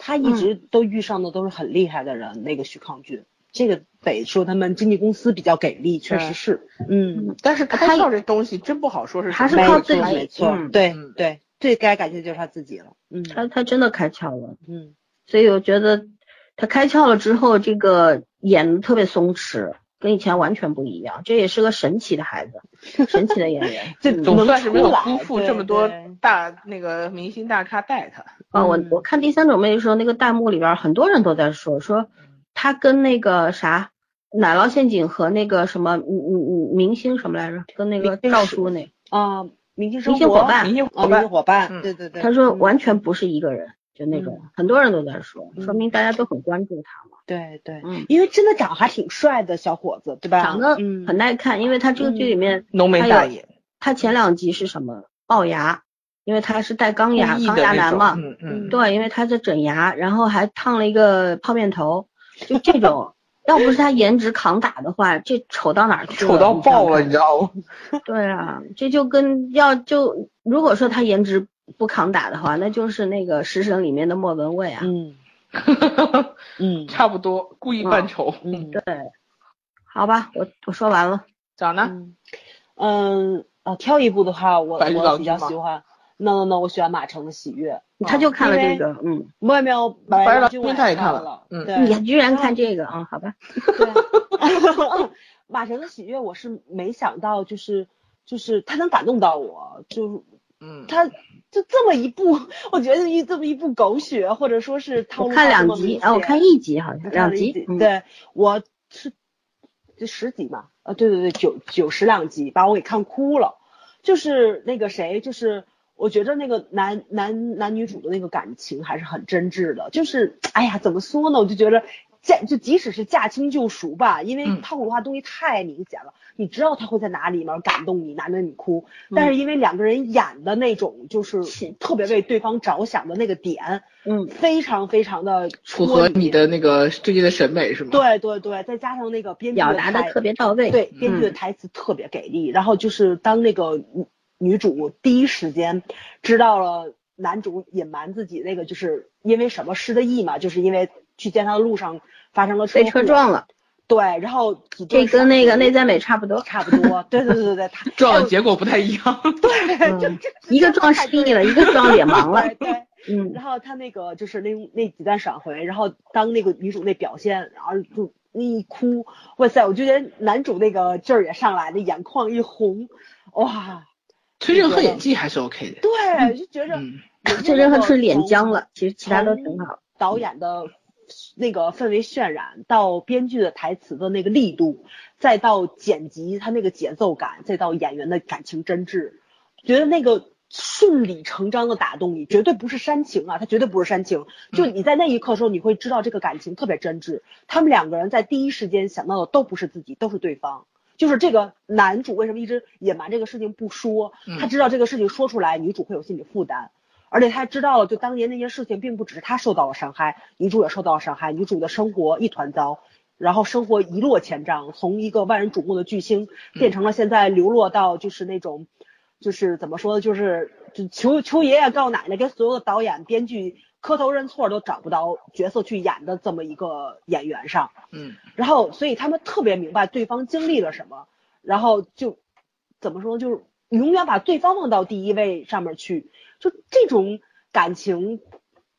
他一直嗯都遇上的都是很厉害的人，那个徐抗俊，这个得说他们经纪公司比较给力，确实是，嗯，但是开他窍这东西真不好说是什还么是时靠候没自做错己出来没错，嗯对嗯对，最该感谢的就是他自己了，嗯他他真的开窍了，嗯。所以我觉得他开窍了之后，这个演的特别松弛，跟以前完全不一样，这也是个神奇的孩子，神奇的演员这嗯总总算是没有出来辜负对这么多对大那个明星大咖带他。啊，我嗯我看第三种魅力的时候，那个弹幕里边儿很多人都在说说他跟那个啥《奶酪陷阱》和那个什么嗯嗯嗯明星什么来着，跟那个明星赵是叔那，啊，明星生明星活伙伴明星啊，伙明伴星，伙伴，嗯对对对，他说嗯完全不是一个人，就那种很多人都在说，说明大家都很关注他嘛，对对，嗯，因为真的长得还挺帅的小伙子，对吧？长得嗯很耐看，因为他这个剧里面浓眉他大有眼，他前两集是什么龅牙，因为他是戴钢故牙意的钢牙那男种嘛，嗯嗯。对，因为他在整牙，然后还烫了一个泡面头，就这种，要不是他颜值扛打的话，这丑到哪儿去了？丑到你想爆了，看你知道吗？对啊，这就跟要就如果说他颜值不扛打的话，那就是那个《食神》里面的莫文蔚啊。 <laughs> 嗯嗯 <laughs> 差不多，故意扮丑。嗯对，好吧，我我说完了。咋呢？嗯嗯啊，挑一部的话，我白日我狼比较是吗喜欢。no no no，我喜欢马城的喜悦，他就看了这啊，个，嗯，因为没有没有，白白日狼君君我他也看看了 <laughs> 嗯对， <laughs> 你居然看这个啊？好吧，对，马城的喜悦，我是没想到，就是就是他能感动到我，就嗯，他就这么一部， <laughs> 我觉得一这么一部狗血，或者说是套我路看化这两么集明啊，我显看一集好像看两了一集集，嗯，对，我是这十集嘛，啊，对对对，九九十两集把我给看哭了，就是那个谁，就是我觉着那个男男男女主的那个感情还是很真挚的，就是哎呀，怎么说呢，我就觉着。驾就即使是驾轻就熟吧，因为嗯套路化东西太明显了，你知道他会在哪里面感动你，哪里你哭。嗯但是因为两个人演的那种，就是是特别为对方着想的那个点，嗯，非常非常的符合你的那个最近的审美是吗？，对对对，再加上那个编剧表的达的台特别到位。对编剧的嗯台词特别给力，然后就是当那个女女主第一时间知道了男主隐瞒自己那个就是因为什么失的忆嘛，就是因为去见他的路上发生了车被祸车撞了，对，然后几对这跟那个内闪在美差不多 <laughs> 族。差不多，对对对对对，他撞的结果不太一样。 <laughs> <laughs> 对，就 <laughs> 嗯这一个撞失忆了，一个撞脸盲了 <laughs> 对。对。嗯，然后他那个就是那那几段闪回，然后当那个女主那表现，然后就那一哭，哇塞，我就觉得男主那个劲儿也上来了，眼眶一红，哇，崔振赫演技还是 OK 的。对，就觉着嗯，这人和是脸僵了，其实其他都挺好。导演的那个氛围渲染，到编剧的台词的那个力度，再到剪辑它那个节奏感，再到演员的感情真挚，觉得那个顺理成章的打动你，绝对不是煽情啊，它绝对不是煽情。就你在那一刻的时候，你会知道这个感情特别真挚。他们两个人在第一时间想到的都不是自己，都是对方。就是这个男主为什么一直隐瞒这个事情不说嗯？他知道这个事情说出来，女主会有心理负担，而且他知道了，就当年那件事情并不只是他受到了伤害，女主也受到了伤害，女主的生活一团糟，然后生活一落千丈，从一个万人瞩目的巨星变成了现在流落到就是那种，就是怎么说呢，就是就求求爷爷告奶奶，跟所有的导演、编剧磕头认错都找不到角色去演的这么一个演员上。嗯然后所以他们特别明白对方经历了什么，然后就怎么说，就是永远把对方放到第一位上面去，就这种感情。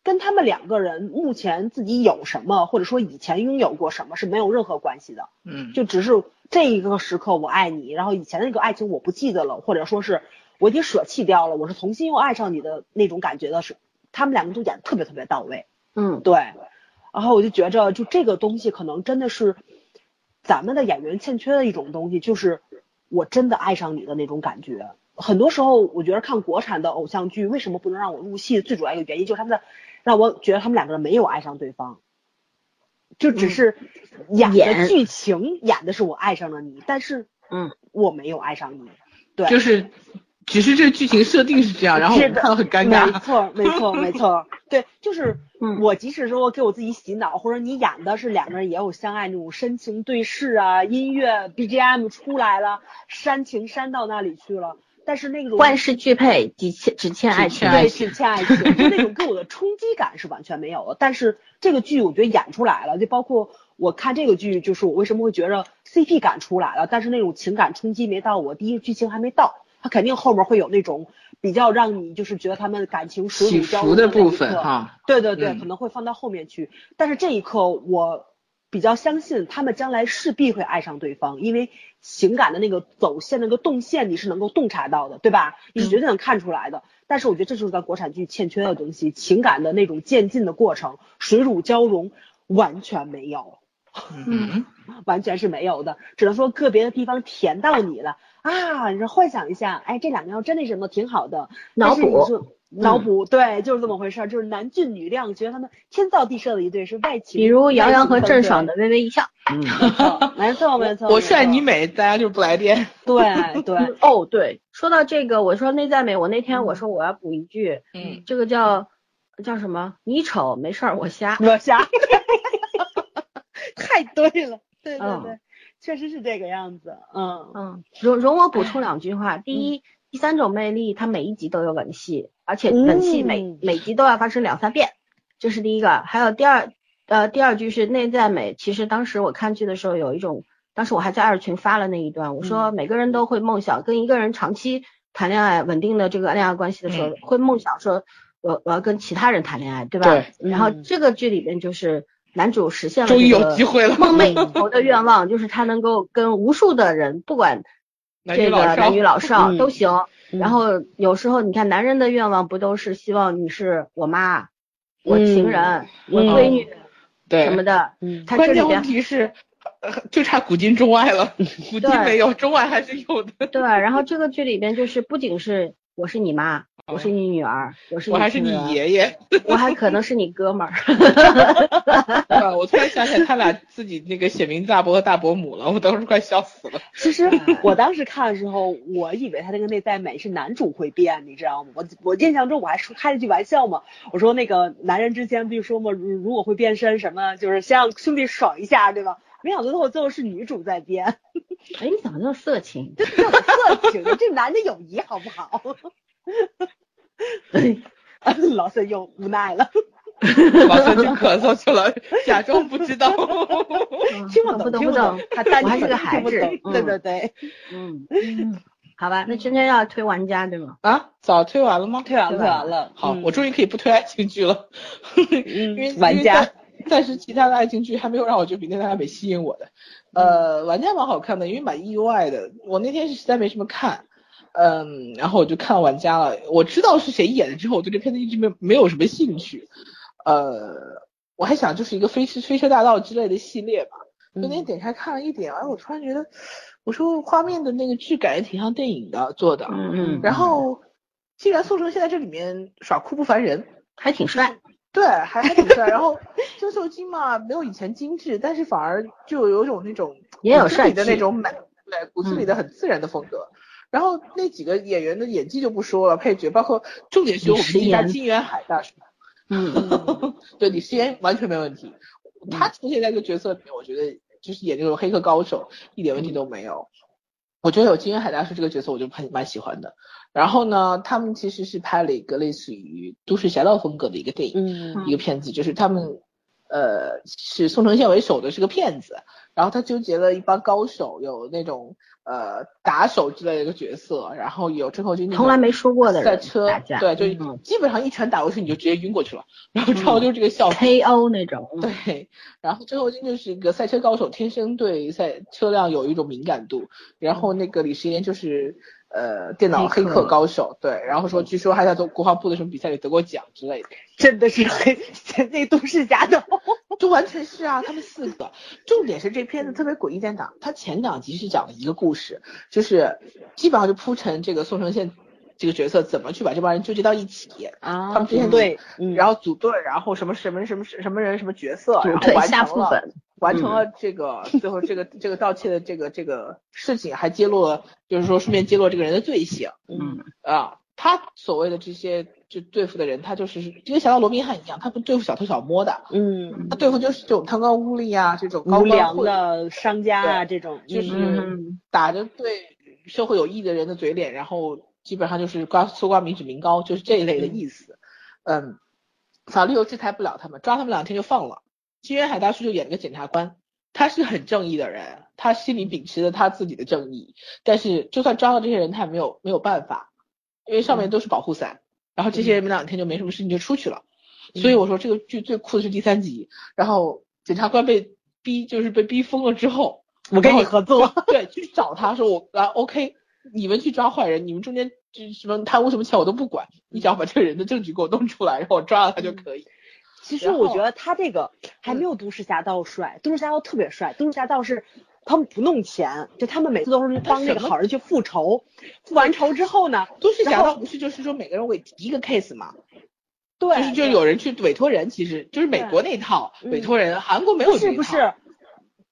跟他们两个人目前自己有什么，或者说以前拥有过什么是没有任何关系的，嗯，就只是这一个时刻我爱你，然后以前那个爱情我不记得了，或者说是我已经舍弃掉了，我是重新又爱上你的那种感觉的是，他们两个都演得特别特别到位。嗯，对，然后我就觉着，就这个东西可能真的是咱们的演员欠缺的一种东西，就是我真的爱上你的那种感觉。很多时候，我觉得看国产的偶像剧为什么不能让我入戏，最主要一个原因就是他们的让我觉得他们两个人没有爱上对方，就只是演嗯演的剧情演的是我爱上了你，但是嗯，我没有爱上你。对，就是只是这个剧情设定是这样，然后我们看到很尴没尬。错，没错，没 <laughs> 错，对，就是嗯我即使说给我自己洗脑，或者你演的是两个人也有相爱那种深情对视啊，音乐 BGM 出来了，煽情煽到那里去了，但是那种万事俱备，只欠只欠爱情。爱对，情只欠 <laughs> 爱情，就那种给我的冲击感是完全没有的。但是这个剧我觉得演出来了，就包括我看这个剧，就是我为什么会觉着 CP 感出来了，但是那种情感冲击没到我，第一剧情还没到，它肯定后面会有那种比较让你就是觉得他们感情水 <laughs> 起乳交伏融的那一部分刻哈，对对对，嗯可能会放到后面去。但是这一刻，我比较相信他们将来势必会爱上对方，因为情感的那个走线、那个动线，你是能够洞察到的，对吧？你是绝对能看出来的。但是我觉得这就是咱国产剧欠缺的东西，情感的那种渐进的过程，水乳交融，完全没有，嗯，完全是没有的。只能说个别的地方甜到你了啊，你说幻想一下，哎，这两个要真那什么，挺好的。脑但是你补嗯就脑补，对，就是这么回事儿，就是男俊女靓，觉得他们天造地设的一对，是外情。比如外杨洋情和相郑对爽的，微微一笑，没 <laughs> 错没错没错，我帅没 <laughs> 你错，美，大家就不来电。对对， <laughs> 嗯哦，对，说到这个，我说内在美，我那天我说我要补一句，嗯，这个叫叫什么？你丑没事儿，我瞎。我瞎， <laughs> 太对了，对对嗯对，确实是这个样子，嗯嗯，容容我补充两句话。嗯第一，第三种魅力，它每一集都有吻戏，而且吻戏每、嗯每集都要发生两三遍，这是第一个。还有第二，呃，第二句是内在美。其实当时我看剧的时候，有一种，当时我还在二群发了那一段，我说嗯每个人都会梦想跟一个人长期谈恋爱、稳定的这个恋爱关系的时候，嗯会梦想说我我要跟其他人谈恋爱，对吧？对然后嗯这个剧里边就是男主实现了、这嗯终个，于有机会了，梦寐以求的愿望，就是他能够跟无数的人，不管男女这个老少男女老少嗯都行。嗯然后有时候你看，男人的愿望不都是希望你是我妈、我情人、我嗯闺女对什么的？嗯他这关里键问边题是，呃就差古今中外了， <laughs> 古今对没有，中外还是有的。对，然后这个剧里边就是不仅是我是你妈，我是你女儿，我是我还是情你人，爷爷，我还可能是你哥们儿。 <laughs> 啊我突然想起来他俩自己那个写名字大伯和大伯母了，我当时快笑死了。其实我当时看的时候，我以为他那个内在美是男主会变，你知道吗？我我印象中我还说开了句玩笑嘛，我说那个男人之间不就说嘛，如如果会变身什么，就是先让兄弟爽一下，对吧？没想到最后最后是女主在变， <laughs> <laughs> 哎，你怎么那么色情？这种色情，这男的友谊好不好？ <laughs> 老孙又无奈了，老孙去咳嗽去了，假装不知道。嗯听不不懂，懂听不懂懂，，他单 <laughs> 我还是纯个孩听不子懂嗯对对对，嗯，好吧，那今天要推玩家对吗？啊，早推完了吗？推完对了，推吧完了，好，嗯我终于可以不推爱情剧了， <laughs> 因为嗯，因为玩家暂，暂时其他的爱情剧还没有让我觉得比那台美吸引我的。嗯呃，玩家蛮好看的，因为蛮意外的。我那天是实在没什么看，嗯，然后我就看玩家了。我知道是谁演的之后，我对这片子一直没没有什么兴趣。呃，我还想就是一个飞驰飞车大盗之类的系列吧。就那天嗯点开看了一点，哎，我突然觉得，我说画面的那个质感也挺像电影的做的。嗯然后，既然宋城现在这里面耍酷不烦人，还挺帅。对，还还挺帅。然后郑秀晶嘛，没有以前精致，但是反而就有一种那种也有骨子帅里的气嗯那种美，对，骨子里的很自然的风格。然后那几个演员的演技就不说了，配角包括重点学我们李时自家言金元海大叔，嗯， <laughs> 对李时言完全没问题。他出现在这个角色里面，我觉得就是演这种黑客高手一点问题都没有。我觉得有金元海大叔这个角色，我就很蛮喜欢的。然后呢，他们其实是拍了一个类似于都市侠盗风格的一个电影，嗯一个骗子，就是他们呃是宋承宪为首的是个骗子，然后他纠结了一帮高手，有那种呃打手之类的一个角色，然后有郑厚军那种从来没输过的人赛车打架，对，就嗯基本上一拳打过去你就直接晕过去了，然后之后就是这个效果。 KO 那种。嗯对，然后郑厚军就是一个赛车高手，天生对赛车辆有一种敏感度。然后那个李时言就是呃电脑黑嗯黑客客高手，对，然后说据说还在国国防部的什么比赛里得过奖之类的。真的是 <laughs> 黑那都市侠盗， <laughs> 就完全是啊，他们四个。重点是这片子特别诡异在哪？它前两集是讲了一个故事，就是基本上就铺陈这个宋承宪这个角色怎么去把这帮人纠结到一起，啊他们之前对，嗯然后组队，然后什么什么什么什么人什么角色，组然后队完下成副了本，嗯完成了这个最后这个这个盗窃的这个这个事情，还揭露了就是说顺便揭露这个人的罪行。嗯，啊，他所谓的这些就对付的人，他就是就跟侠盗罗宾汉一样，他不对付小偷小摸的，嗯，他对付就是这种贪官污吏啊，这种高无官良混，的商家啊这种，就嗯是嗯，打着对社会有益的人的嘴脸，然后基本上就是瓜搜刮民脂民膏，就是这一类的意思。嗯，法律又制裁不了他们，抓他们两天就放了。金元海大叔就演了个检察官，他是很正义的人，他心里秉持着他自己的正义，但是就算抓到这些人，他也没有没有办法，因为上面都是保护伞，然后这些人没两天就没什么事情就出去了。所以我说这个剧最酷的是第三集，然后检察官被逼就是被逼疯了之后，我跟你然后合 <laughs> 作，对，去找他说我来 OK，你们去抓坏人，你们中间这什么贪污什么钱我都不管，你只要把这个人的证据给我弄出来，然后我抓了他就可以。其实然我后嗯觉得他这个还没有都市侠盗帅，都市侠盗特别帅，都市侠盗是他们不弄钱，就他们每次都是帮那他个什么好人去复仇，复完仇之后呢，都市侠然后盗不是就是说每个人为一个 case 嘛，对，就是就有人去委托人，其实就是美对国那一套嗯委托人，韩国没有不这是一不套是，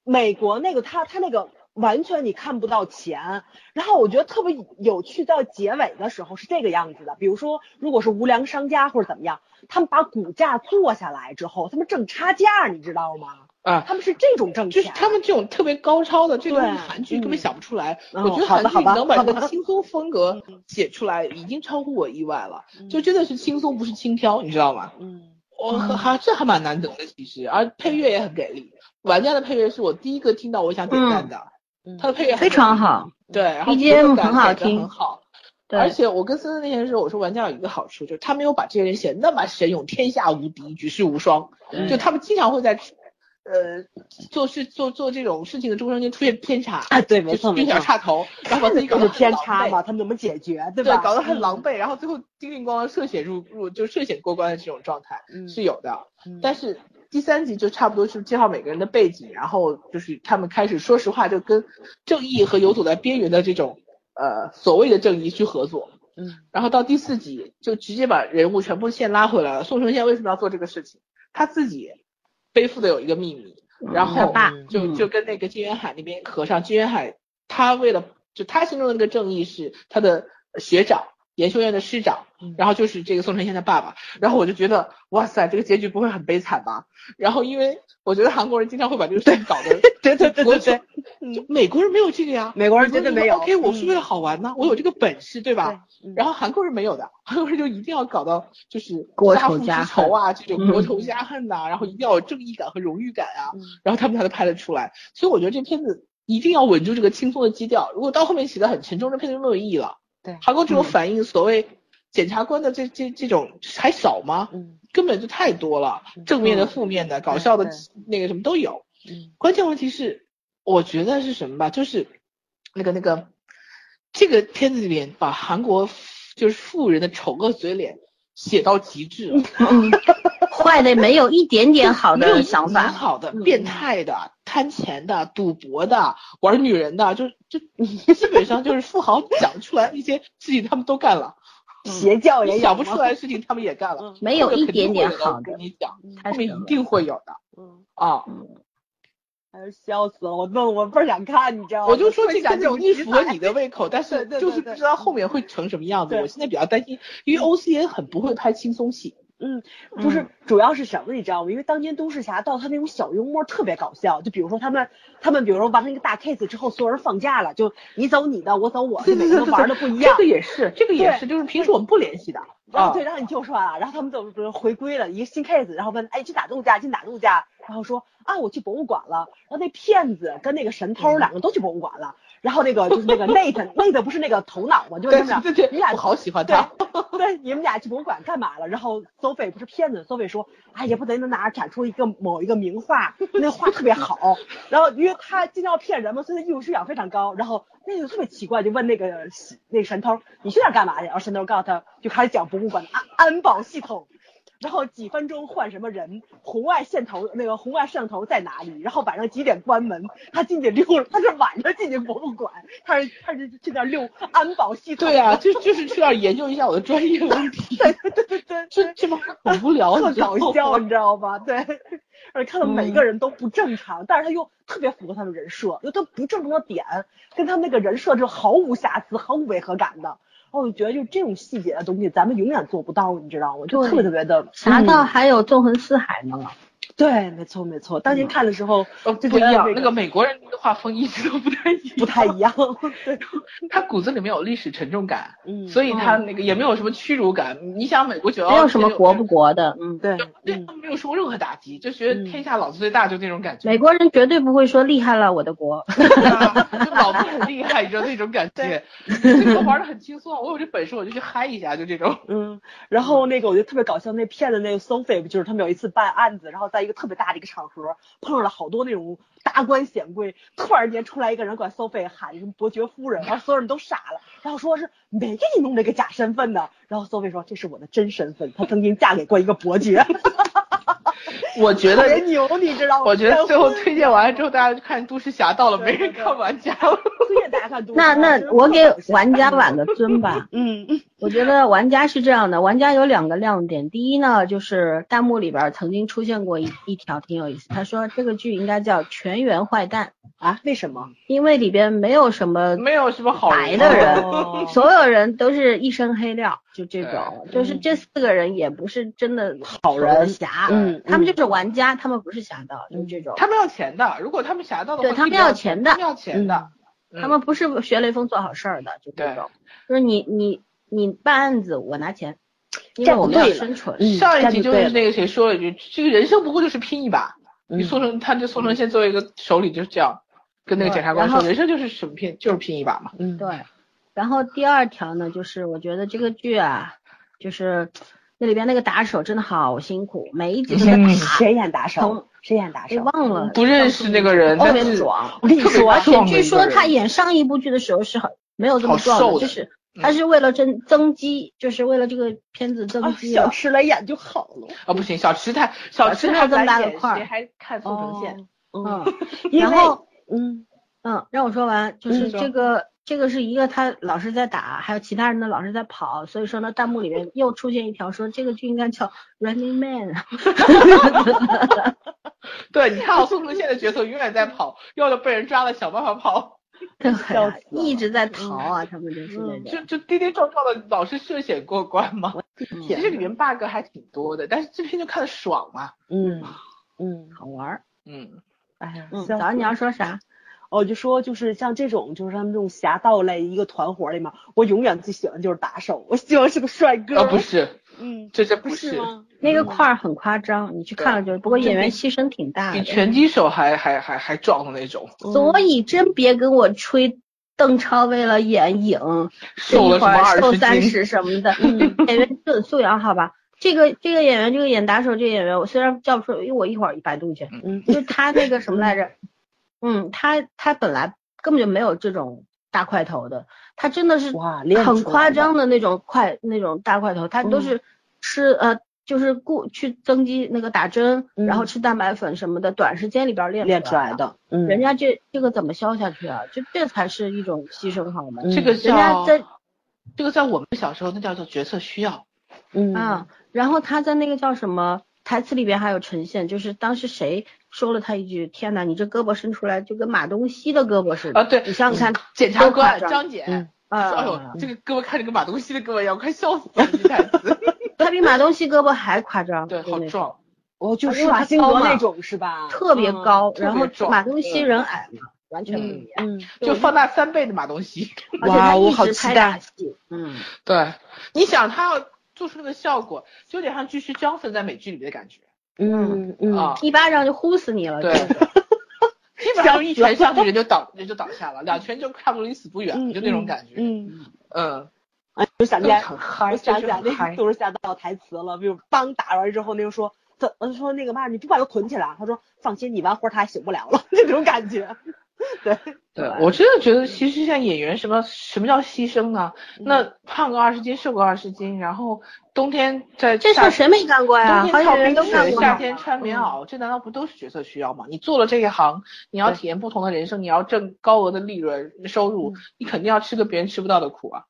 美国那个他他那个完全你看不到钱，然后我觉得特别有趣，到结尾的时候是这个样子的，比如说如果是无良商家或者怎么样，他们把股价做下来之后，他们挣差价，你知道吗？啊。他们是这种挣就钱，是他们这种特别高超的这种对韩剧根嗯本想不出来，嗯我觉得好韩吧好剧吧能把好这吧个轻松风格写出来，已经超乎我意外了，就嗯真的是轻松不是轻飘，你知道吗？嗯。我还还这还蛮难得的，其实，而配乐也很给力。玩家的配乐是我第一个听到我想点赞的，嗯他的配乐很非常给力，好。对，然后 BGM 节奏很感好给得听很好。对而且我跟森森那天说，我说玩家有一个好处，就是他没有把这些人写得那么神勇天下无敌、举世无双，对就他们经常会在呃做事做做这种事情的中间出现偏差，啊，对，就没错是没变小错，差头，然看后把自着己搞就得是很偏狼差狈嘛，他们怎么解决，对对，吧？嗯搞得很狼狈，然后最后叮叮咣咣涉险入入，就是涉险过关的这种状态嗯是有的。嗯但是第三集就差不多是介绍每个人的背景，然后就是他们开始，说实话就跟正义和游走在边缘的这种呃所谓的正义去合作。嗯，然后到第四集就直接把人物全部线拉回来了。宋承宪为什么要做这个事情？他自己背负的有一个秘密，然他后爸就嗯就跟那个金元海那边合上，金元海他为了就他心中的那个正义是他的学长。研修院的师长嗯，然后就是这个宋承宪的爸爸，然后我就觉得，哇塞，这个结局不会很悲惨吧？然后因为我觉得韩国人经常会把这个事情搞得 <laughs> 对对对国对对，嗯就美国人没有这个呀，美国人真的没有 OK，我嗯是为了好玩呢，我有这个本事，对吧？对，嗯然后后韩国人没有的，韩国人就一定要搞到就是国杀仇父家之仇啊，这种国嗯仇家恨呐、然后一定要有正义感和荣誉感啊，嗯然后他们才能拍得出来。所以我觉得这片子一定要稳住这个轻松的基调，如果到后面写的很沉重，这片子就没有意义了。对韩国这种嗯反映所谓检察官的这这这种还少吗？嗯根本就太多了，嗯正面的、负面的、搞笑的对、那个什么都有。嗯关键问题是，我觉得是什么吧，就是那个那个这个片子里面把韩国就是富人的丑恶嘴脸写到极致了，坏的没有一点点嗯好没有一的点想法，好的、嗯变态的、贪钱的、赌博的、玩女人的，就就基本上就是富豪讲出来一些事情，他们都干 <laughs> 了。邪教也你有想不出吗来的事情，他们也干了。嗯没有后面一肯定点点会有好我跟的你讲，太后面神一了定会有的嗯，啊！哎呦笑死了，我弄我倍儿想看，你知道吗？我就说特这想肯定一题符合材啊你的胃口，但是对对就是对不对嗯知道后面会成什么样子。对嗯我现在比较担心，因为 OCN 很不会拍轻松戏，不是，主要是什么你知道吗？因为当年都市侠到他那种小幽默特别搞笑，就比如说他们，他们比如说完成一个大 case 之后，所有人放假了，就你走你的，我走我的，每个人都玩的不一样这个。也是，这个也对是，就是平时我们不联系的然啊后。对，然后你听我说完了，然后他们就比如回归了一个新 case，然后问，哎，去哪度假？去哪度假？然后说啊，我去博物馆了。然后那骗子跟那个神偷两个都去博物馆了。然后那个就是那个 Nate，Nate 不是那个头脑吗？就是对他们俩对对，你俩我好喜欢对 <laughs> 他。对，你们俩去博物馆干嘛了？然后 Sophie 不是骗子，Sophie 说，哎，也不得哪儿展出一个某一个名画，那画特别好。然后因为他经常要骗人嘛，所以他艺术修养非常高。然后那就特别奇怪，就问那个那个神偷，你去那儿干嘛去？然后神偷告诉他，就开始讲博物馆的安安保系统。然后几分钟换什么人，红外线头那个红外摄像头在哪里？然后晚上几点关门？他进去溜了，他是晚上进去博物馆，他是他是去那儿溜安保系统。对啊，就就是去那儿研究一下我的专业问题， <laughs> 对对对对，这这么很无 <laughs> 聊，特你知道搞吗笑，你嗯知道吧？对，而且看到每个人都不正常，但是他又特别符合他们人设，就他不正常的点跟他们那个人设就毫无瑕疵、毫无违和感的。哦，我觉得就这种细节的东西，咱们永远做不到，你知道吗？就对特别特别的侠盗嗯还有纵横四海呢。对，没错没错。当年看的时候呃，就不一觉得样这，那个个美国人的画风一直都不太一样，不太一样， <laughs> 对，他骨子里面有历史沉重感，嗯，所以他那个也没有什么屈辱感。你想美国九幺没有什么国不国的，嗯，对，对嗯他，们没有受任何打击，就觉得嗯天下老子最大，就那种感 <laughs> 觉。美国人绝对不会说厉害了我的国，啊就老子很厉害，你知道那种感觉。这个玩的很轻松，啊我有这本事我就去嗨一下，就这种。嗯，然后那个我觉得特别搞笑，那骗的那个 Sophie 就是他们有一次办案子，然后在一个特别大的一个场合碰上了好多那种达官显贵，突然间出来一个人管 Sophie 喊什么伯爵夫人，然后所有人都傻了，然后说是没给你弄这个假身份的，然后 Sophie 说这是我的真身份，她曾经嫁给过一个伯爵，我觉特别得，牛，你知道吗？我觉得最后但婚推荐完了之后，大家就看《都市侠盗》了，没对对人对看玩家了。推荐大家看读书那真那的我特给搞笑玩家挽个尊吧。嗯嗯我觉得玩家是这样的，玩家有两个亮点。第一呢，就是弹幕里边曾经出现过一一条挺有意思，他说这个剧应该叫《全员坏蛋啊，为什么？》，因为里边没有什么，没有什么好白的人哦所有人都是一身黑料，就这种，对嗯就是这四个人也不是真的好人侠，嗯他们嗯就是玩家，他们不是侠盗，就是这种，他们要钱的，如果他们侠盗的话，对他们要钱的他们要钱的，嗯他们不是学雷锋做好事儿的，就这种，就是你你你办案子我拿钱，因为这不我们要对了生存，嗯上一这集就对是了那个谁说了一句，这个人生不过就是拼一把。嗯你宋承，他就宋承宪作为一个首领就是这样跟那个检察官然后说，人生就是什么拼，就是拼一把嘛。嗯对，然后第二条呢，就是我觉得这个剧啊，就是那里边那个打手真的好辛苦，每一集 <laughs> 都在打嗯，谁演打从手？谁演打我手？忘了不认识那个人，特但别是爽。 <laughs> 我跟你特别说，而且 <laughs> 壮的一据个说他人演上一部剧的时候是很没有这么好壮的，瘦的就是他是为了增增肌，就是为了这个片子增啊，肌小了。池来演就好 <laughs> 了。啊不行，小池太小池池太太这么大敢个演块儿谁还看宋承宪？嗯， <laughs> 嗯，因然为后嗯嗯，让我说完，就嗯是说这个这个是一个他老是在打，还有其他人呢老是在跑，所以说呢，弹幕里面又出现一条说这个剧应该叫 Running Man。对，你看到宋承宪的角色永远在跑，要是被人抓了想办法跑，对笑啊死，了一直嗯在逃啊，他们就是那种。嗯就就跌跌撞撞的，老是涉险过关嘛。其天实里嗯面 bug 还挺多的，但是这篇就看的爽嘛。嗯嗯，好玩儿，嗯，哎呀，嗯，笑早上你死了要说啥？哦，就说就是像这种，就是他们这种侠盗类一个团伙里面，我永远最喜欢就是打手，我希望是个帅哥。啊不，是，嗯，这这不不是。吗？那嗯个块儿很夸张，你去看了就，不过演员牺牲挺大比的，拳击手还还还还壮的那种，所以真别跟我吹邓超为了演影，这瘦一了什会么儿二瘦十三斤，十什么的，嗯 <laughs> 演员基本素养好吧？这个这个演员，这个演打手，这个演员，我虽然叫不出，因为我一会儿百度去，嗯就是他那个什么来 <laughs> 着，嗯，他他本来根本就没有这种大块头的，他真的是哇练出来嗯很的夸张的那种块那种大块头，他都是吃、呃就是固去增肌那个打针，嗯然后吃蛋白粉什么的，短时间里边练练出出来来的。的，嗯，人家这这个怎么消下去啊？就这才是一种牺牲，好吗？嗯这个人家叫在这个在我们小时候那叫做角色需要，嗯啊，然后他在那个叫什么台词里边还有呈现，就是当时谁说了他一句：“天哪，你这胳膊伸出来就跟马东锡的胳膊似的。啊对你想想看，检察多夸官张张姐，嗯哎啊，呦，这个胳膊看着跟马东锡的胳膊一样，我快笑死 <laughs> 了，这句台词，他比马东锡胳膊还夸张，对，就好那种壮，哦，就啊施因为瓦他辛高格嘛那种是吧？特别嗯高。特然别后壮嗯马东锡对人矮嘛，完全不一样。 <laughs> 嗯，就放大三倍的马东锡。而且哇他我一好直期拍待打戏，嗯， <laughs> 对， <laughs> 你想他要做出那个效果，就有点像巨石强森在美剧里面的感觉嗯嗯啊，一巴掌就呼死你了。对就是 <laughs> 基本上一拳上去人就倒人就倒下了，两拳就差不多离死不远，嗯就那种感觉。嗯，嗯，啊，就想起来，很嗨，我想就起是来很那嗨个都是吓到台词了，比如梆打完之后，那个说怎么说那个嘛，你不把他捆起来啊？他说放心，你完活儿他醒不了 <laughs> 了，那种感觉。对，我真的觉嗯得，其实像演员什么什么叫牺牲呢？嗯那胖个二十斤，瘦个二十斤，然后冬天在这事夏儿谁没干过呀？冬好几天跳个啊人冰都干雪，过夏嘛。天穿棉袄，这难道不都是角色需要吗？你做了这一行，你要体验不同的人生，你要挣高额的利润收入，你肯定要吃个别人吃不到的苦啊。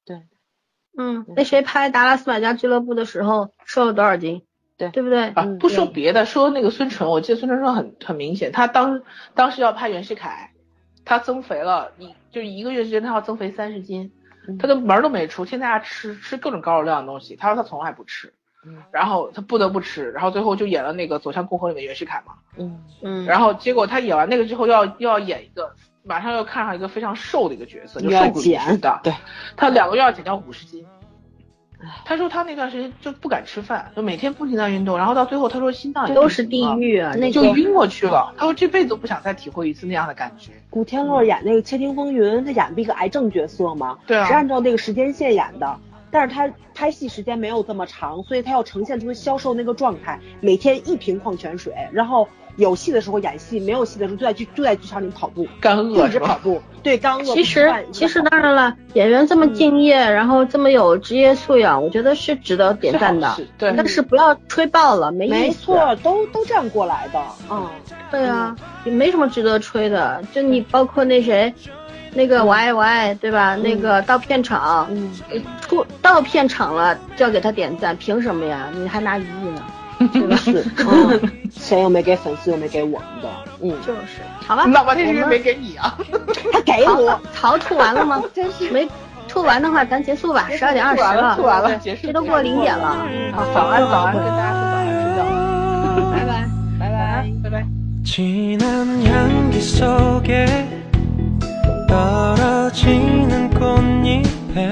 嗯，那谁拍《达拉斯买家俱乐部》的时候瘦了多少斤？对对不对？啊嗯，不说别的，说那个孙淳，我记得孙淳说很很明显，他当当时要拍袁世凯，他增肥了，一就一个月之间他要增肥三十斤，嗯他的门儿都没出，天天在家吃吃各种高热量的东西，他说他从来不吃嗯。然后他不得不吃，然后最后就演了那个《走向共和》里面袁世凯嘛。嗯嗯，然后结果他演完那个之后要，又要演一个，马上要看上一个非常瘦的一个角色，就要瘦骨嶙峋减的。对，他两个月要减掉五十斤。他说他那段时间就不敢吃饭，就每天不停地运动，然后到最后他说心脏也都不是行地了，狱啊！那就个晕过去了。他说这辈子都不想再体会一次那样的感觉。古天乐演那个《窃听风云》，他演的不一个癌症角色吗？对啊是按照那个时间线演的，但是他拍戏时间没有这么长，所以他要呈现出消瘦那个状态，每天一瓶矿泉水，然后有戏的时候演戏，没有戏的时候就在剧就在剧场里跑步，干就饿一是直跑吧？步，对，刚饿其实其实当然了，演员这么敬业，然后这么有职业素养，我觉得是值得点赞的是好。事对，但是不要吹爆了，没没意思。错，都都这样过来的，嗯，对啊，也没什么值得吹的。就你包括那谁，那个我爱我爱，对吧？那个到片场，嗯，出到片场了就要给他点赞，凭什么呀？你还拿一亿呢？对 <laughs> 吧？是，嗯，谁又没给粉丝，又没给我们的，嗯，就是，好吧。你老半天是我不们是没给你啊？他给我曹，曹吐完了吗？真是没吐完的话，咱结束吧，十二点二十了，吐完了，结束。这都过零点了，嗯啊。早安，早安，跟大家说早安，睡觉。拜拜。拜拜，拜拜。 진한 향기 속에 떨어지는 꽃잎에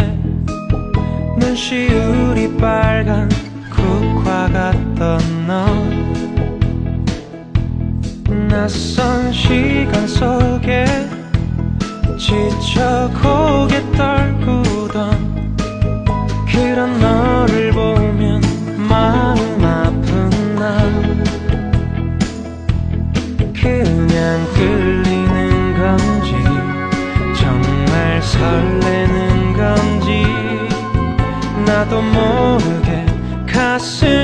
눈시울이 빨간 국화 같던 너 낯선 시간 속에 지쳐 고개 떨구던 그런 너를 보면 마음 아픈 나 그냥 끌리는 건지 정말 설레는 건지 나도 모르게 가슴 oh, oh,